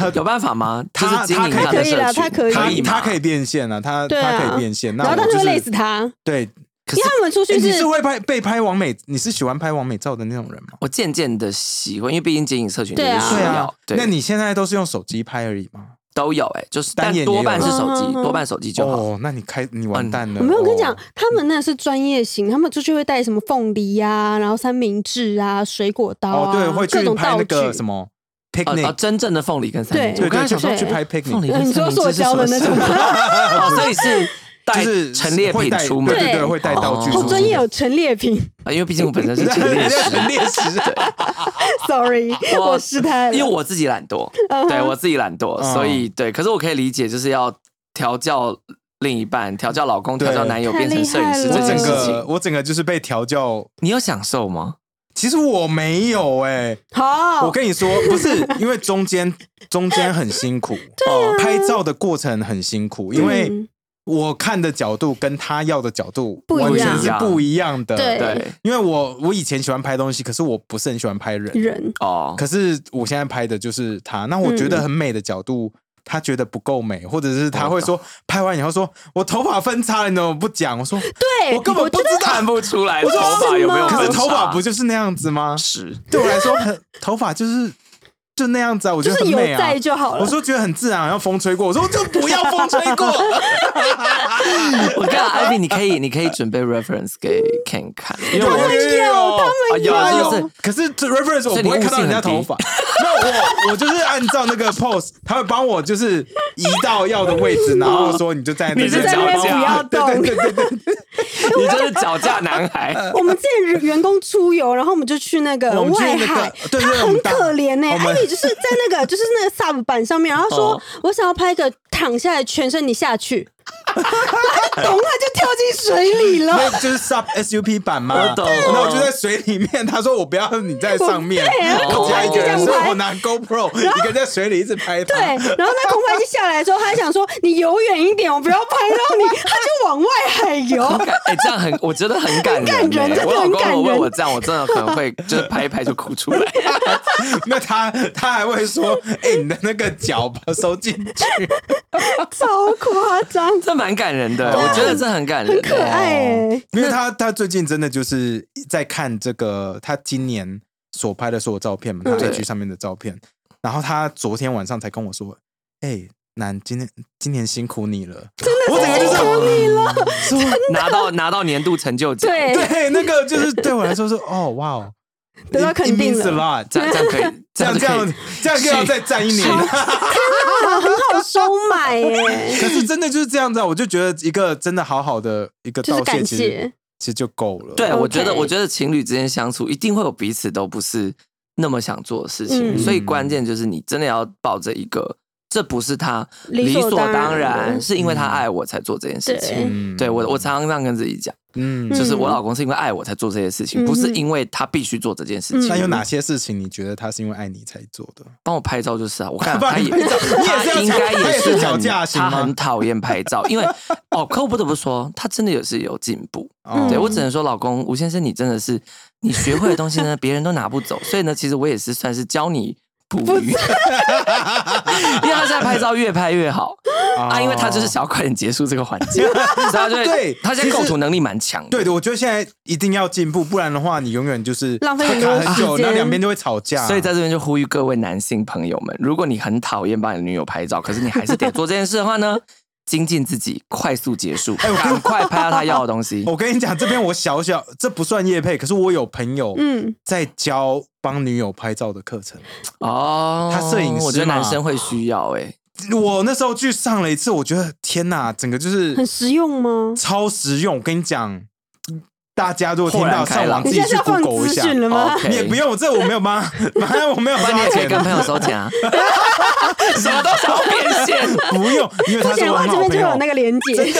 Speaker 1: 呃，
Speaker 2: 有办法吗？
Speaker 1: 他
Speaker 2: 就是经营
Speaker 1: 他可
Speaker 2: 的
Speaker 1: 以
Speaker 2: 社群，
Speaker 3: 他可以啦
Speaker 1: 他
Speaker 2: 以吗，
Speaker 1: 他可以变现啊，他
Speaker 3: 对
Speaker 1: 他
Speaker 3: 啊
Speaker 1: 可以变现，那
Speaker 3: 然后
Speaker 1: 我
Speaker 3: 他就
Speaker 1: 就
Speaker 3: 会
Speaker 1: 是
Speaker 3: 累死他，
Speaker 1: 对，
Speaker 2: 可
Speaker 3: 因
Speaker 2: 是
Speaker 3: 为他们出
Speaker 1: 诶
Speaker 3: 去
Speaker 1: 你
Speaker 3: 是
Speaker 1: 是会拍被拍完美，你是喜欢拍完美照的那种人吗？
Speaker 2: 我渐渐的喜欢，因为毕竟经营社群就是
Speaker 3: 对啊
Speaker 2: 需
Speaker 1: 对啊
Speaker 2: 要，，对
Speaker 1: 那你现在都是用手机拍而已吗？
Speaker 2: 都有哎，就是
Speaker 1: 单
Speaker 2: 但
Speaker 1: 眼也有啊
Speaker 2: 多半是手机，
Speaker 3: 嗯嗯嗯
Speaker 2: 多半手机就好。
Speaker 1: 哦，那你开你完蛋了。
Speaker 3: 嗯我没有我跟你讲
Speaker 1: 哦，，
Speaker 3: 他们那是专业型，他们出去会带什么凤梨啊，然后三明治啊，水果刀
Speaker 1: 哦
Speaker 3: 啊，
Speaker 1: 对，会
Speaker 3: 各
Speaker 1: 去
Speaker 3: 种
Speaker 1: 拍
Speaker 3: 道
Speaker 1: 那
Speaker 3: 具。
Speaker 1: 个什么
Speaker 2: 呃
Speaker 1: picnic，
Speaker 2: 真正的凤梨跟三明治，
Speaker 3: 对哎
Speaker 2: 我刚才想说
Speaker 1: 对
Speaker 3: 去
Speaker 1: 拍 picnic
Speaker 2: 凤梨跟
Speaker 3: 你
Speaker 2: 三
Speaker 3: 说
Speaker 2: 明
Speaker 3: 塑
Speaker 2: 治是什
Speaker 3: 胶
Speaker 2: 么
Speaker 3: 的那种，
Speaker 2: 哦，所以是
Speaker 1: 就
Speaker 2: 带
Speaker 1: 是
Speaker 2: 陈列
Speaker 1: 会
Speaker 2: 品
Speaker 1: 带
Speaker 2: 出门，
Speaker 1: 对对对，会带道具
Speaker 2: 哦
Speaker 1: 出门，
Speaker 3: 好专业，有陈列品
Speaker 2: 啊因为毕竟我本身是陈列师，
Speaker 1: 陈列 师。
Speaker 3: ，sorry，
Speaker 2: 我
Speaker 3: 我失态了。
Speaker 2: 因为我自己懒惰，
Speaker 3: 嗯哼
Speaker 2: 对我自己懒惰，
Speaker 1: 嗯
Speaker 2: 所以对，可是我可以理解，就是要调教另一半，调教老公，
Speaker 1: 对
Speaker 2: 调教男友，
Speaker 3: 太
Speaker 2: 变成摄影师
Speaker 3: 厉害
Speaker 1: 我
Speaker 2: 这
Speaker 3: 了
Speaker 2: 件
Speaker 1: 整
Speaker 2: 事
Speaker 1: 个
Speaker 2: 情，
Speaker 1: 我整个就是被调教。
Speaker 2: 你有享受吗？
Speaker 1: 其实我没有哎、
Speaker 3: 好，
Speaker 1: 我跟你说，不是因为中间中间很辛 苦，哦，拍照的过程很辛苦，因为
Speaker 3: 啊嗯
Speaker 1: 我看的角度跟他要的角度
Speaker 3: 不一样
Speaker 1: 完全是不一样的。
Speaker 3: 对
Speaker 2: 对，
Speaker 1: 因为我我以前喜欢拍东西，可是我不是很喜欢拍人，
Speaker 3: 人
Speaker 2: 哦，
Speaker 1: 可是我现在拍的就是他。那我觉得很美的角度，他觉得不够美，或者是他会说拍完以后说我头发分叉了，你怎么不讲？我说
Speaker 3: 对
Speaker 1: 我根本
Speaker 3: 我
Speaker 1: 不
Speaker 3: 觉
Speaker 1: 知
Speaker 3: 得
Speaker 1: 道
Speaker 2: 看不出来
Speaker 1: 我
Speaker 2: 头
Speaker 1: 说
Speaker 2: 发有没
Speaker 3: 什么
Speaker 2: 有分叉，
Speaker 1: 可是头发不就是那样子吗？
Speaker 2: 是
Speaker 1: 对我来说，很头发就是就那样子啊，我觉
Speaker 3: 就
Speaker 1: 得
Speaker 3: 是
Speaker 1: 很
Speaker 3: 有
Speaker 1: 美啊
Speaker 3: 在。就好了。
Speaker 1: 我说觉得很自然，然后风吹过，我说就不要风吹过。
Speaker 2: 我跟艾比，你可以，你可以准备 reference 给 Ken 看，
Speaker 1: 因为我
Speaker 3: 他们有他们
Speaker 2: 有
Speaker 1: 啊
Speaker 2: 啊
Speaker 1: 有
Speaker 2: 就是
Speaker 1: 可是这 reference
Speaker 2: 所
Speaker 1: 我
Speaker 2: 以你
Speaker 1: 不会看到人家
Speaker 2: 悟性
Speaker 1: 头
Speaker 2: 很低
Speaker 1: 发， 那我我就是按照那个 pose，他会帮我就是移到要的位置，然后说你就站在
Speaker 2: 你
Speaker 1: 这
Speaker 2: 是
Speaker 1: 边
Speaker 2: 在那边
Speaker 1: 对
Speaker 2: 不要
Speaker 1: 对对对对对，
Speaker 2: 你就是脚架男 孩。
Speaker 3: 我们之前员工出游，然后我们就去那个
Speaker 1: 我们去
Speaker 3: 外
Speaker 1: 那个
Speaker 3: 海，
Speaker 1: 对对
Speaker 3: 他
Speaker 1: 对我
Speaker 3: 很
Speaker 1: 们搭
Speaker 3: 可怜欸呢、
Speaker 1: 我们
Speaker 3: 艾米就是在那个就是那个 sub 板上面，然后 说、
Speaker 2: 哦
Speaker 3: 我想要拍一个躺下来全身你下去， 他懂他就跳进水里了。
Speaker 1: 那就是 sub SUP 版嘛。
Speaker 2: 我懂
Speaker 1: 那我就在水里面，他说我不要你在上面，
Speaker 3: 对
Speaker 2: 我
Speaker 1: 我加一个人，
Speaker 3: 我
Speaker 1: 所以
Speaker 3: 拍
Speaker 1: 我拿 GoPro 一个人在水里一直拍
Speaker 3: 对，
Speaker 1: 他。
Speaker 3: 然后那空拍机下来之后，他还想说你游远一点，我不要拍到你，他就往外海 游。
Speaker 2: 哎、这样很，我觉得很感人、欸。
Speaker 3: 很感人真的
Speaker 2: 我老
Speaker 3: 很感
Speaker 2: 公
Speaker 3: 人
Speaker 2: 我问我这样，我真的可能会就是拍一拍就哭出来。
Speaker 1: 那他他还会说：“哎，你的那个脚把它收进去。
Speaker 3: 超夸张，
Speaker 2: 这蛮感人的，我觉得这很感人、
Speaker 3: 啊很可爱哎、
Speaker 1: 哦因为他他最近真的就是在看这个他今年所拍的所有照片嘛，他
Speaker 3: 嗯
Speaker 1: IG 上面的照片。然后他昨天晚上才跟我说：“哎，南，今天今年辛苦你了。”真的，我整个就是嗯
Speaker 3: 哭你了，
Speaker 1: 说
Speaker 2: 拿到拿到年度成就奖，
Speaker 3: 对
Speaker 1: 对，那个就是对我来说是哦，哇哦，
Speaker 3: 得到
Speaker 1: It-
Speaker 3: 肯
Speaker 1: it
Speaker 3: 定
Speaker 1: means a
Speaker 3: 了
Speaker 1: lot，
Speaker 2: 这样这样可以，
Speaker 1: 这样
Speaker 2: 就
Speaker 1: 这
Speaker 2: 可以
Speaker 1: 样这样又要再站一年。
Speaker 3: 啊很好收买欸 耶、
Speaker 1: 可是真的就是这样子啊，我就觉得一个真的好好的一个
Speaker 3: 就是
Speaker 1: 道
Speaker 3: 感
Speaker 1: 谢，其实
Speaker 3: 谢
Speaker 1: 其实就够了。
Speaker 2: 对，我觉得，
Speaker 3: OK
Speaker 2: 我觉得情侣之间相处一定会有彼此都不是那么想做的事情，
Speaker 3: 嗯
Speaker 2: 所以关键就是你真的要抱着一个，这不是他
Speaker 3: 理所
Speaker 2: 所
Speaker 3: 当然
Speaker 2: 当
Speaker 3: 嗯
Speaker 2: 是因为他爱我才做这件事情。
Speaker 1: 嗯
Speaker 2: 对我，我常常这样跟自己讲，
Speaker 1: 嗯
Speaker 3: 嗯
Speaker 2: 就是我老公是因为爱我才做这些事
Speaker 3: 嗯
Speaker 2: 情，
Speaker 3: 哼
Speaker 2: 不是因为他必须做这件事
Speaker 1: 那
Speaker 2: 情。
Speaker 1: 有哪些事情你觉得他是因为爱你才做的？
Speaker 2: 帮我拍照就是啊，我看
Speaker 1: 帮
Speaker 2: 他
Speaker 1: 你
Speaker 2: 也，
Speaker 1: 拍照你也是要
Speaker 2: 他应
Speaker 1: 他
Speaker 2: 该
Speaker 1: 也是
Speaker 2: 是
Speaker 1: 脚
Speaker 2: 很
Speaker 1: 架型吗
Speaker 2: 他很讨厌拍照，因为哦，可我不得不说，他真的也是有进步。
Speaker 1: 哦
Speaker 2: 对我只能说，老公吴先生，你真的是你学会的东西 呢，别人都拿不走。所以呢，其实我也是算是教你捕鱼，因为他现在拍照越拍越好
Speaker 1: 哦
Speaker 2: 啊，因为他就是想要快点结束这个环 节，所以他就会
Speaker 1: 对
Speaker 2: 他现
Speaker 1: 其
Speaker 2: 在
Speaker 1: 实
Speaker 2: 构图能力蛮强的。
Speaker 1: 对的，我觉得现在一定要进步，不然的话你永远就是
Speaker 3: 浪费很多
Speaker 1: 卡很久，
Speaker 3: 时间
Speaker 1: 那两边就会吵架。
Speaker 2: 所以在这边就呼吁各位男性朋友们，如果你很讨厌帮你的女友拍照，可是你还是得做这件事的话呢，精进自己，快速结束，
Speaker 1: 哎我哦
Speaker 2: 赶快拍 到他要的东西。
Speaker 1: 我跟你讲，这边我小小这不算业配，可是我有朋友
Speaker 3: 嗯，
Speaker 1: 在教帮女友拍照的课程。
Speaker 2: 哦，
Speaker 1: 他摄影师
Speaker 2: 我觉得
Speaker 1: 嘛
Speaker 2: 男生会需要哎、
Speaker 1: 我那时候去上了一次，我觉得天哪，整个就是
Speaker 3: 很实用吗？
Speaker 1: 超实用。我跟你讲，大家如果听
Speaker 2: 豁
Speaker 1: 到
Speaker 2: 然开
Speaker 1: 上网
Speaker 2: 朗
Speaker 1: 自
Speaker 3: 你
Speaker 1: 己
Speaker 3: 现在是
Speaker 1: 去
Speaker 3: 要放
Speaker 1: Google 一
Speaker 3: 资
Speaker 1: 下，哦
Speaker 3: 讯了 吗
Speaker 2: OK
Speaker 1: 你也不用，这我没有帮， 反正我没 有
Speaker 2: 不然你
Speaker 1: 花
Speaker 2: 也可以
Speaker 1: 钱，
Speaker 2: 跟朋友收钱啊，什么都超 变现。
Speaker 1: 不用，因为
Speaker 3: 不
Speaker 1: 他
Speaker 3: 行
Speaker 1: 是
Speaker 3: 的
Speaker 1: 我
Speaker 3: 话，
Speaker 1: 很
Speaker 3: 这
Speaker 1: 好
Speaker 3: 边
Speaker 1: 朋
Speaker 3: 就有
Speaker 1: 友
Speaker 3: 那。个连 接。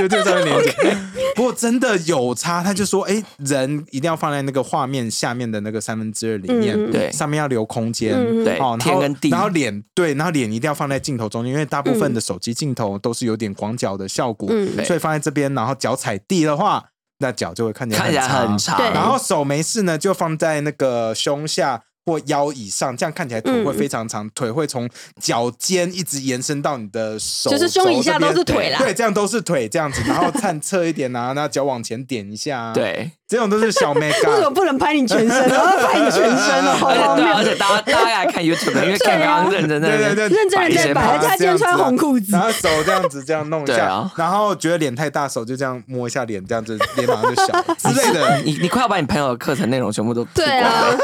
Speaker 1: YouTube 上面连接，不过真的有差，他就说，哎，人一定要放在那个画面下面的那个三分之二里
Speaker 3: 嗯
Speaker 1: 面，
Speaker 3: 嗯
Speaker 2: 对
Speaker 1: 上面要留空间，
Speaker 3: 嗯嗯
Speaker 2: 对
Speaker 1: 哦，然后
Speaker 2: 天跟地
Speaker 1: 然后脸对，然后脸一定要放在镜头中间，因为大部分的手机镜头都是有点广角的效果，
Speaker 3: 嗯
Speaker 1: 所以放在这边，然后脚踩地的话，那脚就会看起来
Speaker 2: 看起来很
Speaker 1: 长
Speaker 2: 长，
Speaker 3: 对
Speaker 1: 然后手没事呢，就放在那个胸下或腰以上，这样看起来腿
Speaker 3: 嗯
Speaker 1: 会非常长，腿会从脚尖一直延伸到你的手，
Speaker 3: 就是胸以下
Speaker 1: 肘这边
Speaker 3: 都是腿啦
Speaker 1: 对，这样都是腿这样子，然后探侧一点啊，那脚往前点一下、啊，，
Speaker 2: 对，
Speaker 1: 这种都是小 make
Speaker 3: 为什么
Speaker 1: up。
Speaker 3: 不能拍你全 身？然后拍你全身了，好
Speaker 2: 而且
Speaker 3: 荒
Speaker 2: 对啊，
Speaker 3: 谬！
Speaker 2: 而且大家大家来看 YouTube，的因为看刚刚认真
Speaker 1: 对对对，
Speaker 3: 认真人在摆，而且他今天穿红裤子
Speaker 1: 啊 然，后手这样子这样弄一
Speaker 2: 对
Speaker 1: 下，
Speaker 2: 啊
Speaker 1: 然后觉得脸太大，手就这样摸一下脸，这样子脸马上就小 了之类的。
Speaker 2: 你你快要把你朋友的课程内容全部都曝
Speaker 3: 啊
Speaker 2: 光了，，
Speaker 1: 啊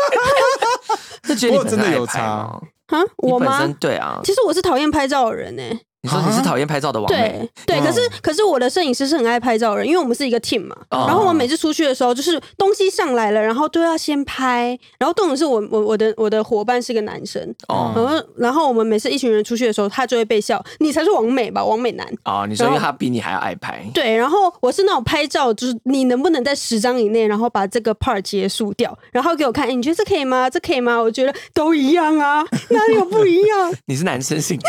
Speaker 2: 就觉得你
Speaker 1: 不过真的
Speaker 2: 本身
Speaker 1: 有
Speaker 2: 爱拍
Speaker 1: 差
Speaker 2: 吗
Speaker 3: 啊，
Speaker 2: 你
Speaker 3: 我
Speaker 2: 本
Speaker 3: 吗
Speaker 2: 身？对啊，
Speaker 3: 其实我是讨厌拍照的人诶，
Speaker 2: 你说你是讨厌拍照的王美
Speaker 3: 啊对，对，
Speaker 1: 嗯
Speaker 3: 可是可是我的摄影师是很爱拍照的人，因为我们是一个 team 嘛。
Speaker 2: 哦
Speaker 3: 然后我每次出去的时候，就是东西上来了，然后都要先拍。然后重点是我我我的我的伙伴是个男生，
Speaker 2: 哦
Speaker 1: 嗯
Speaker 3: 然后然后我们每次一群人出去的时候，他就会被笑，你才是王美吧，王美男。
Speaker 2: 哦，你说因为他比你还要爱拍，
Speaker 3: 对，然后我是那种拍照，就是你能不能在十张以内，然后把这个 part 结束掉，然后给我看，哎，你觉得这可以吗？这可以吗？我觉得都一样啊，哪里有不一样？
Speaker 2: 你是男生性格，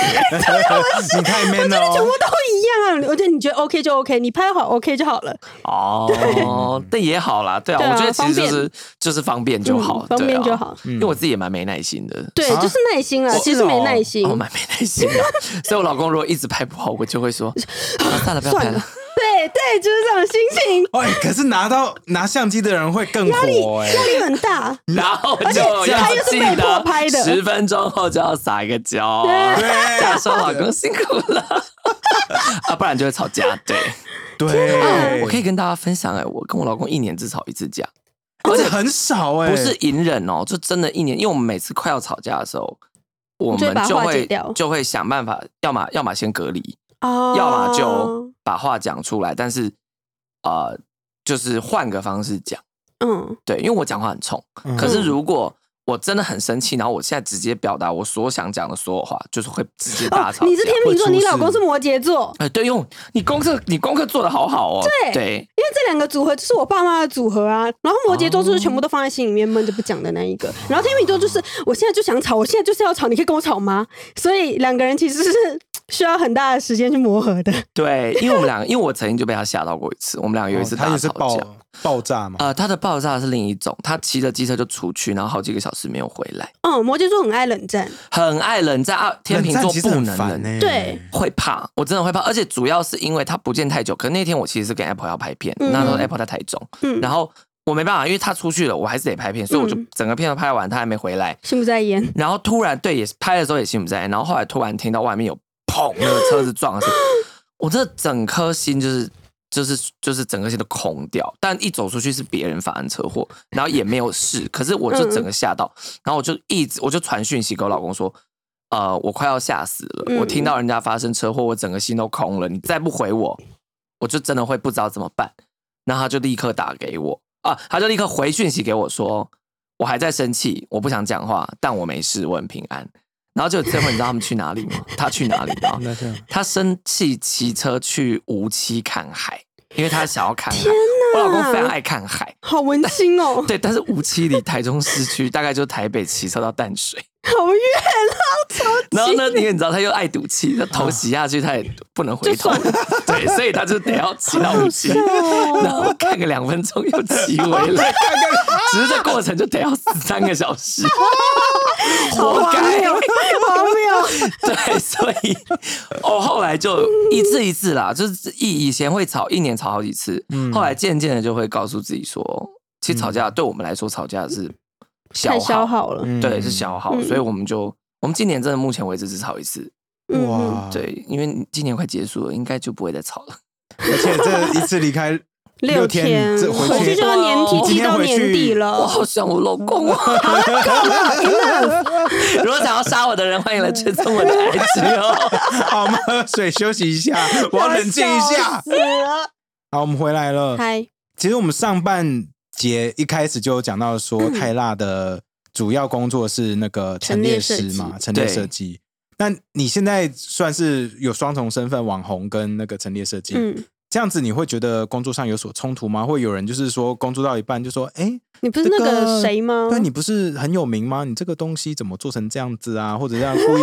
Speaker 1: 你太 man 了、
Speaker 3: 全部
Speaker 1: 哦。
Speaker 3: 都一样啊！我觉得你觉得 OK 就 OK，你拍好 OK 就好了。
Speaker 2: 哦，但也好啦，对啊，
Speaker 3: 对啊
Speaker 2: 我觉得其实就
Speaker 3: 方
Speaker 2: 是就是方便就好，
Speaker 3: 嗯方便
Speaker 2: 对啊
Speaker 3: 就好
Speaker 2: 因为我自己也蛮没耐心的，
Speaker 3: 对，
Speaker 1: 啊
Speaker 3: 就是耐心
Speaker 2: 哦
Speaker 3: 啦，
Speaker 1: 是
Speaker 3: 其实没耐心。
Speaker 2: 我蛮没耐心的， 所以我老公如果一直拍不好，我就 会说啊算了，不要
Speaker 3: 算
Speaker 2: 拍
Speaker 3: 了
Speaker 2: 了。
Speaker 3: 对对，就是这种心 情，
Speaker 1: 哎、可是拿到拿相机的人会更火哎、
Speaker 3: 压力很大。
Speaker 2: 然后
Speaker 3: 而且
Speaker 2: 就要
Speaker 3: 他又是
Speaker 2: 记
Speaker 3: 被迫
Speaker 2: 得
Speaker 3: 拍的
Speaker 2: 十分钟后就要撒一个娇，
Speaker 1: 对
Speaker 2: 再说老公辛苦了， 啊，不然就会吵架。对，
Speaker 1: 对，
Speaker 2: 我可以跟大家分享，哎，我跟我老公一年只吵一次架，
Speaker 1: 而且很少哎、
Speaker 2: 不是隐忍哦，就真的一年，因为我们每次快要吵架的时候，我
Speaker 3: 就会
Speaker 2: 们
Speaker 3: 把
Speaker 2: 就
Speaker 3: 话解
Speaker 2: 会
Speaker 3: 掉
Speaker 2: 就会想办法，要么要么先隔离，
Speaker 3: 哦，
Speaker 2: 要么就把话讲出来，但是呃，就是换个方式讲。
Speaker 3: 嗯
Speaker 2: 对，因为我讲话很冲，
Speaker 1: 嗯
Speaker 2: 可是如果我真的很生气，然后我现在直接表达我所想讲的所有话，就是会直接大
Speaker 3: 哦
Speaker 2: 吵架。，
Speaker 3: 你是天秤座，
Speaker 1: 会出
Speaker 3: 你
Speaker 1: 事
Speaker 3: 老公是摩羯座，
Speaker 2: 哎，对，因为你功课你功课做的好好哦。
Speaker 3: 对因为这两个组合就是我爸妈的组合啊。然后摩羯座就是
Speaker 1: 哦
Speaker 3: 全部都放在心里面闷着不讲的那一个，然后天秤座就是我现在就想吵，我现在就是要吵，你可以跟我吵吗？所以两个人其实是 需要很大的时间去磨合的。
Speaker 2: 对因为我们两个，因为我曾经就被他吓到过一次，我们两个有一次
Speaker 1: 哦他
Speaker 2: 大
Speaker 1: 也是
Speaker 2: 吵
Speaker 1: 爆
Speaker 2: 架。
Speaker 1: 爆炸嘛，
Speaker 2: 呃，他的爆炸是另一种，他骑着机车就出去，然后好几个小时没有回来，
Speaker 3: 嗯，摩羯座很爱冷战，
Speaker 2: 很爱冷战啊。天
Speaker 1: 冷
Speaker 2: 秤
Speaker 1: 战
Speaker 2: 座
Speaker 1: 其实
Speaker 2: 不
Speaker 1: 很
Speaker 2: 能
Speaker 1: 烦
Speaker 2: 冷
Speaker 1: 哎、
Speaker 3: 对，
Speaker 2: 会怕，我真的会怕，而且主要是因为他不见太久。可那天我其实是跟 Apple 要拍片，
Speaker 3: 嗯
Speaker 2: 那时候 Apple 在台中，
Speaker 3: 嗯
Speaker 2: 然后我没办法，因为他出去了，我还是得拍片，所以我就
Speaker 3: 嗯
Speaker 2: 整个片都拍完，他还没回来。
Speaker 3: 心不在焉。
Speaker 2: 然后突然对，也是拍的时候也心不在焉，然后后来突然听到外面有砰，那个车子撞的声音，我这整颗心就是。就是就是整个心都空掉，但一走出去是别人发生车祸，然后也没有事，可是我就整个吓到，然后我就一直我就传讯息给我老公说，呃，我快要吓死了，
Speaker 3: 嗯
Speaker 2: 我听到人家发生车祸，我整个心都空了，你再不回我，我就真的会不知道怎么办。然后他就立刻打给我啊，他就立刻回讯息给我说，我还在生气，我不想讲话，但我没事，我很平安。然后就最后你知道他们去哪里吗？他去哪里吗？
Speaker 1: 那这样
Speaker 2: 他生气骑车去无期看海，因为他想要看海。我老公非常爱看海，
Speaker 3: 好文青哦，
Speaker 2: 对，但是无期离台中市区大概就台北骑车到淡水。
Speaker 3: 好远啊，超级
Speaker 2: 然后呢，你也知道他又爱赌气，他头洗下去他也不能回头
Speaker 3: 就算，
Speaker 2: 对，所以他就得要骑到
Speaker 3: 好
Speaker 2: 无期
Speaker 3: 笑。哦。
Speaker 2: 然后看个两分钟又骑回来， 只是这过程就得要死三个小 时，活
Speaker 3: 荒
Speaker 2: 该。
Speaker 3: 谬，荒谬。
Speaker 2: 对，所以我后来就一次一次啦，就是以以前会吵，一年吵好几次，
Speaker 3: 嗯
Speaker 2: 后来渐渐的就会告诉自己说，其实吵架对我们来说，吵架是
Speaker 3: 太
Speaker 2: 消
Speaker 3: 消
Speaker 2: 耗，
Speaker 3: 耗了，
Speaker 1: 嗯
Speaker 2: 对，是消耗，
Speaker 3: 嗯
Speaker 2: 所以我们就。我们今年真的目前为止只吵一次，
Speaker 3: 嗯嗯
Speaker 1: 哇，，
Speaker 2: 对，因为今年快结束了，应该就不会再吵了。
Speaker 1: 而且这一次离开
Speaker 3: 六
Speaker 1: 天，
Speaker 3: 天
Speaker 1: 这
Speaker 3: 回
Speaker 1: 去
Speaker 3: 去就要年
Speaker 2: 哦
Speaker 3: 底
Speaker 1: 今
Speaker 3: 积
Speaker 1: 天
Speaker 3: 到
Speaker 1: 回去
Speaker 3: 年底
Speaker 2: 我
Speaker 3: 了。
Speaker 2: 哦好想我老 公啊！ 如果想要杀我的人，欢迎来追踪我的 IG 哦。
Speaker 1: 好，我们喝水休息一 下，我要冷静一下。好，我们回来了。
Speaker 3: 嗨，
Speaker 1: 其实我们上半节一开始就有讲到说，
Speaker 3: 嗯
Speaker 1: 泰辣的主要工作是那个陈列师嘛，陈列设计。但你现在算是有双重身份，网红跟那个陈列设计，
Speaker 3: 嗯，
Speaker 1: 这样子你会觉得工作上有所冲突吗？会有人就是说工作到一半就说，哎、
Speaker 3: 你不是那
Speaker 1: 这
Speaker 3: 个
Speaker 1: 个
Speaker 3: 谁吗？
Speaker 1: 对你不是很有名吗？你这个东西怎么做成这样子啊？或 者这样故意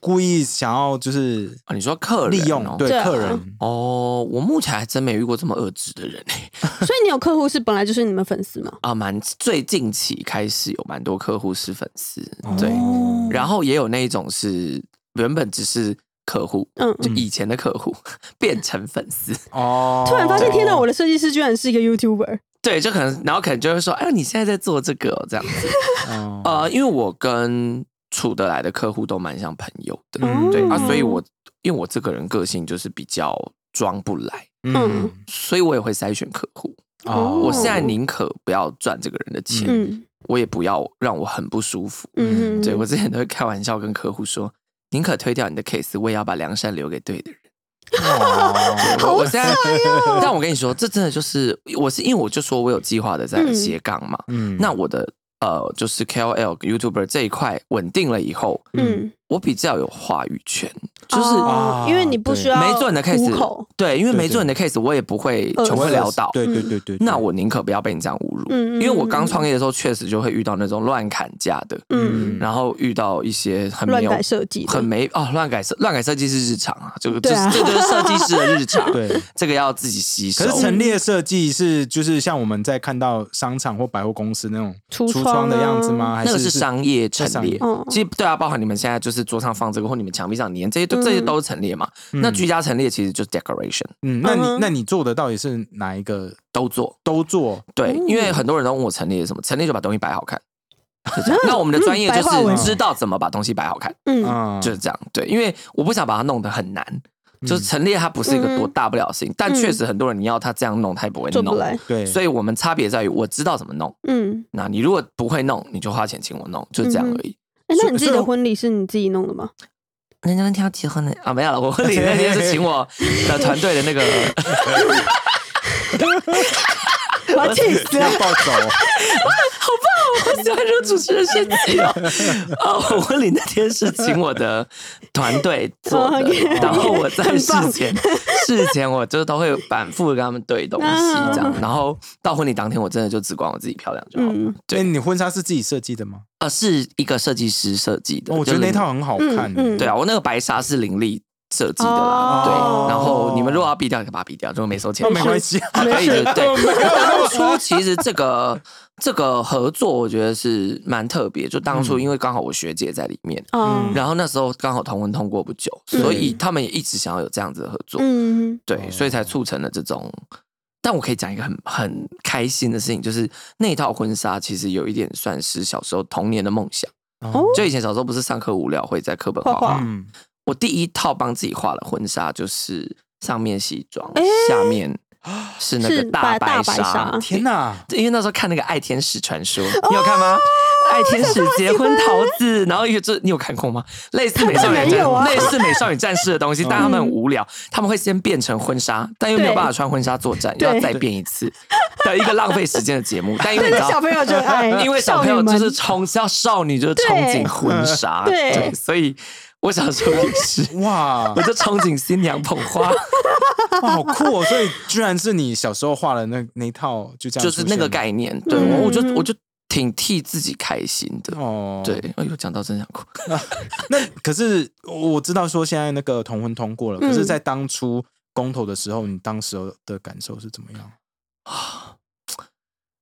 Speaker 1: 故意想要就是
Speaker 2: 啊你说客人
Speaker 1: 利用
Speaker 2: 哦
Speaker 1: 对
Speaker 3: 对啊
Speaker 1: 客人，
Speaker 2: 哦，我目前还真没遇过这么恶质的人欸
Speaker 3: 所以你有客户是本来就是你们粉丝吗？
Speaker 2: 啊，蛮最近期开始有蛮多客户是粉丝，对，
Speaker 1: 哦
Speaker 2: 然后也有那一种是原本只是客户，
Speaker 3: 嗯，
Speaker 2: 就以前的客户 变成粉丝，
Speaker 1: 哦，
Speaker 3: 突然发现，天哪，
Speaker 1: 哪，
Speaker 3: 我的设计师居然是一个 YouTuber。
Speaker 2: 对，就可能然后可能就会说，哎，你现在在做这个、哦、这样子，
Speaker 1: 哦
Speaker 2: 呃，因为我跟处得来的客户都蛮像朋友的，
Speaker 1: 嗯
Speaker 2: 对啊，
Speaker 3: 哦
Speaker 2: 所以我因为我这个人个性就是比较装不来，
Speaker 1: 嗯
Speaker 2: 所以我也会筛选客户，
Speaker 1: 哦，
Speaker 2: 我现在宁可不要赚这个人的钱，
Speaker 3: 嗯
Speaker 2: 我也不要让我很不舒服。
Speaker 3: 嗯嗯，
Speaker 2: 对我之前都会开玩笑跟客户说，宁可推掉你的 case，我也要把梁山留给对的人。
Speaker 1: 哦
Speaker 2: 我我现在，
Speaker 3: 哦
Speaker 2: 但我跟你说，这真的就是我是因为我就说我有计划的在
Speaker 3: 嗯
Speaker 2: 斜杠嘛，
Speaker 1: 嗯
Speaker 2: 那我的呃就是 KOL YouTuber 这一块稳定了以后，
Speaker 3: 嗯
Speaker 2: 我比较有话语权，就是。
Speaker 3: 哦因为你不需要
Speaker 2: 啊没做你的
Speaker 3: 糊
Speaker 2: case，
Speaker 3: 口，
Speaker 2: 对，因为
Speaker 1: 对
Speaker 2: 没做你的 case，我也不会
Speaker 3: 呃
Speaker 1: 嗯
Speaker 2: 穷
Speaker 1: 我
Speaker 2: 困
Speaker 1: 会
Speaker 2: 潦倒。
Speaker 1: 对对对对，对
Speaker 2: 那我宁可不要被你这样侮辱，
Speaker 3: 嗯嗯
Speaker 2: 因为我刚创业的时候确实就会遇到那种乱砍价的，
Speaker 3: 嗯，
Speaker 2: 然后遇到一些很没
Speaker 3: 乱
Speaker 2: 有
Speaker 3: 改设计的，
Speaker 2: 很没哦，乱改设乱改设计是日常啊，这个这
Speaker 3: 对啊
Speaker 2: 这个设计师的日常，
Speaker 1: 对。
Speaker 2: 这个要自己吸收
Speaker 1: 可。是陈列设计是就是像我们在看到商场或百货公司那种
Speaker 3: 橱
Speaker 1: 橱
Speaker 3: 窗
Speaker 1: 窗的
Speaker 3: 啊
Speaker 1: 样子吗？还
Speaker 2: 那个是商业陈列
Speaker 3: 商业，
Speaker 2: 其实对啊，包含你们现在就是桌上放这个，或你们墙壁上粘这些，都
Speaker 3: 嗯
Speaker 2: 这些都是陈列嘛。那居家陈列其实就是 decoration，
Speaker 1: 嗯，那
Speaker 3: 嗯哼
Speaker 1: 你那你做的到底是哪一个
Speaker 2: 都做。
Speaker 1: 都做？
Speaker 2: 对，
Speaker 3: 嗯
Speaker 2: 因为很多人都问我陈列是什么，陈列就把东西摆好看。 就 这样那我们的专业就
Speaker 3: 嗯白话文
Speaker 2: 是知道怎么把东西摆好看，
Speaker 3: 嗯
Speaker 1: 嗯，
Speaker 2: 就是这样。对，因为我不想把它弄得很难，
Speaker 3: 嗯
Speaker 2: 就是陈列它不是一个多大不了的事情，但确实很多人你要他这样弄，他也不会
Speaker 3: 做不
Speaker 2: 弄。
Speaker 3: 来，
Speaker 1: 对，
Speaker 2: 所以我们差别在于我知道怎么弄，
Speaker 3: 嗯，
Speaker 2: 那你如果不会弄，你就花钱请我弄，就这样而已。
Speaker 3: 哎，那你自己
Speaker 1: 所以
Speaker 3: 的
Speaker 1: 我
Speaker 3: 婚礼是你自己弄的吗？
Speaker 2: 人家那天要结婚的 啊，没有了，我婚礼那天是请我的团队的那个，
Speaker 3: 我要气死
Speaker 1: 要
Speaker 3: 了！
Speaker 1: 暴走，
Speaker 2: 我喜欢惹主持人生 气哦。啊，我婚礼那天是请我的团队 做
Speaker 3: 哦
Speaker 2: 的
Speaker 3: ，OK，，
Speaker 2: 然后我在
Speaker 3: 很
Speaker 2: 事
Speaker 3: 棒
Speaker 2: 前 事前我就是都会反复地跟他们对东西
Speaker 3: 嗯
Speaker 2: 这样，然后到婚礼当天我真的就只管我自己漂亮就好了
Speaker 3: 嗯。
Speaker 1: 哎，
Speaker 2: 对，
Speaker 1: 你婚纱是自己设计的吗？
Speaker 2: 呃，是一个设计师设计的，
Speaker 1: 哦我觉得
Speaker 2: 就
Speaker 1: 那
Speaker 2: 是
Speaker 1: 套很好看欸
Speaker 3: 嗯，嗯
Speaker 2: 对啊，我那个白纱是林立设计的啦，
Speaker 3: 哦
Speaker 2: 对。然后你们如果要毙掉，就把它毙掉，如果没收钱
Speaker 1: 那，哦没关系，啊
Speaker 2: 可以
Speaker 1: 没事
Speaker 2: 的。对，
Speaker 1: 我没有
Speaker 2: 当初其实这个这个合作，我觉得是蛮特别。就当初
Speaker 1: 嗯
Speaker 2: 因为刚好我学姐在里面，
Speaker 3: 哦，
Speaker 2: 然后那时候刚好同文通过不久，所以
Speaker 1: 嗯
Speaker 2: 他们也一直想要有这样子的合作，
Speaker 3: 嗯，
Speaker 2: 对，所以才促成了这种。但我可以讲一个很很开心的事情，就是那套婚纱其实有一点算是小时候童年的梦想。
Speaker 1: 哦
Speaker 2: 就以前小时候不是上课无聊会在课本
Speaker 3: 画画
Speaker 2: 画
Speaker 1: 嗯，
Speaker 2: 我第一套帮自己画的婚纱就是上面西装，
Speaker 3: 哎
Speaker 2: 下面是那个
Speaker 3: 是
Speaker 2: 大
Speaker 3: 白大白
Speaker 2: 纱
Speaker 3: 纱。哦
Speaker 1: 天哪，
Speaker 2: 因为那时候看那个《爱天使传说》，你有看吗？爱天使结婚桃子，然后一个这你有看过吗？类似美少
Speaker 3: 当
Speaker 2: 女
Speaker 3: 然没
Speaker 2: 战
Speaker 3: 有啊嗯
Speaker 2: 类似美少女战士的东西，但他们很无聊，他们会先变成婚纱，但又没有
Speaker 3: 对
Speaker 2: 办法穿婚纱作战，又
Speaker 3: 对
Speaker 2: 要再变一次的一个浪费时间的节目。但因为
Speaker 3: 对，
Speaker 2: 你知
Speaker 3: 这
Speaker 2: 道
Speaker 3: 小，朋友就爱，
Speaker 2: 因为小
Speaker 3: 少
Speaker 2: 朋
Speaker 3: 女
Speaker 2: 友就
Speaker 3: 们
Speaker 2: 是冲，要少女就是憧
Speaker 3: 对
Speaker 2: 憬婚纱，
Speaker 3: 对
Speaker 2: 对，所以我小时候也是，
Speaker 1: 哇
Speaker 2: 我，就憧憬新娘捧 花，
Speaker 1: 哇好酷哦！所以居然是你小时候画的那那一套，就这样
Speaker 2: 就
Speaker 1: 出现，
Speaker 2: 是那个概念。对，
Speaker 3: 嗯
Speaker 2: 我我就我就挺替自己开心的。
Speaker 1: 哦，
Speaker 2: 对，哎呦，讲到真想哭。
Speaker 1: 那可是我知道说现在那个同婚通过了，
Speaker 3: 嗯
Speaker 1: 可是，在当初公投的时候，你当时候的感受是怎么样？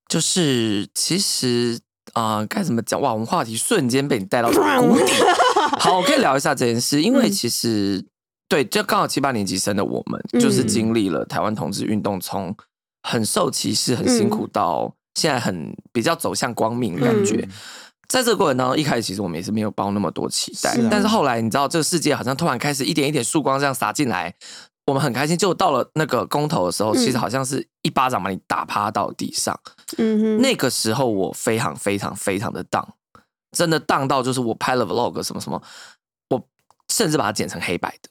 Speaker 2: 就是其实啊，呃该、怎么讲？哇，我们话题瞬间被你带到谷底。好，我可以聊一下这件事，因为
Speaker 3: 嗯
Speaker 2: 其实、对，就刚好七八年级生的我们，
Speaker 3: 嗯
Speaker 2: 就是经历了台湾同志运动从很受歧视、很辛苦到现在很比较走向光明的感觉。
Speaker 1: 嗯
Speaker 2: 在这个过程当中，一开始其实我们也是没有抱那么多期待，
Speaker 1: 是啊
Speaker 2: 但是后来你知道，这个世界好像突然开始一点一点曙光这样洒进来，我们很开心。就到了那个公投的时候，
Speaker 3: 嗯
Speaker 2: 其实好像是一巴掌把你打趴到地上。
Speaker 3: 嗯哼，
Speaker 2: 那个时候我非常非常非常的荡，真的荡到就是我拍了 vlog 什么什么，我甚至把它剪成黑白 的，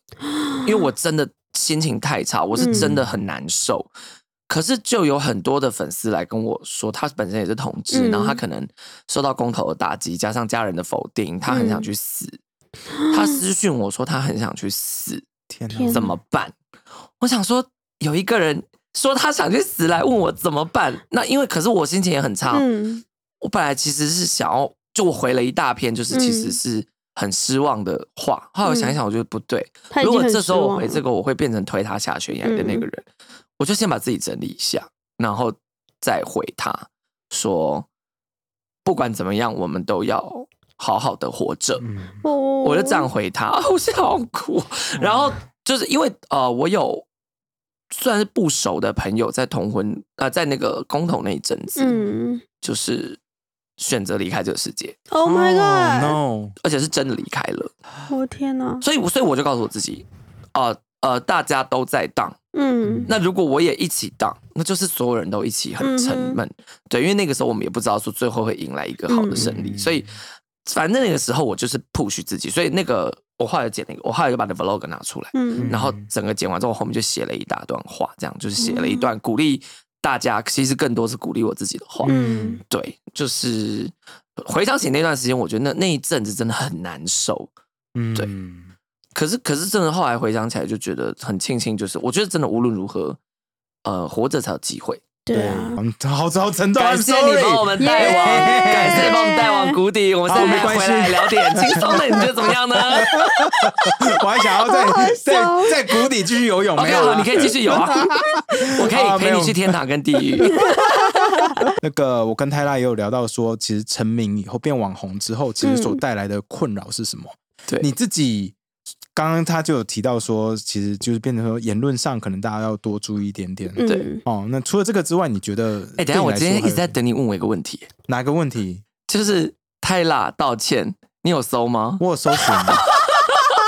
Speaker 2: 因为我真的心情太差，我是真的很难受。
Speaker 3: 嗯
Speaker 2: 可是就有很多的粉丝来跟我说，他本身也是同志，
Speaker 3: 嗯
Speaker 2: 然后他可能受到公投的打击，加上家人的否定，他很
Speaker 3: 嗯
Speaker 2: 想去死。他私讯我说他很想去死，
Speaker 1: 天哪，
Speaker 3: 天
Speaker 2: 怎么办？我想说，有一个人说他想去死来问我怎么办。那因为可是我心情也很差，
Speaker 3: 嗯
Speaker 2: 我本来其实是想要，就我回了一大片，就是其实
Speaker 3: 嗯
Speaker 2: 是很失望的话。后来我想一想，我觉得不对。
Speaker 3: 他已
Speaker 2: 如
Speaker 3: 经
Speaker 2: 果
Speaker 3: 很
Speaker 2: 这时候
Speaker 3: 失
Speaker 2: 我
Speaker 3: 望
Speaker 2: 回
Speaker 3: 了嗯
Speaker 2: 这个，我会变成推他下悬崖的那个人。我就先把自己整理一下，然后再回他说，不管怎么样，我们都要好好的活着。
Speaker 1: 嗯，
Speaker 3: 哦
Speaker 2: 我就这样回他， 啊我现在好苦。然后就是因为呃，我有算是不熟的朋友在同婚啊、呃在那个公投那一阵子，
Speaker 3: 嗯
Speaker 2: 就是选择离开这个世界，
Speaker 3: ，Oh my
Speaker 2: 哦
Speaker 3: god，
Speaker 1: no，
Speaker 2: 而且是真的离开了。
Speaker 3: 我天哪，
Speaker 2: 所以我，所以我就告诉我自己，呃呃，大家都在荡，
Speaker 3: 嗯
Speaker 2: 那如果我也一起荡，那就是所有人都一起很沉闷。对，因为那个时候我们也不知道说最后会迎来一个好的胜利，
Speaker 1: 嗯
Speaker 2: 所以反正那个时候我就是 push 自己，所以那个我后来剪那个，我后来就把那 vlog 拿出来，
Speaker 3: 嗯
Speaker 2: 然后整个剪完之后，我后面就写了一大段话，这样就是写了
Speaker 1: 嗯
Speaker 2: 一段鼓励大家，其实更多是鼓励我自己的话。
Speaker 3: 嗯
Speaker 2: 对，就是回想起那段时间，我觉得那那一阵子真的很难受，
Speaker 1: 嗯，
Speaker 2: 对可是可是真的后来回想起来，就觉得很庆幸，就是我觉得真的无论如何，呃，活着才有机会。
Speaker 3: 对啊，
Speaker 1: 嗯，好好沉重，
Speaker 2: 感
Speaker 1: I'm
Speaker 2: 谢你帮我
Speaker 1: sorry。
Speaker 2: 们带往
Speaker 3: Yeah
Speaker 2: 感谢帮我们带往谷底。我们现
Speaker 1: 好没
Speaker 2: 在
Speaker 1: 关系
Speaker 2: 回来聊点轻松的，你觉得怎 么样呢
Speaker 1: 我还想要在
Speaker 3: 好好
Speaker 1: 在
Speaker 3: 笑
Speaker 1: 在谷底继续游泳，没
Speaker 2: ？OK，
Speaker 1: 有
Speaker 2: 好，
Speaker 1: 啦
Speaker 2: 你可以继 续游啊，我
Speaker 1: 啊
Speaker 2: 可以
Speaker 1: 没
Speaker 2: 陪
Speaker 1: 有
Speaker 2: 你去天堂跟地狱。
Speaker 1: 那个我跟泰拉也有聊到说，其实成名以后变网红之后，其实所带来的困扰是什么？
Speaker 2: 对
Speaker 1: 你自己刚刚他就有提到说，其实就是变成说言论上可能大家要多注意一点点。
Speaker 3: 嗯，
Speaker 1: 哦，那除了这个之外，你觉得？
Speaker 2: 哎，等一下，我今天一直在
Speaker 1: 等
Speaker 2: 等你问我一个问题，
Speaker 1: 哪个问题？
Speaker 2: 就是泰辣道歉，你有搜吗？
Speaker 1: 我有搜寻，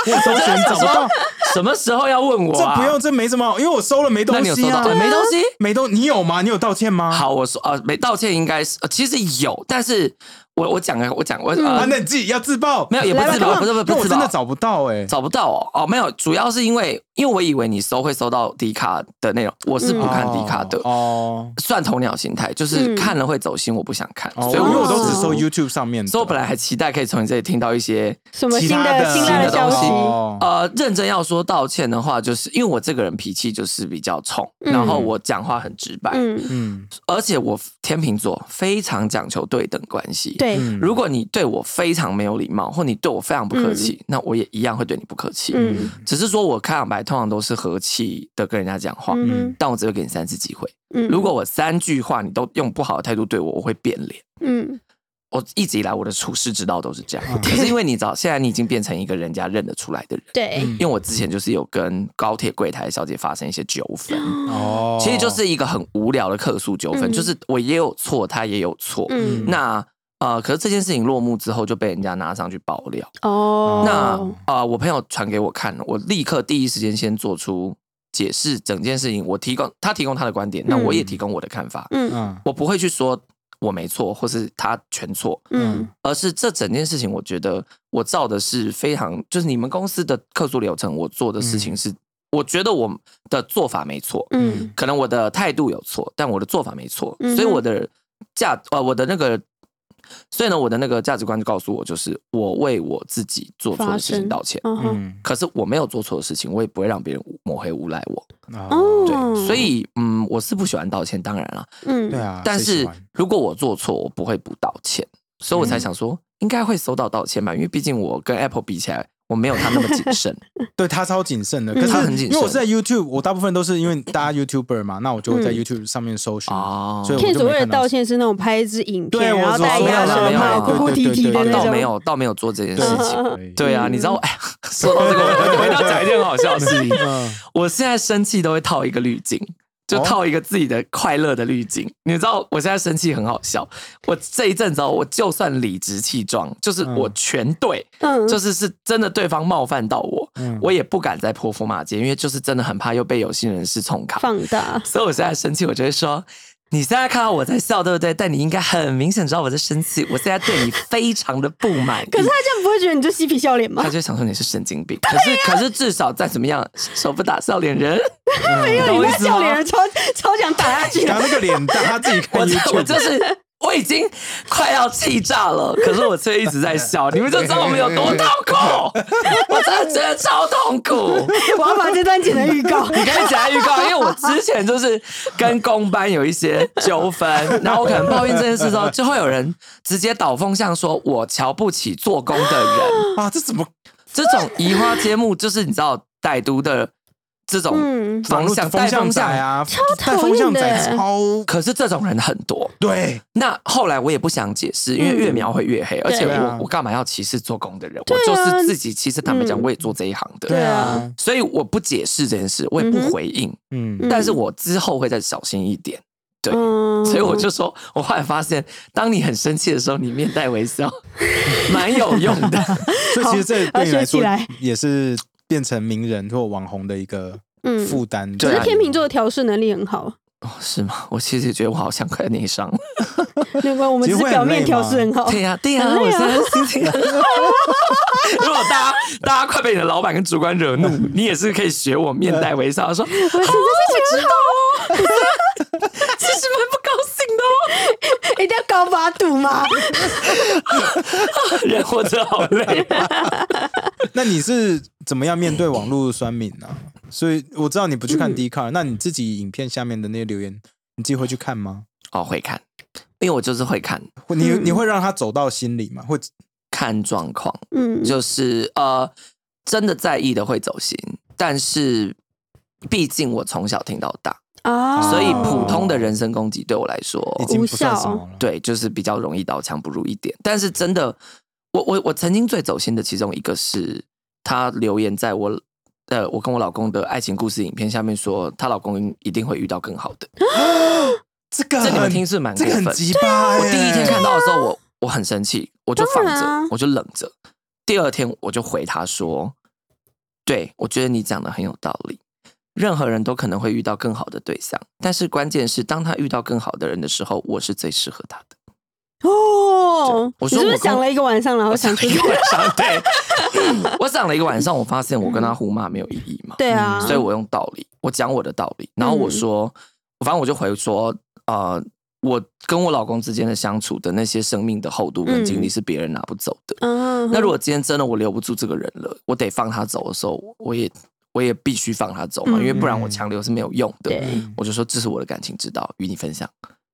Speaker 1: 我有搜寻找不到，
Speaker 2: 什么时候要问我
Speaker 1: 这
Speaker 2: 啊？
Speaker 1: 不用，这没什么好，因为我搜了没
Speaker 2: 那
Speaker 1: 东
Speaker 2: 你有搜
Speaker 1: 西
Speaker 2: 到
Speaker 1: 啊，
Speaker 2: 没东西？
Speaker 1: 没东，你有吗？你有道歉吗？
Speaker 2: 好，我说呃，没道歉应该是，呃其实有，但是我我讲啊，我讲我
Speaker 1: 啊，
Speaker 2: 呃
Speaker 1: 那你自己要自爆，
Speaker 2: 没有，也
Speaker 3: 嗯
Speaker 2: 不
Speaker 3: 来吧
Speaker 2: 自
Speaker 3: 来
Speaker 2: 爆，
Speaker 3: 吧
Speaker 2: 不是
Speaker 1: 因
Speaker 2: 不是
Speaker 1: 为
Speaker 2: 不
Speaker 1: 我
Speaker 2: 是
Speaker 1: 真的
Speaker 2: 爆。
Speaker 1: 找不到哎，
Speaker 2: 找不到哦，哦，没有，主要是因为因为我以为你搜会搜到迪卡的内容，我是不看迪卡的，
Speaker 1: 哦。
Speaker 2: 算鸵鸟心态，就是
Speaker 3: 嗯
Speaker 2: 看了会走心，我不想看，
Speaker 1: 哦，
Speaker 2: 所以
Speaker 1: 因为
Speaker 2: 我
Speaker 1: 我都
Speaker 2: 是
Speaker 1: 只搜 YouTube 上面的，
Speaker 2: 所以我本来还期待可以从你这里听到一些，
Speaker 3: 什么
Speaker 1: 其
Speaker 3: 新
Speaker 1: 他哦
Speaker 3: 的新
Speaker 2: 来
Speaker 3: 的
Speaker 2: 的
Speaker 3: 消
Speaker 2: 东西
Speaker 3: 息？
Speaker 2: 呃，认真要说道歉的话，就是因为我这个人脾气就是比较冲，
Speaker 3: 嗯
Speaker 2: 然后我讲话很直白，
Speaker 3: 嗯，
Speaker 1: 嗯，
Speaker 2: 而且我天秤座非常讲求对等关系，
Speaker 3: 对，
Speaker 1: 嗯
Speaker 2: 哎如果你对我非常没有礼貌，或你对我非常不客气，那我也一样会对你不客气。
Speaker 3: 嗯
Speaker 2: 只是说我开场白通常都是和气的跟人家讲话，
Speaker 3: 嗯
Speaker 2: 但我只会给你三次机会。
Speaker 3: 嗯，
Speaker 2: 如果我三句话你都用不好的态度对我，我会变脸。
Speaker 3: 嗯
Speaker 2: 我一直以来我的处事之道都是这样，
Speaker 1: 嗯
Speaker 2: 可是因为你知道，现在你已经变成一个人家认得出来的人。
Speaker 3: 对，
Speaker 1: 嗯
Speaker 2: 因为我之前就是有跟高铁柜台小姐发生一些纠纷，
Speaker 1: 哦，
Speaker 2: 其实就是一个很无聊的客诉纠纷，
Speaker 3: 嗯
Speaker 2: 就是我也有错，她也有错，
Speaker 3: 嗯
Speaker 2: 那呃，可是这件事情落幕之后就被人家拿上去爆料。
Speaker 3: 哦，
Speaker 2: 那呃，我朋友传给我看，我立刻第一时间先做出解释整件事情。我提供他提供他的观点，那我也提供我的看法。
Speaker 3: 嗯
Speaker 1: 嗯
Speaker 2: 我不会去说我没错，或是他全错，
Speaker 3: 嗯
Speaker 2: 而是这整件事情，我觉得我照的是非常，就是你们公司的客诉流程，我做的事情是，我觉得我的做法没错，
Speaker 3: 嗯
Speaker 2: 可能我的态度有错，但我的做法没错，
Speaker 3: 嗯哼
Speaker 2: 所以我的价呃我的那个，所以呢我的那个价值观就告诉我，就是我为我自己做错的事
Speaker 3: 发
Speaker 2: 情
Speaker 3: 声
Speaker 2: 道歉。
Speaker 3: 嗯
Speaker 1: 嗯
Speaker 2: 可是我没有做错的事情，我也不会让别人抹黑诬赖我。
Speaker 1: 哦，
Speaker 2: 对，
Speaker 3: 哦，
Speaker 2: 所以嗯，我是不喜欢道歉，当然了。
Speaker 3: 嗯
Speaker 1: 对啊，
Speaker 2: 但
Speaker 1: 谁喜
Speaker 2: 是
Speaker 1: 欢嗯
Speaker 2: 如果我做错，我不会不道歉，所以我才想说、应该会收到道歉吧，因为毕竟我跟 Apple 比起来，我没有他那么谨慎。
Speaker 1: 对他超谨慎的，
Speaker 3: 嗯
Speaker 1: 可是
Speaker 2: 他很谨慎
Speaker 1: 因为我是在 YouTube，我大部分都是因为大家 YouTuber 嘛，那我就会在
Speaker 3: 嗯
Speaker 1: YouTube 上面搜寻。
Speaker 2: 哦
Speaker 1: 所以
Speaker 3: 骗
Speaker 1: 我就
Speaker 3: 所
Speaker 1: 没
Speaker 3: 谓的
Speaker 1: 看到
Speaker 3: 道歉是那种拍一支影
Speaker 1: 对
Speaker 3: 片，
Speaker 1: 我
Speaker 3: 然后
Speaker 1: 知道
Speaker 3: 戴
Speaker 2: 没有
Speaker 3: 鸭舌
Speaker 2: 没有
Speaker 3: 帽、
Speaker 2: 没有
Speaker 3: 哭哭啼啼
Speaker 1: 对对对
Speaker 3: 的那
Speaker 1: 对
Speaker 2: 倒
Speaker 3: 种，
Speaker 2: 没有，倒没有做这件事情。
Speaker 1: 对
Speaker 2: 对啊，
Speaker 3: 嗯
Speaker 2: 你知道我 哎，说到这个，我我要讲一件很好笑的事情。
Speaker 1: 嗯，
Speaker 2: 我现在生气都会套一个滤镜，就
Speaker 1: 哦
Speaker 2: 套一个自己的快乐的滤镜。你知道我现在生气很好笑，我这一阵子哦我就算理直气壮，就是我全对，
Speaker 3: 嗯，
Speaker 2: 就是是真的对方冒犯到我，
Speaker 1: 嗯
Speaker 2: 我也不敢再泼妇骂街，因为就是真的很怕又被有心人士冲卡。
Speaker 3: 放大，
Speaker 2: 所以我现在生气，我就会说。你现在看到我在笑，对不对？但你应该很明显知道我在生气，我现在对你非常的不满 意。
Speaker 3: 可是他这样不会觉得你就嬉皮笑脸吗
Speaker 2: 他？就想说你是神经病。可是可是至少再怎么样，手不打笑脸人，没
Speaker 3: 因为 你那笑脸人超超想打下去
Speaker 1: 他
Speaker 3: 的，
Speaker 1: 那个脸蛋，他自己看
Speaker 2: 我就我
Speaker 1: YouTube，
Speaker 2: 就是我已经快要气炸了，可是我却一直在笑，你们就知道我们有多痛 苦，我真的觉得超痛苦。
Speaker 3: 我要把这段剪成预 告。
Speaker 2: 你刚才讲预告，因为我之前就是跟公班有一些纠纷，然后我可能抱怨这件事之后，就会有人直接导风向说我瞧不起做工的人。
Speaker 1: 啊，这怎么
Speaker 2: 这种移花接木，就是你知道歹毒的这种
Speaker 3: 嗯
Speaker 2: 方向
Speaker 1: 风
Speaker 2: 带
Speaker 1: 向
Speaker 2: 风
Speaker 1: 仔
Speaker 2: 向。
Speaker 1: 啊，
Speaker 3: 讨
Speaker 1: 带风向
Speaker 3: 厌的
Speaker 1: 仔超
Speaker 2: 可是这种人很多，
Speaker 1: 对，
Speaker 2: 那后来我也不想解释，因为越描会越黑，而且
Speaker 1: 对啊
Speaker 2: 我我干嘛要歧视做工的人？我
Speaker 3: 嗯对啊
Speaker 2: 就是自己，其实坦白讲，
Speaker 3: 嗯
Speaker 2: 我也做这一行
Speaker 1: 对
Speaker 2: 的，
Speaker 1: 啊
Speaker 3: 啊，
Speaker 2: 所以我不解释这件事，我也不
Speaker 3: 嗯哼
Speaker 2: 回应，
Speaker 1: 嗯
Speaker 3: 嗯
Speaker 2: 但是我之后会再小心一点。对
Speaker 3: 嗯
Speaker 2: 所以我就说，我后来发现，当你很生气的时候，你面带微笑， 蛮有用的。
Speaker 1: 所以其实这
Speaker 3: 好
Speaker 1: 对你来说
Speaker 3: 要学起
Speaker 1: 也是变成名人或网红的一个
Speaker 3: 嗯
Speaker 1: 负担。
Speaker 2: 对
Speaker 3: 可
Speaker 2: 啊
Speaker 3: 是天秤座的调试能力很好，
Speaker 2: 哦，是吗？我其实觉得我好像快内伤。
Speaker 3: 那个我们只是表面调试很好。
Speaker 2: 对呀、对呀、
Speaker 3: 很累啊
Speaker 2: 我现在心情很好。 如果大家大家快被你的老板跟主管惹怒，你也是可以学我面带微笑说：“
Speaker 3: 我现 在是
Speaker 2: 其实蛮不高兴的
Speaker 3: 一定要高八度吗？
Speaker 2: 哦哦，人活着好累啊。”
Speaker 1: 那你是怎么样面对网络酸敏呢、所以我知道你不去
Speaker 3: 嗯
Speaker 1: 看 D 卡、那你自己影片下面的那些留言，你自己会去看吗？
Speaker 2: 哦，会看，因为我就是会看
Speaker 1: 会你
Speaker 3: 嗯
Speaker 1: 你会让他走到心里吗？会
Speaker 2: 看状况，
Speaker 3: 嗯，
Speaker 2: 就是呃，真的在意的会走心，但是毕竟我从小听到大，
Speaker 3: 啊，
Speaker 2: 所以普通的人身攻击对我来说
Speaker 1: 已经不算什么了。，
Speaker 2: 对，就是比较容易刀枪不入一点。但是真的，我我我曾经最走心的其中一个是，她留言在我呃我跟我老公的爱情故事影片下面说，她老公一定会遇到更好的。
Speaker 1: 这个
Speaker 2: 这你们
Speaker 1: 很
Speaker 2: 听是蛮
Speaker 1: 这个
Speaker 2: 过
Speaker 1: 很
Speaker 2: 分
Speaker 1: 鸡巴、欸。
Speaker 2: 我第一天看到的时候，我我很生气，我就放
Speaker 3: 当然啊
Speaker 2: 着，我就冷着。第二天我就回他说：“对，我觉得你讲的很有道理。任何人都可能会遇到更好的对象，但是关键是，当他遇到更好的人的时候，我是最适合他的。
Speaker 3: 哦，你
Speaker 2: 我说
Speaker 3: 是不
Speaker 2: 我
Speaker 3: 是
Speaker 2: 跟
Speaker 3: 想了一个晚上，然后
Speaker 2: 我
Speaker 3: 想
Speaker 2: 想
Speaker 3: 出
Speaker 2: 了
Speaker 3: 去
Speaker 2: 一个？晚上，对，我想了一个晚上，我发现我跟他互骂没有意义嘛，嗯
Speaker 3: 对啊，嗯
Speaker 2: 所以我用道理，我讲我的道理，然后我说，反正我就回说，呃，我跟我老公之间的相处的那些生命的厚度跟经历
Speaker 3: 嗯
Speaker 2: 是别人拿不走的。
Speaker 3: 嗯，
Speaker 2: 那如果今天真的我留不住这个人了，我得放他走的时候，我也我也必须放他走嘛，
Speaker 3: 嗯
Speaker 2: 因为不然我强留是没有用的。
Speaker 3: 对
Speaker 1: 嗯
Speaker 2: 我就说这是我的感情之道，与你分享。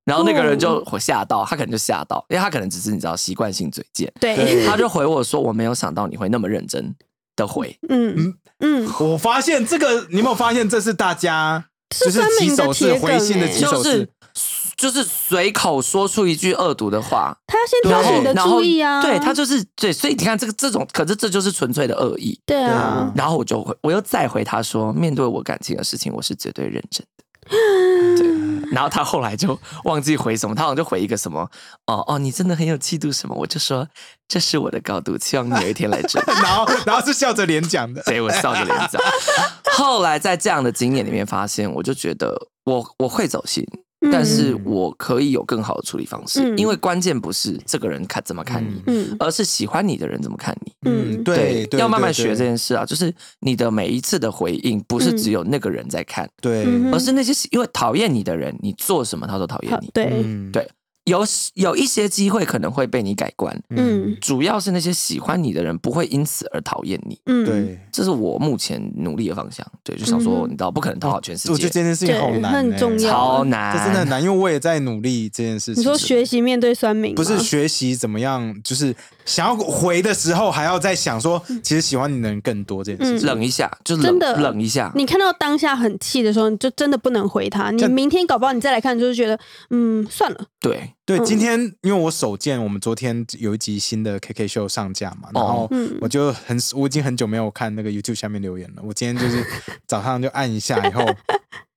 Speaker 2: 然后那
Speaker 3: 哦
Speaker 2: 个人就会吓到，他可能就吓到，因为他可能只是你知道习惯性嘴贱，
Speaker 3: 对，
Speaker 2: 他就回我说我没有想到你会那么认真的回，
Speaker 3: 嗯嗯，
Speaker 1: 我发现这个，你有没有发现这是大家就是
Speaker 3: 酸
Speaker 1: 起
Speaker 3: 民的
Speaker 1: 手是
Speaker 3: 铁
Speaker 1: 回信的
Speaker 3: 梗欸
Speaker 1: 起
Speaker 2: 就
Speaker 1: 手
Speaker 2: 是
Speaker 1: 是。
Speaker 2: 就是随口说出一句恶毒的话，
Speaker 3: 他要先
Speaker 2: 对
Speaker 3: 挑起你的
Speaker 2: 然后
Speaker 3: 注意啊，
Speaker 2: 对他就是对，所以你看这个这种，可是这就是纯粹的恶意。
Speaker 3: 对
Speaker 1: 对
Speaker 3: 啊
Speaker 1: 啊，
Speaker 2: 然后我就回，我又再回他说，面对我感情的事情，我是绝对认真的。 对，然后他后来就忘记回什么，他好像就回一个什么，哦哦，你真的很有气度什么，我就说这是我的高度，希望你有一天来这里。
Speaker 1: 然后，然后是笑着脸讲的，
Speaker 2: 所以我笑着脸讲。 后来在这样的经验里面发现，我就觉得我我会走心，
Speaker 3: 嗯
Speaker 2: 但是我可以有更好的处理方式，
Speaker 3: 嗯
Speaker 2: 因为关键不是这个人看怎么看你，
Speaker 3: 嗯
Speaker 2: 而是喜欢你的人怎么看你。
Speaker 3: 嗯
Speaker 1: 嗯，对，对
Speaker 2: 要慢慢
Speaker 1: 对
Speaker 2: 学这件事啊，就是你的每一次的回应，不是只有那个人在看，
Speaker 1: 对，
Speaker 3: 嗯
Speaker 2: 而是那些喜因为讨厌你的人，你做什么他都讨厌
Speaker 3: 好
Speaker 2: 你。
Speaker 3: 对，
Speaker 1: 嗯，
Speaker 2: 对有有一些机会可能会被你改观，
Speaker 3: 嗯
Speaker 2: 主要是那些喜欢你的人不会因此而讨厌你。
Speaker 3: 嗯，
Speaker 1: 对。
Speaker 2: 这是我目前努力的方向。对，就想
Speaker 3: 嗯
Speaker 2: 说，
Speaker 3: 哼
Speaker 2: 你知道，不可能讨好全世
Speaker 1: 我觉
Speaker 2: 界
Speaker 1: 得，这件事情好难欸，
Speaker 3: 对很重要
Speaker 2: 超难，
Speaker 1: 这真的很。
Speaker 2: 嗯
Speaker 1: 难，因为我也在努力这件事情。
Speaker 3: 你说学习面对酸民吗
Speaker 1: 不是学习怎么样，就是想要回的时候，还要在想说，
Speaker 3: 嗯
Speaker 1: 其实喜欢你的人更多这件事情。
Speaker 2: 嗯冷一下，就
Speaker 3: 真
Speaker 2: 冷
Speaker 3: 的
Speaker 2: 冷一下。
Speaker 3: 你看到当下很气的时候，你就真的不能回他。你
Speaker 1: 这
Speaker 3: 明天搞不好你再来看，就是觉得嗯算了，
Speaker 2: 对，
Speaker 1: 对，
Speaker 3: 嗯
Speaker 1: 今天因为我手贱，我们昨天有一集新的 KK 秀上架嘛，然后
Speaker 3: 嗯
Speaker 1: 我就很，我已经很久没有看那个 YouTube 下面留言了。我今天 就是早上就按一下以后，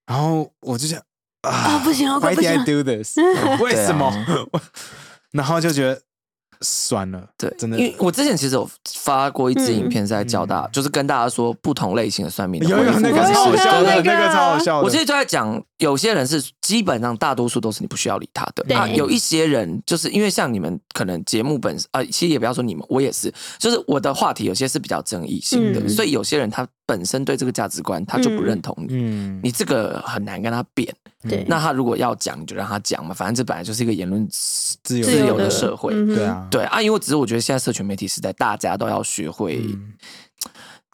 Speaker 1: 然后我就想
Speaker 3: 啊不行，我
Speaker 1: ，Why
Speaker 3: 不
Speaker 1: did
Speaker 3: 行
Speaker 1: I，do this？为 什么？ 然后就觉得算了，
Speaker 2: 对，
Speaker 1: 真的
Speaker 2: 因为我之前其实有发过一支
Speaker 3: 嗯
Speaker 2: 影片，是在教大，就是跟大家说不同类型的算命的
Speaker 1: 有
Speaker 2: 回
Speaker 1: 有
Speaker 2: 复
Speaker 1: 那个
Speaker 2: 方式
Speaker 1: 超好笑
Speaker 3: 我
Speaker 1: 的，
Speaker 3: 有看到那个
Speaker 1: 那个超好笑的。
Speaker 2: 我其实就在讲，有些人是基本上大多数都是你不需要理他的。
Speaker 3: 对
Speaker 2: 那有一些人，就是因为像你们可能节目本啊、其实也不要说你们，我也是，就是我的话题有些是比较争议性的，
Speaker 3: 嗯
Speaker 2: 所以有些人他本身对这个价值观他就不认同你，
Speaker 1: 嗯，
Speaker 2: 你这个很难跟他辩。
Speaker 3: 对，
Speaker 2: 那他如果要讲，你就让他讲嘛，反正这本来就是一个言论自
Speaker 1: 自由
Speaker 2: 自由的社会。
Speaker 3: 嗯哼
Speaker 1: 对，啊，
Speaker 2: 对啊，因为只是我觉得现在社群媒体时代，大家都要学会
Speaker 1: 嗯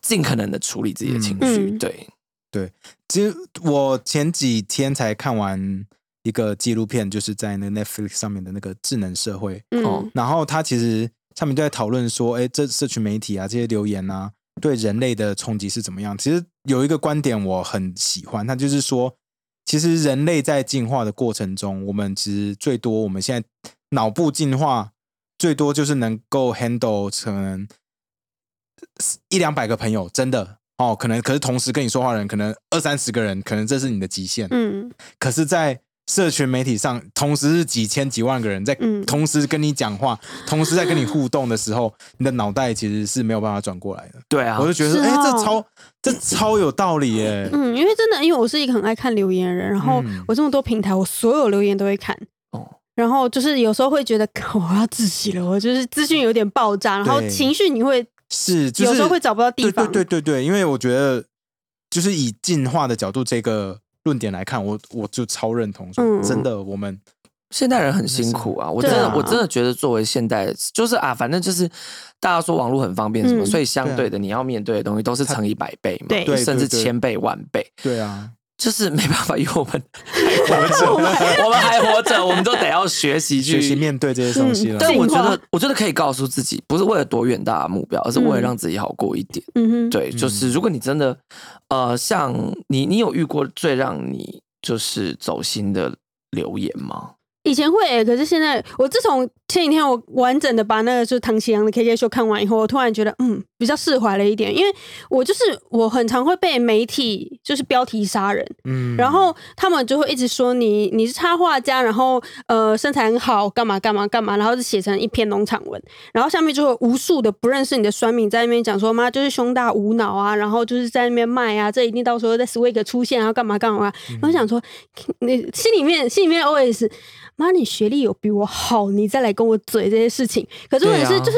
Speaker 2: 尽可能的处理自己的情绪。
Speaker 3: 嗯
Speaker 2: 对，
Speaker 1: 其实我前几天才看完一个纪录片，就是在那个 Netflix 上面的那个智能社会，
Speaker 3: 嗯
Speaker 2: 哦
Speaker 1: 然后他其实上面就在讨论说，哎，这社群媒体啊，这些留言啊，对人类的冲击是怎么样？其实有一个观点我很喜欢，他就是说，其实人类在进化的过程中，我们其实最多我们现在脑部进化最多就是能够 handle 可能一两百个朋友，真的。哦，可能可是同时跟你说话的人，可能二三十个人，可能这是你的极限。
Speaker 3: 嗯
Speaker 1: 可是，在社群媒体上，同时是几千几万个人在
Speaker 3: 嗯
Speaker 1: 同时跟你讲话，同时在跟你互动的时候，你的脑袋其实是没有办法转过来的。
Speaker 2: 对啊
Speaker 1: 我，就觉得说，
Speaker 3: 是
Speaker 1: 哎、
Speaker 3: 哦
Speaker 1: 这超这超有道理耶！
Speaker 3: 嗯，因为真的，因为我是一个很爱看留言的人，然后
Speaker 1: 嗯
Speaker 3: 我这么多平台，我所有留言都会看。
Speaker 2: 哦
Speaker 3: 然后就是有时候会觉得我要窒息了，我就是资讯有点爆炸，然后
Speaker 1: 对
Speaker 3: 情绪你会
Speaker 1: 是，就是
Speaker 3: 有时候会找不到地方
Speaker 1: 对对对对对，因为我觉得，就是以进化的角度这个论点来看，我我就超认同说，
Speaker 3: 嗯
Speaker 1: 真的，我们
Speaker 2: 现代人很辛苦啊！我真
Speaker 3: 对
Speaker 2: 的
Speaker 3: 啊
Speaker 2: 我真的觉得作为现代，就是啊，反正就是大家说网络很方便什么，
Speaker 3: 嗯
Speaker 2: 所以相对
Speaker 1: 对啊
Speaker 2: 的你要面对的东西都是乘以百倍嘛，
Speaker 3: 对对
Speaker 1: 对
Speaker 2: 甚至
Speaker 1: 对
Speaker 2: 千倍万倍，
Speaker 1: 对啊，
Speaker 2: 就是没办法，因为我们
Speaker 3: 我们还
Speaker 2: 我们还活着，我们都得要学习去
Speaker 1: 学习面对这啊些东西了。
Speaker 2: 但我觉
Speaker 3: 进化
Speaker 2: 得，我觉得可以告诉自己，不是为了多远大的目标，而是为了
Speaker 3: 嗯
Speaker 2: 让自己好过一点。
Speaker 3: 嗯哼，
Speaker 2: 对，就是如果你真的，呃，像你，你有遇过最让你就是走心的留言吗？
Speaker 3: 以前会、欸，可是现在我自从前几天我完整的把那个就是唐奇阳的 KK 秀看完以后，我突然觉得嗯比较释怀了一点，因为我就是我很常会被媒体就是标题杀人，
Speaker 1: 嗯
Speaker 3: 然后他们就会一直说你你是插画家，然后呃身材很好，干嘛干嘛干嘛，然后就写成一篇农场文，然后下面就有无数的不认识你的酸民在那边讲说妈就是胸大无脑啊，然后就是在那边卖啊，这一定到时候在 Swag 出现啊，干嘛干嘛、啊，
Speaker 2: 嗯
Speaker 3: 然后想说你心里面心里面 OS 妈你学历有比我好，你再来跟我嘴这些事情，可是问题
Speaker 2: 对
Speaker 3: 是
Speaker 2: 啊
Speaker 3: 就是。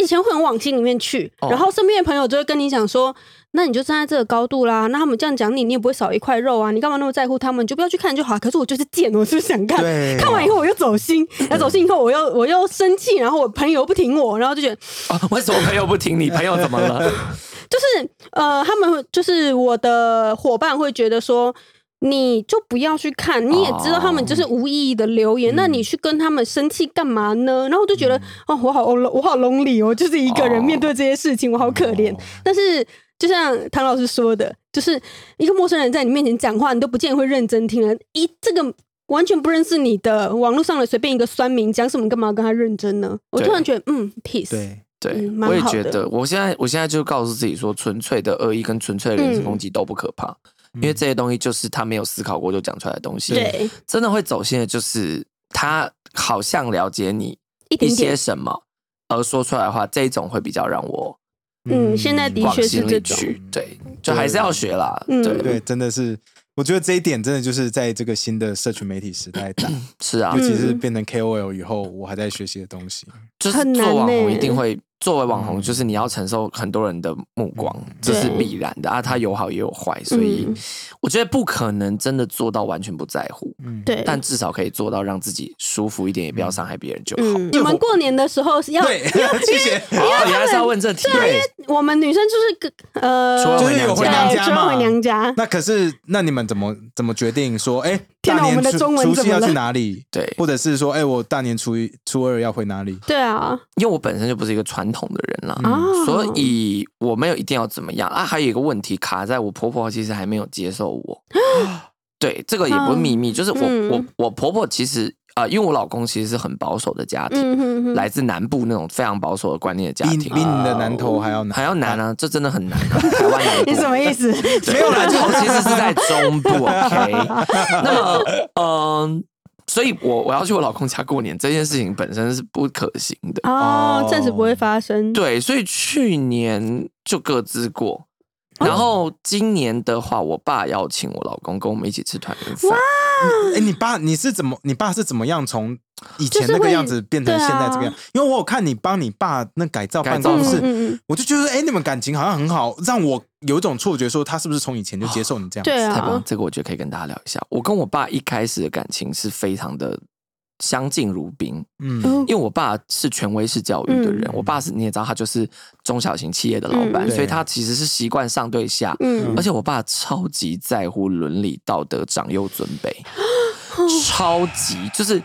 Speaker 3: 以前会很往心里面去，
Speaker 2: 哦
Speaker 3: 然后身边的朋友就会跟你讲说，那你就站在这个高度啦。那他们这样讲你，你也不会少一块肉啊。你干嘛那么在乎他们？你就不要去看就好。可是我就是贱，我就是想看。
Speaker 1: 对，
Speaker 3: 看完以后我又走心，然后走心以后我又我又生气，然后我朋友又不挺我，然后就觉得
Speaker 2: 啊，为什么朋友不听你？朋友怎么了？
Speaker 3: 就是呃，他们会就是我的伙伴会觉得说。你就不要去看，你也知道他们
Speaker 2: 哦
Speaker 3: 就是无意义的留言，
Speaker 2: 嗯
Speaker 3: 那你去跟他们生气干嘛呢？然后我就觉得，哦，我好我好 lonely 哦，就是一个人面
Speaker 2: 哦
Speaker 3: 对这些事情，我好可怜。但是就像唐老师说的，就是一个陌生人在你面前讲话，你都不见得会认真听了。一这个完全不认识你的网络上的随便一个酸民讲什么，干嘛跟他认真呢？我
Speaker 2: 对
Speaker 3: 突然觉得，嗯，peace，
Speaker 1: 对，
Speaker 2: 对，
Speaker 3: 嗯蛮
Speaker 2: 我也
Speaker 3: 好
Speaker 2: 觉
Speaker 3: 的
Speaker 2: 得，我现在我现在就告诉自己说，纯粹的恶意跟纯粹的人
Speaker 3: 嗯
Speaker 2: 身攻击都不可怕，因为这些东西就是他没有思考过就讲出来的东西。，
Speaker 3: 对，
Speaker 2: 真的会走心的，就是他好像了解你
Speaker 3: 一
Speaker 2: 一
Speaker 3: 点
Speaker 2: 些
Speaker 3: 点，
Speaker 2: 什么，而说出来的话，这一种会比较让我
Speaker 3: 嗯现在的
Speaker 2: 往
Speaker 3: 确是
Speaker 2: 心
Speaker 3: 这
Speaker 2: 里
Speaker 3: 种
Speaker 2: 去。对，就还是要学啦。
Speaker 3: 嗯
Speaker 2: 对，
Speaker 1: 对，真的是，我觉得这一点真的就是在这个新的社群媒体时代打，
Speaker 2: 是啊
Speaker 1: 尤，其是
Speaker 3: 嗯
Speaker 1: 变成 KOL 以后，我还在学习的东西。
Speaker 2: 就是
Speaker 3: 很难
Speaker 2: 做网红
Speaker 3: 呢
Speaker 2: 一定会。作为网红，
Speaker 1: 嗯
Speaker 2: 就是你要承受很多人的目光，这是
Speaker 3: 嗯对
Speaker 2: 必然的啊。他有好也有坏，所以
Speaker 3: 嗯
Speaker 2: 我觉得不可能真的做到完全不在乎，
Speaker 1: 嗯，
Speaker 3: 对，
Speaker 2: 但至少可以做到让自己舒服一点，也不要伤害别人就好。
Speaker 3: 嗯，你们过年的时候是要，
Speaker 1: 对， 谢谢。
Speaker 2: 哦，你还是要问这题，对，
Speaker 3: 我们女生就是个呃，
Speaker 2: 除
Speaker 1: 就
Speaker 2: 了
Speaker 1: 是有
Speaker 2: 回
Speaker 1: 回
Speaker 2: 娘
Speaker 1: 娘
Speaker 3: 对，
Speaker 1: 家
Speaker 3: 除了
Speaker 1: 嘛
Speaker 3: 回。娘家，
Speaker 1: 那可是，那你们怎么怎么决定说，哎，
Speaker 3: 天哪
Speaker 1: 大
Speaker 3: 我
Speaker 1: 年
Speaker 3: 们的
Speaker 1: 初
Speaker 3: 中文
Speaker 1: 除
Speaker 3: 怎
Speaker 1: 夕
Speaker 3: 么
Speaker 1: 要
Speaker 3: 了
Speaker 1: 去哪里？
Speaker 2: 对
Speaker 1: 或者是说，哎，我大年初一、初二要回哪里？嗯
Speaker 3: 对啊，
Speaker 2: 因为我本身就不是一个传统的人啦，
Speaker 3: 啊，
Speaker 2: 嗯所以我没有一定要怎么样啊。还有一个问题卡在我婆婆其实还没有接受我，对，这个也不是秘密，就是我、
Speaker 3: 啊嗯
Speaker 2: 我我婆婆其实啊、呃因为我老公其实是很保守的家庭，
Speaker 3: 嗯哼哼，
Speaker 2: 来自南部那种非常保守的观念的家
Speaker 1: 比
Speaker 2: 庭，
Speaker 1: 比你
Speaker 3: 哦
Speaker 1: 的南头还要难。
Speaker 2: 还要难啊，这真的很难、啊，台湾 南部。
Speaker 3: 你什么意 思？
Speaker 2: 没有啦，头其实是在中 部，OK。那么，嗯、所以我我要去我老公家过年这件事情本身是不可行的，
Speaker 3: 哦，暂时不会发生，嗯
Speaker 2: 对，所以去年就各自过。然后今年的话，我爸邀请我老公跟我们一起吃团圆饭。
Speaker 1: 哎，你爸你是怎么？你爸是怎么样从以前
Speaker 3: 就是
Speaker 1: 那个
Speaker 3: 会
Speaker 1: 样子变成
Speaker 3: 对啊
Speaker 1: 现在这个样？因为我有看你帮你爸那改造办
Speaker 2: 改造
Speaker 1: 公
Speaker 3: 嗯
Speaker 1: 室，
Speaker 3: 嗯嗯，
Speaker 1: 我就觉得，哎、你们感情好像很好，让我有一种错觉，说他是不是从以前就接受你这样子？
Speaker 3: 对
Speaker 2: 太棒了
Speaker 3: 啊，，
Speaker 2: 这个我觉得可以跟大家聊一下。我跟我爸一开始的感情是非常的相敬如宾，
Speaker 1: 嗯，
Speaker 3: 哦
Speaker 2: 因为我爸是权威式教育的人，
Speaker 1: 嗯
Speaker 2: 我爸是你也知道，他就是中小型企业的老板，
Speaker 1: 嗯
Speaker 2: 所以他其实是习惯上对下，
Speaker 3: 嗯
Speaker 2: 而且我爸超级在乎伦理道德、长幼尊 卑，超级就是。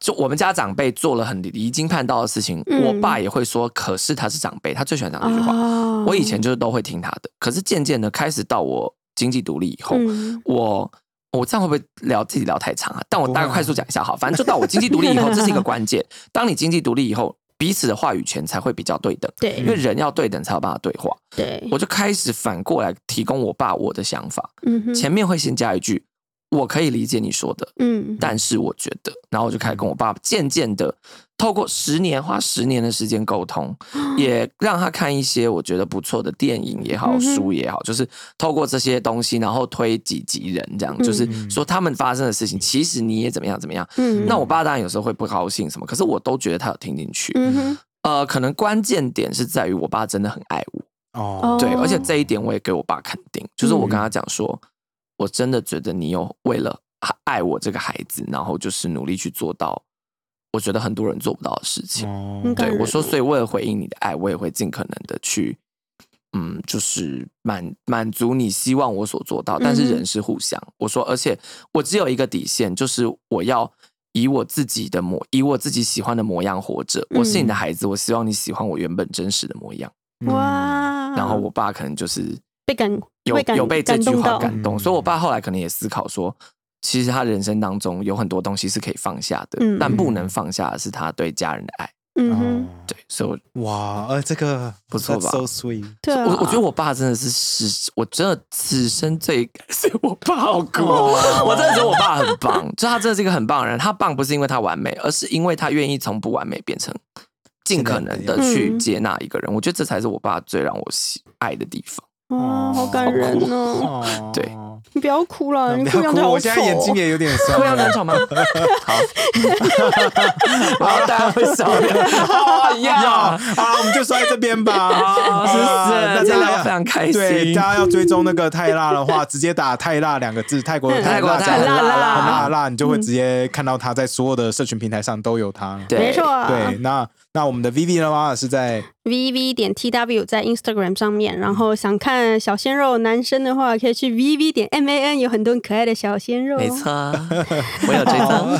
Speaker 2: 就我们家长辈做了很离经叛道的事情，
Speaker 3: 嗯
Speaker 2: 我爸也会说，可是他是长辈，他最喜欢讲这句话。
Speaker 3: 啊
Speaker 2: 我以前就是都会听他的，可是渐渐的开始到我经济独立以后，
Speaker 3: 嗯
Speaker 2: 我我这样会不会聊自己聊太长啊？但我大
Speaker 1: 不
Speaker 2: 概
Speaker 1: 会
Speaker 2: 快速讲一下好，反正就到我经济独立以后，这是一个关键。当你经济独立以后，彼此的话语权才会比较对等，
Speaker 3: 对
Speaker 2: 因为人要对等才有办法对话。
Speaker 3: 对，
Speaker 2: 我就开始反过来提供我爸我的想法，
Speaker 3: 嗯哼
Speaker 2: 前面会先加一句“我可以理解你说的”，
Speaker 3: 嗯
Speaker 2: 但是我觉得，然后我就开始跟我爸渐渐的，透过十年花十年的时间沟通，
Speaker 3: 嗯
Speaker 2: 也让他看一些我觉得不错的电影也好，
Speaker 3: 嗯哼
Speaker 2: 书也好，就是透过这些东西，然后推己及人，这样就是说他们发生的事情，其实你也怎么样怎么样。
Speaker 3: 嗯
Speaker 2: 那我爸当然有时候会不高兴什么，可是我都觉得他有听进去。
Speaker 3: 嗯哼
Speaker 2: 呃，可能关键点是在于我爸真的很爱我，
Speaker 1: 哦，
Speaker 2: 对，
Speaker 3: 哦嗯
Speaker 2: 而且这一点我也给我爸肯定，就是我跟他讲说，我真的觉得你有为了啊爱我这个孩子，然后就是努力去做到，我觉得很多人做不到的事情。
Speaker 1: 哦
Speaker 3: 嗯感
Speaker 2: 对，
Speaker 3: 人
Speaker 2: 我说，所以为了回应你的爱，我也会尽可能的去，嗯，就是满满足你希望我所做到。但是
Speaker 3: 嗯哼
Speaker 2: 人是互相，我说，而且我只有一个底线，就是我要以我自己的模，以我自己喜欢的模样活着。我是你
Speaker 3: 嗯
Speaker 2: 的孩子，我希望你喜欢我原本真实的模样。
Speaker 1: 嗯
Speaker 3: 哇，
Speaker 2: 嗯然后我爸可能就是
Speaker 3: 被感
Speaker 2: 有
Speaker 3: 被感
Speaker 2: 有被这句
Speaker 3: 感动
Speaker 2: 话
Speaker 3: 到
Speaker 2: 感动，
Speaker 1: 嗯
Speaker 2: 所以我爸后来可能也思考说，其实他人生当中有很多东西是可以放下的，
Speaker 3: 嗯
Speaker 2: 但不能放下的是他对家人的爱。
Speaker 3: 嗯
Speaker 1: 哦
Speaker 3: 哼，
Speaker 2: 对，所以我
Speaker 1: 哇，呃，这个
Speaker 2: 不错
Speaker 1: that's
Speaker 2: 吧
Speaker 1: So sweet，
Speaker 3: 对啊，
Speaker 2: 我我觉得我爸真的是是，我真的此生最感谢我爸，好酷哦！我真的觉得我爸很棒，就他真的是一个很棒的人。他棒不是因为他完美，而是因为他愿意从不完美变成尽可能的
Speaker 3: 嗯
Speaker 2: 去接纳一个人。我觉得这才是我爸最让我喜爱的地方。
Speaker 3: 哇，好感人哦！
Speaker 1: 哦
Speaker 2: 对
Speaker 3: 你不要哭了，啊你
Speaker 1: 嗯不
Speaker 3: 哭
Speaker 1: 要
Speaker 3: 样子
Speaker 1: 哭，
Speaker 3: 好
Speaker 1: 我现在眼睛
Speaker 3: 丑哦
Speaker 1: 也有点酸
Speaker 2: 会要争
Speaker 1: 了。
Speaker 2: 吵吗？ 好，然后大家会笑的。 好
Speaker 1: 要
Speaker 2: 呀，
Speaker 1: 好，我们就说在这边吧，
Speaker 2: 好
Speaker 1: 啊
Speaker 2: 是不
Speaker 1: 大
Speaker 2: 是？真的
Speaker 1: 家啊
Speaker 2: 非常开心。
Speaker 1: 对，大家要追踪那个泰辣的话，直接打“泰辣”两个字，泰国的
Speaker 3: 嗯
Speaker 1: 泰
Speaker 2: 泰国
Speaker 1: 辣，
Speaker 2: 的泰
Speaker 1: 很
Speaker 3: 辣
Speaker 1: 辣
Speaker 3: 辣
Speaker 1: 很辣辣，你就会直接看到他在所有的社群平台上都有他。
Speaker 2: 对
Speaker 3: 没错啊，
Speaker 1: 对，那那我们的 Vivi 的话是 在
Speaker 3: v v 点 t w 在 Instagram 上面，然后想看小鲜肉男生的话，可以去 v v 点 m a n，有很多很可爱的小鲜肉。
Speaker 2: 没错，我有追踪。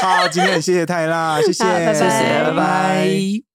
Speaker 1: 好，今天很谢谢泰辣，谢谢，
Speaker 3: 好拜拜
Speaker 2: 谢谢，拜拜。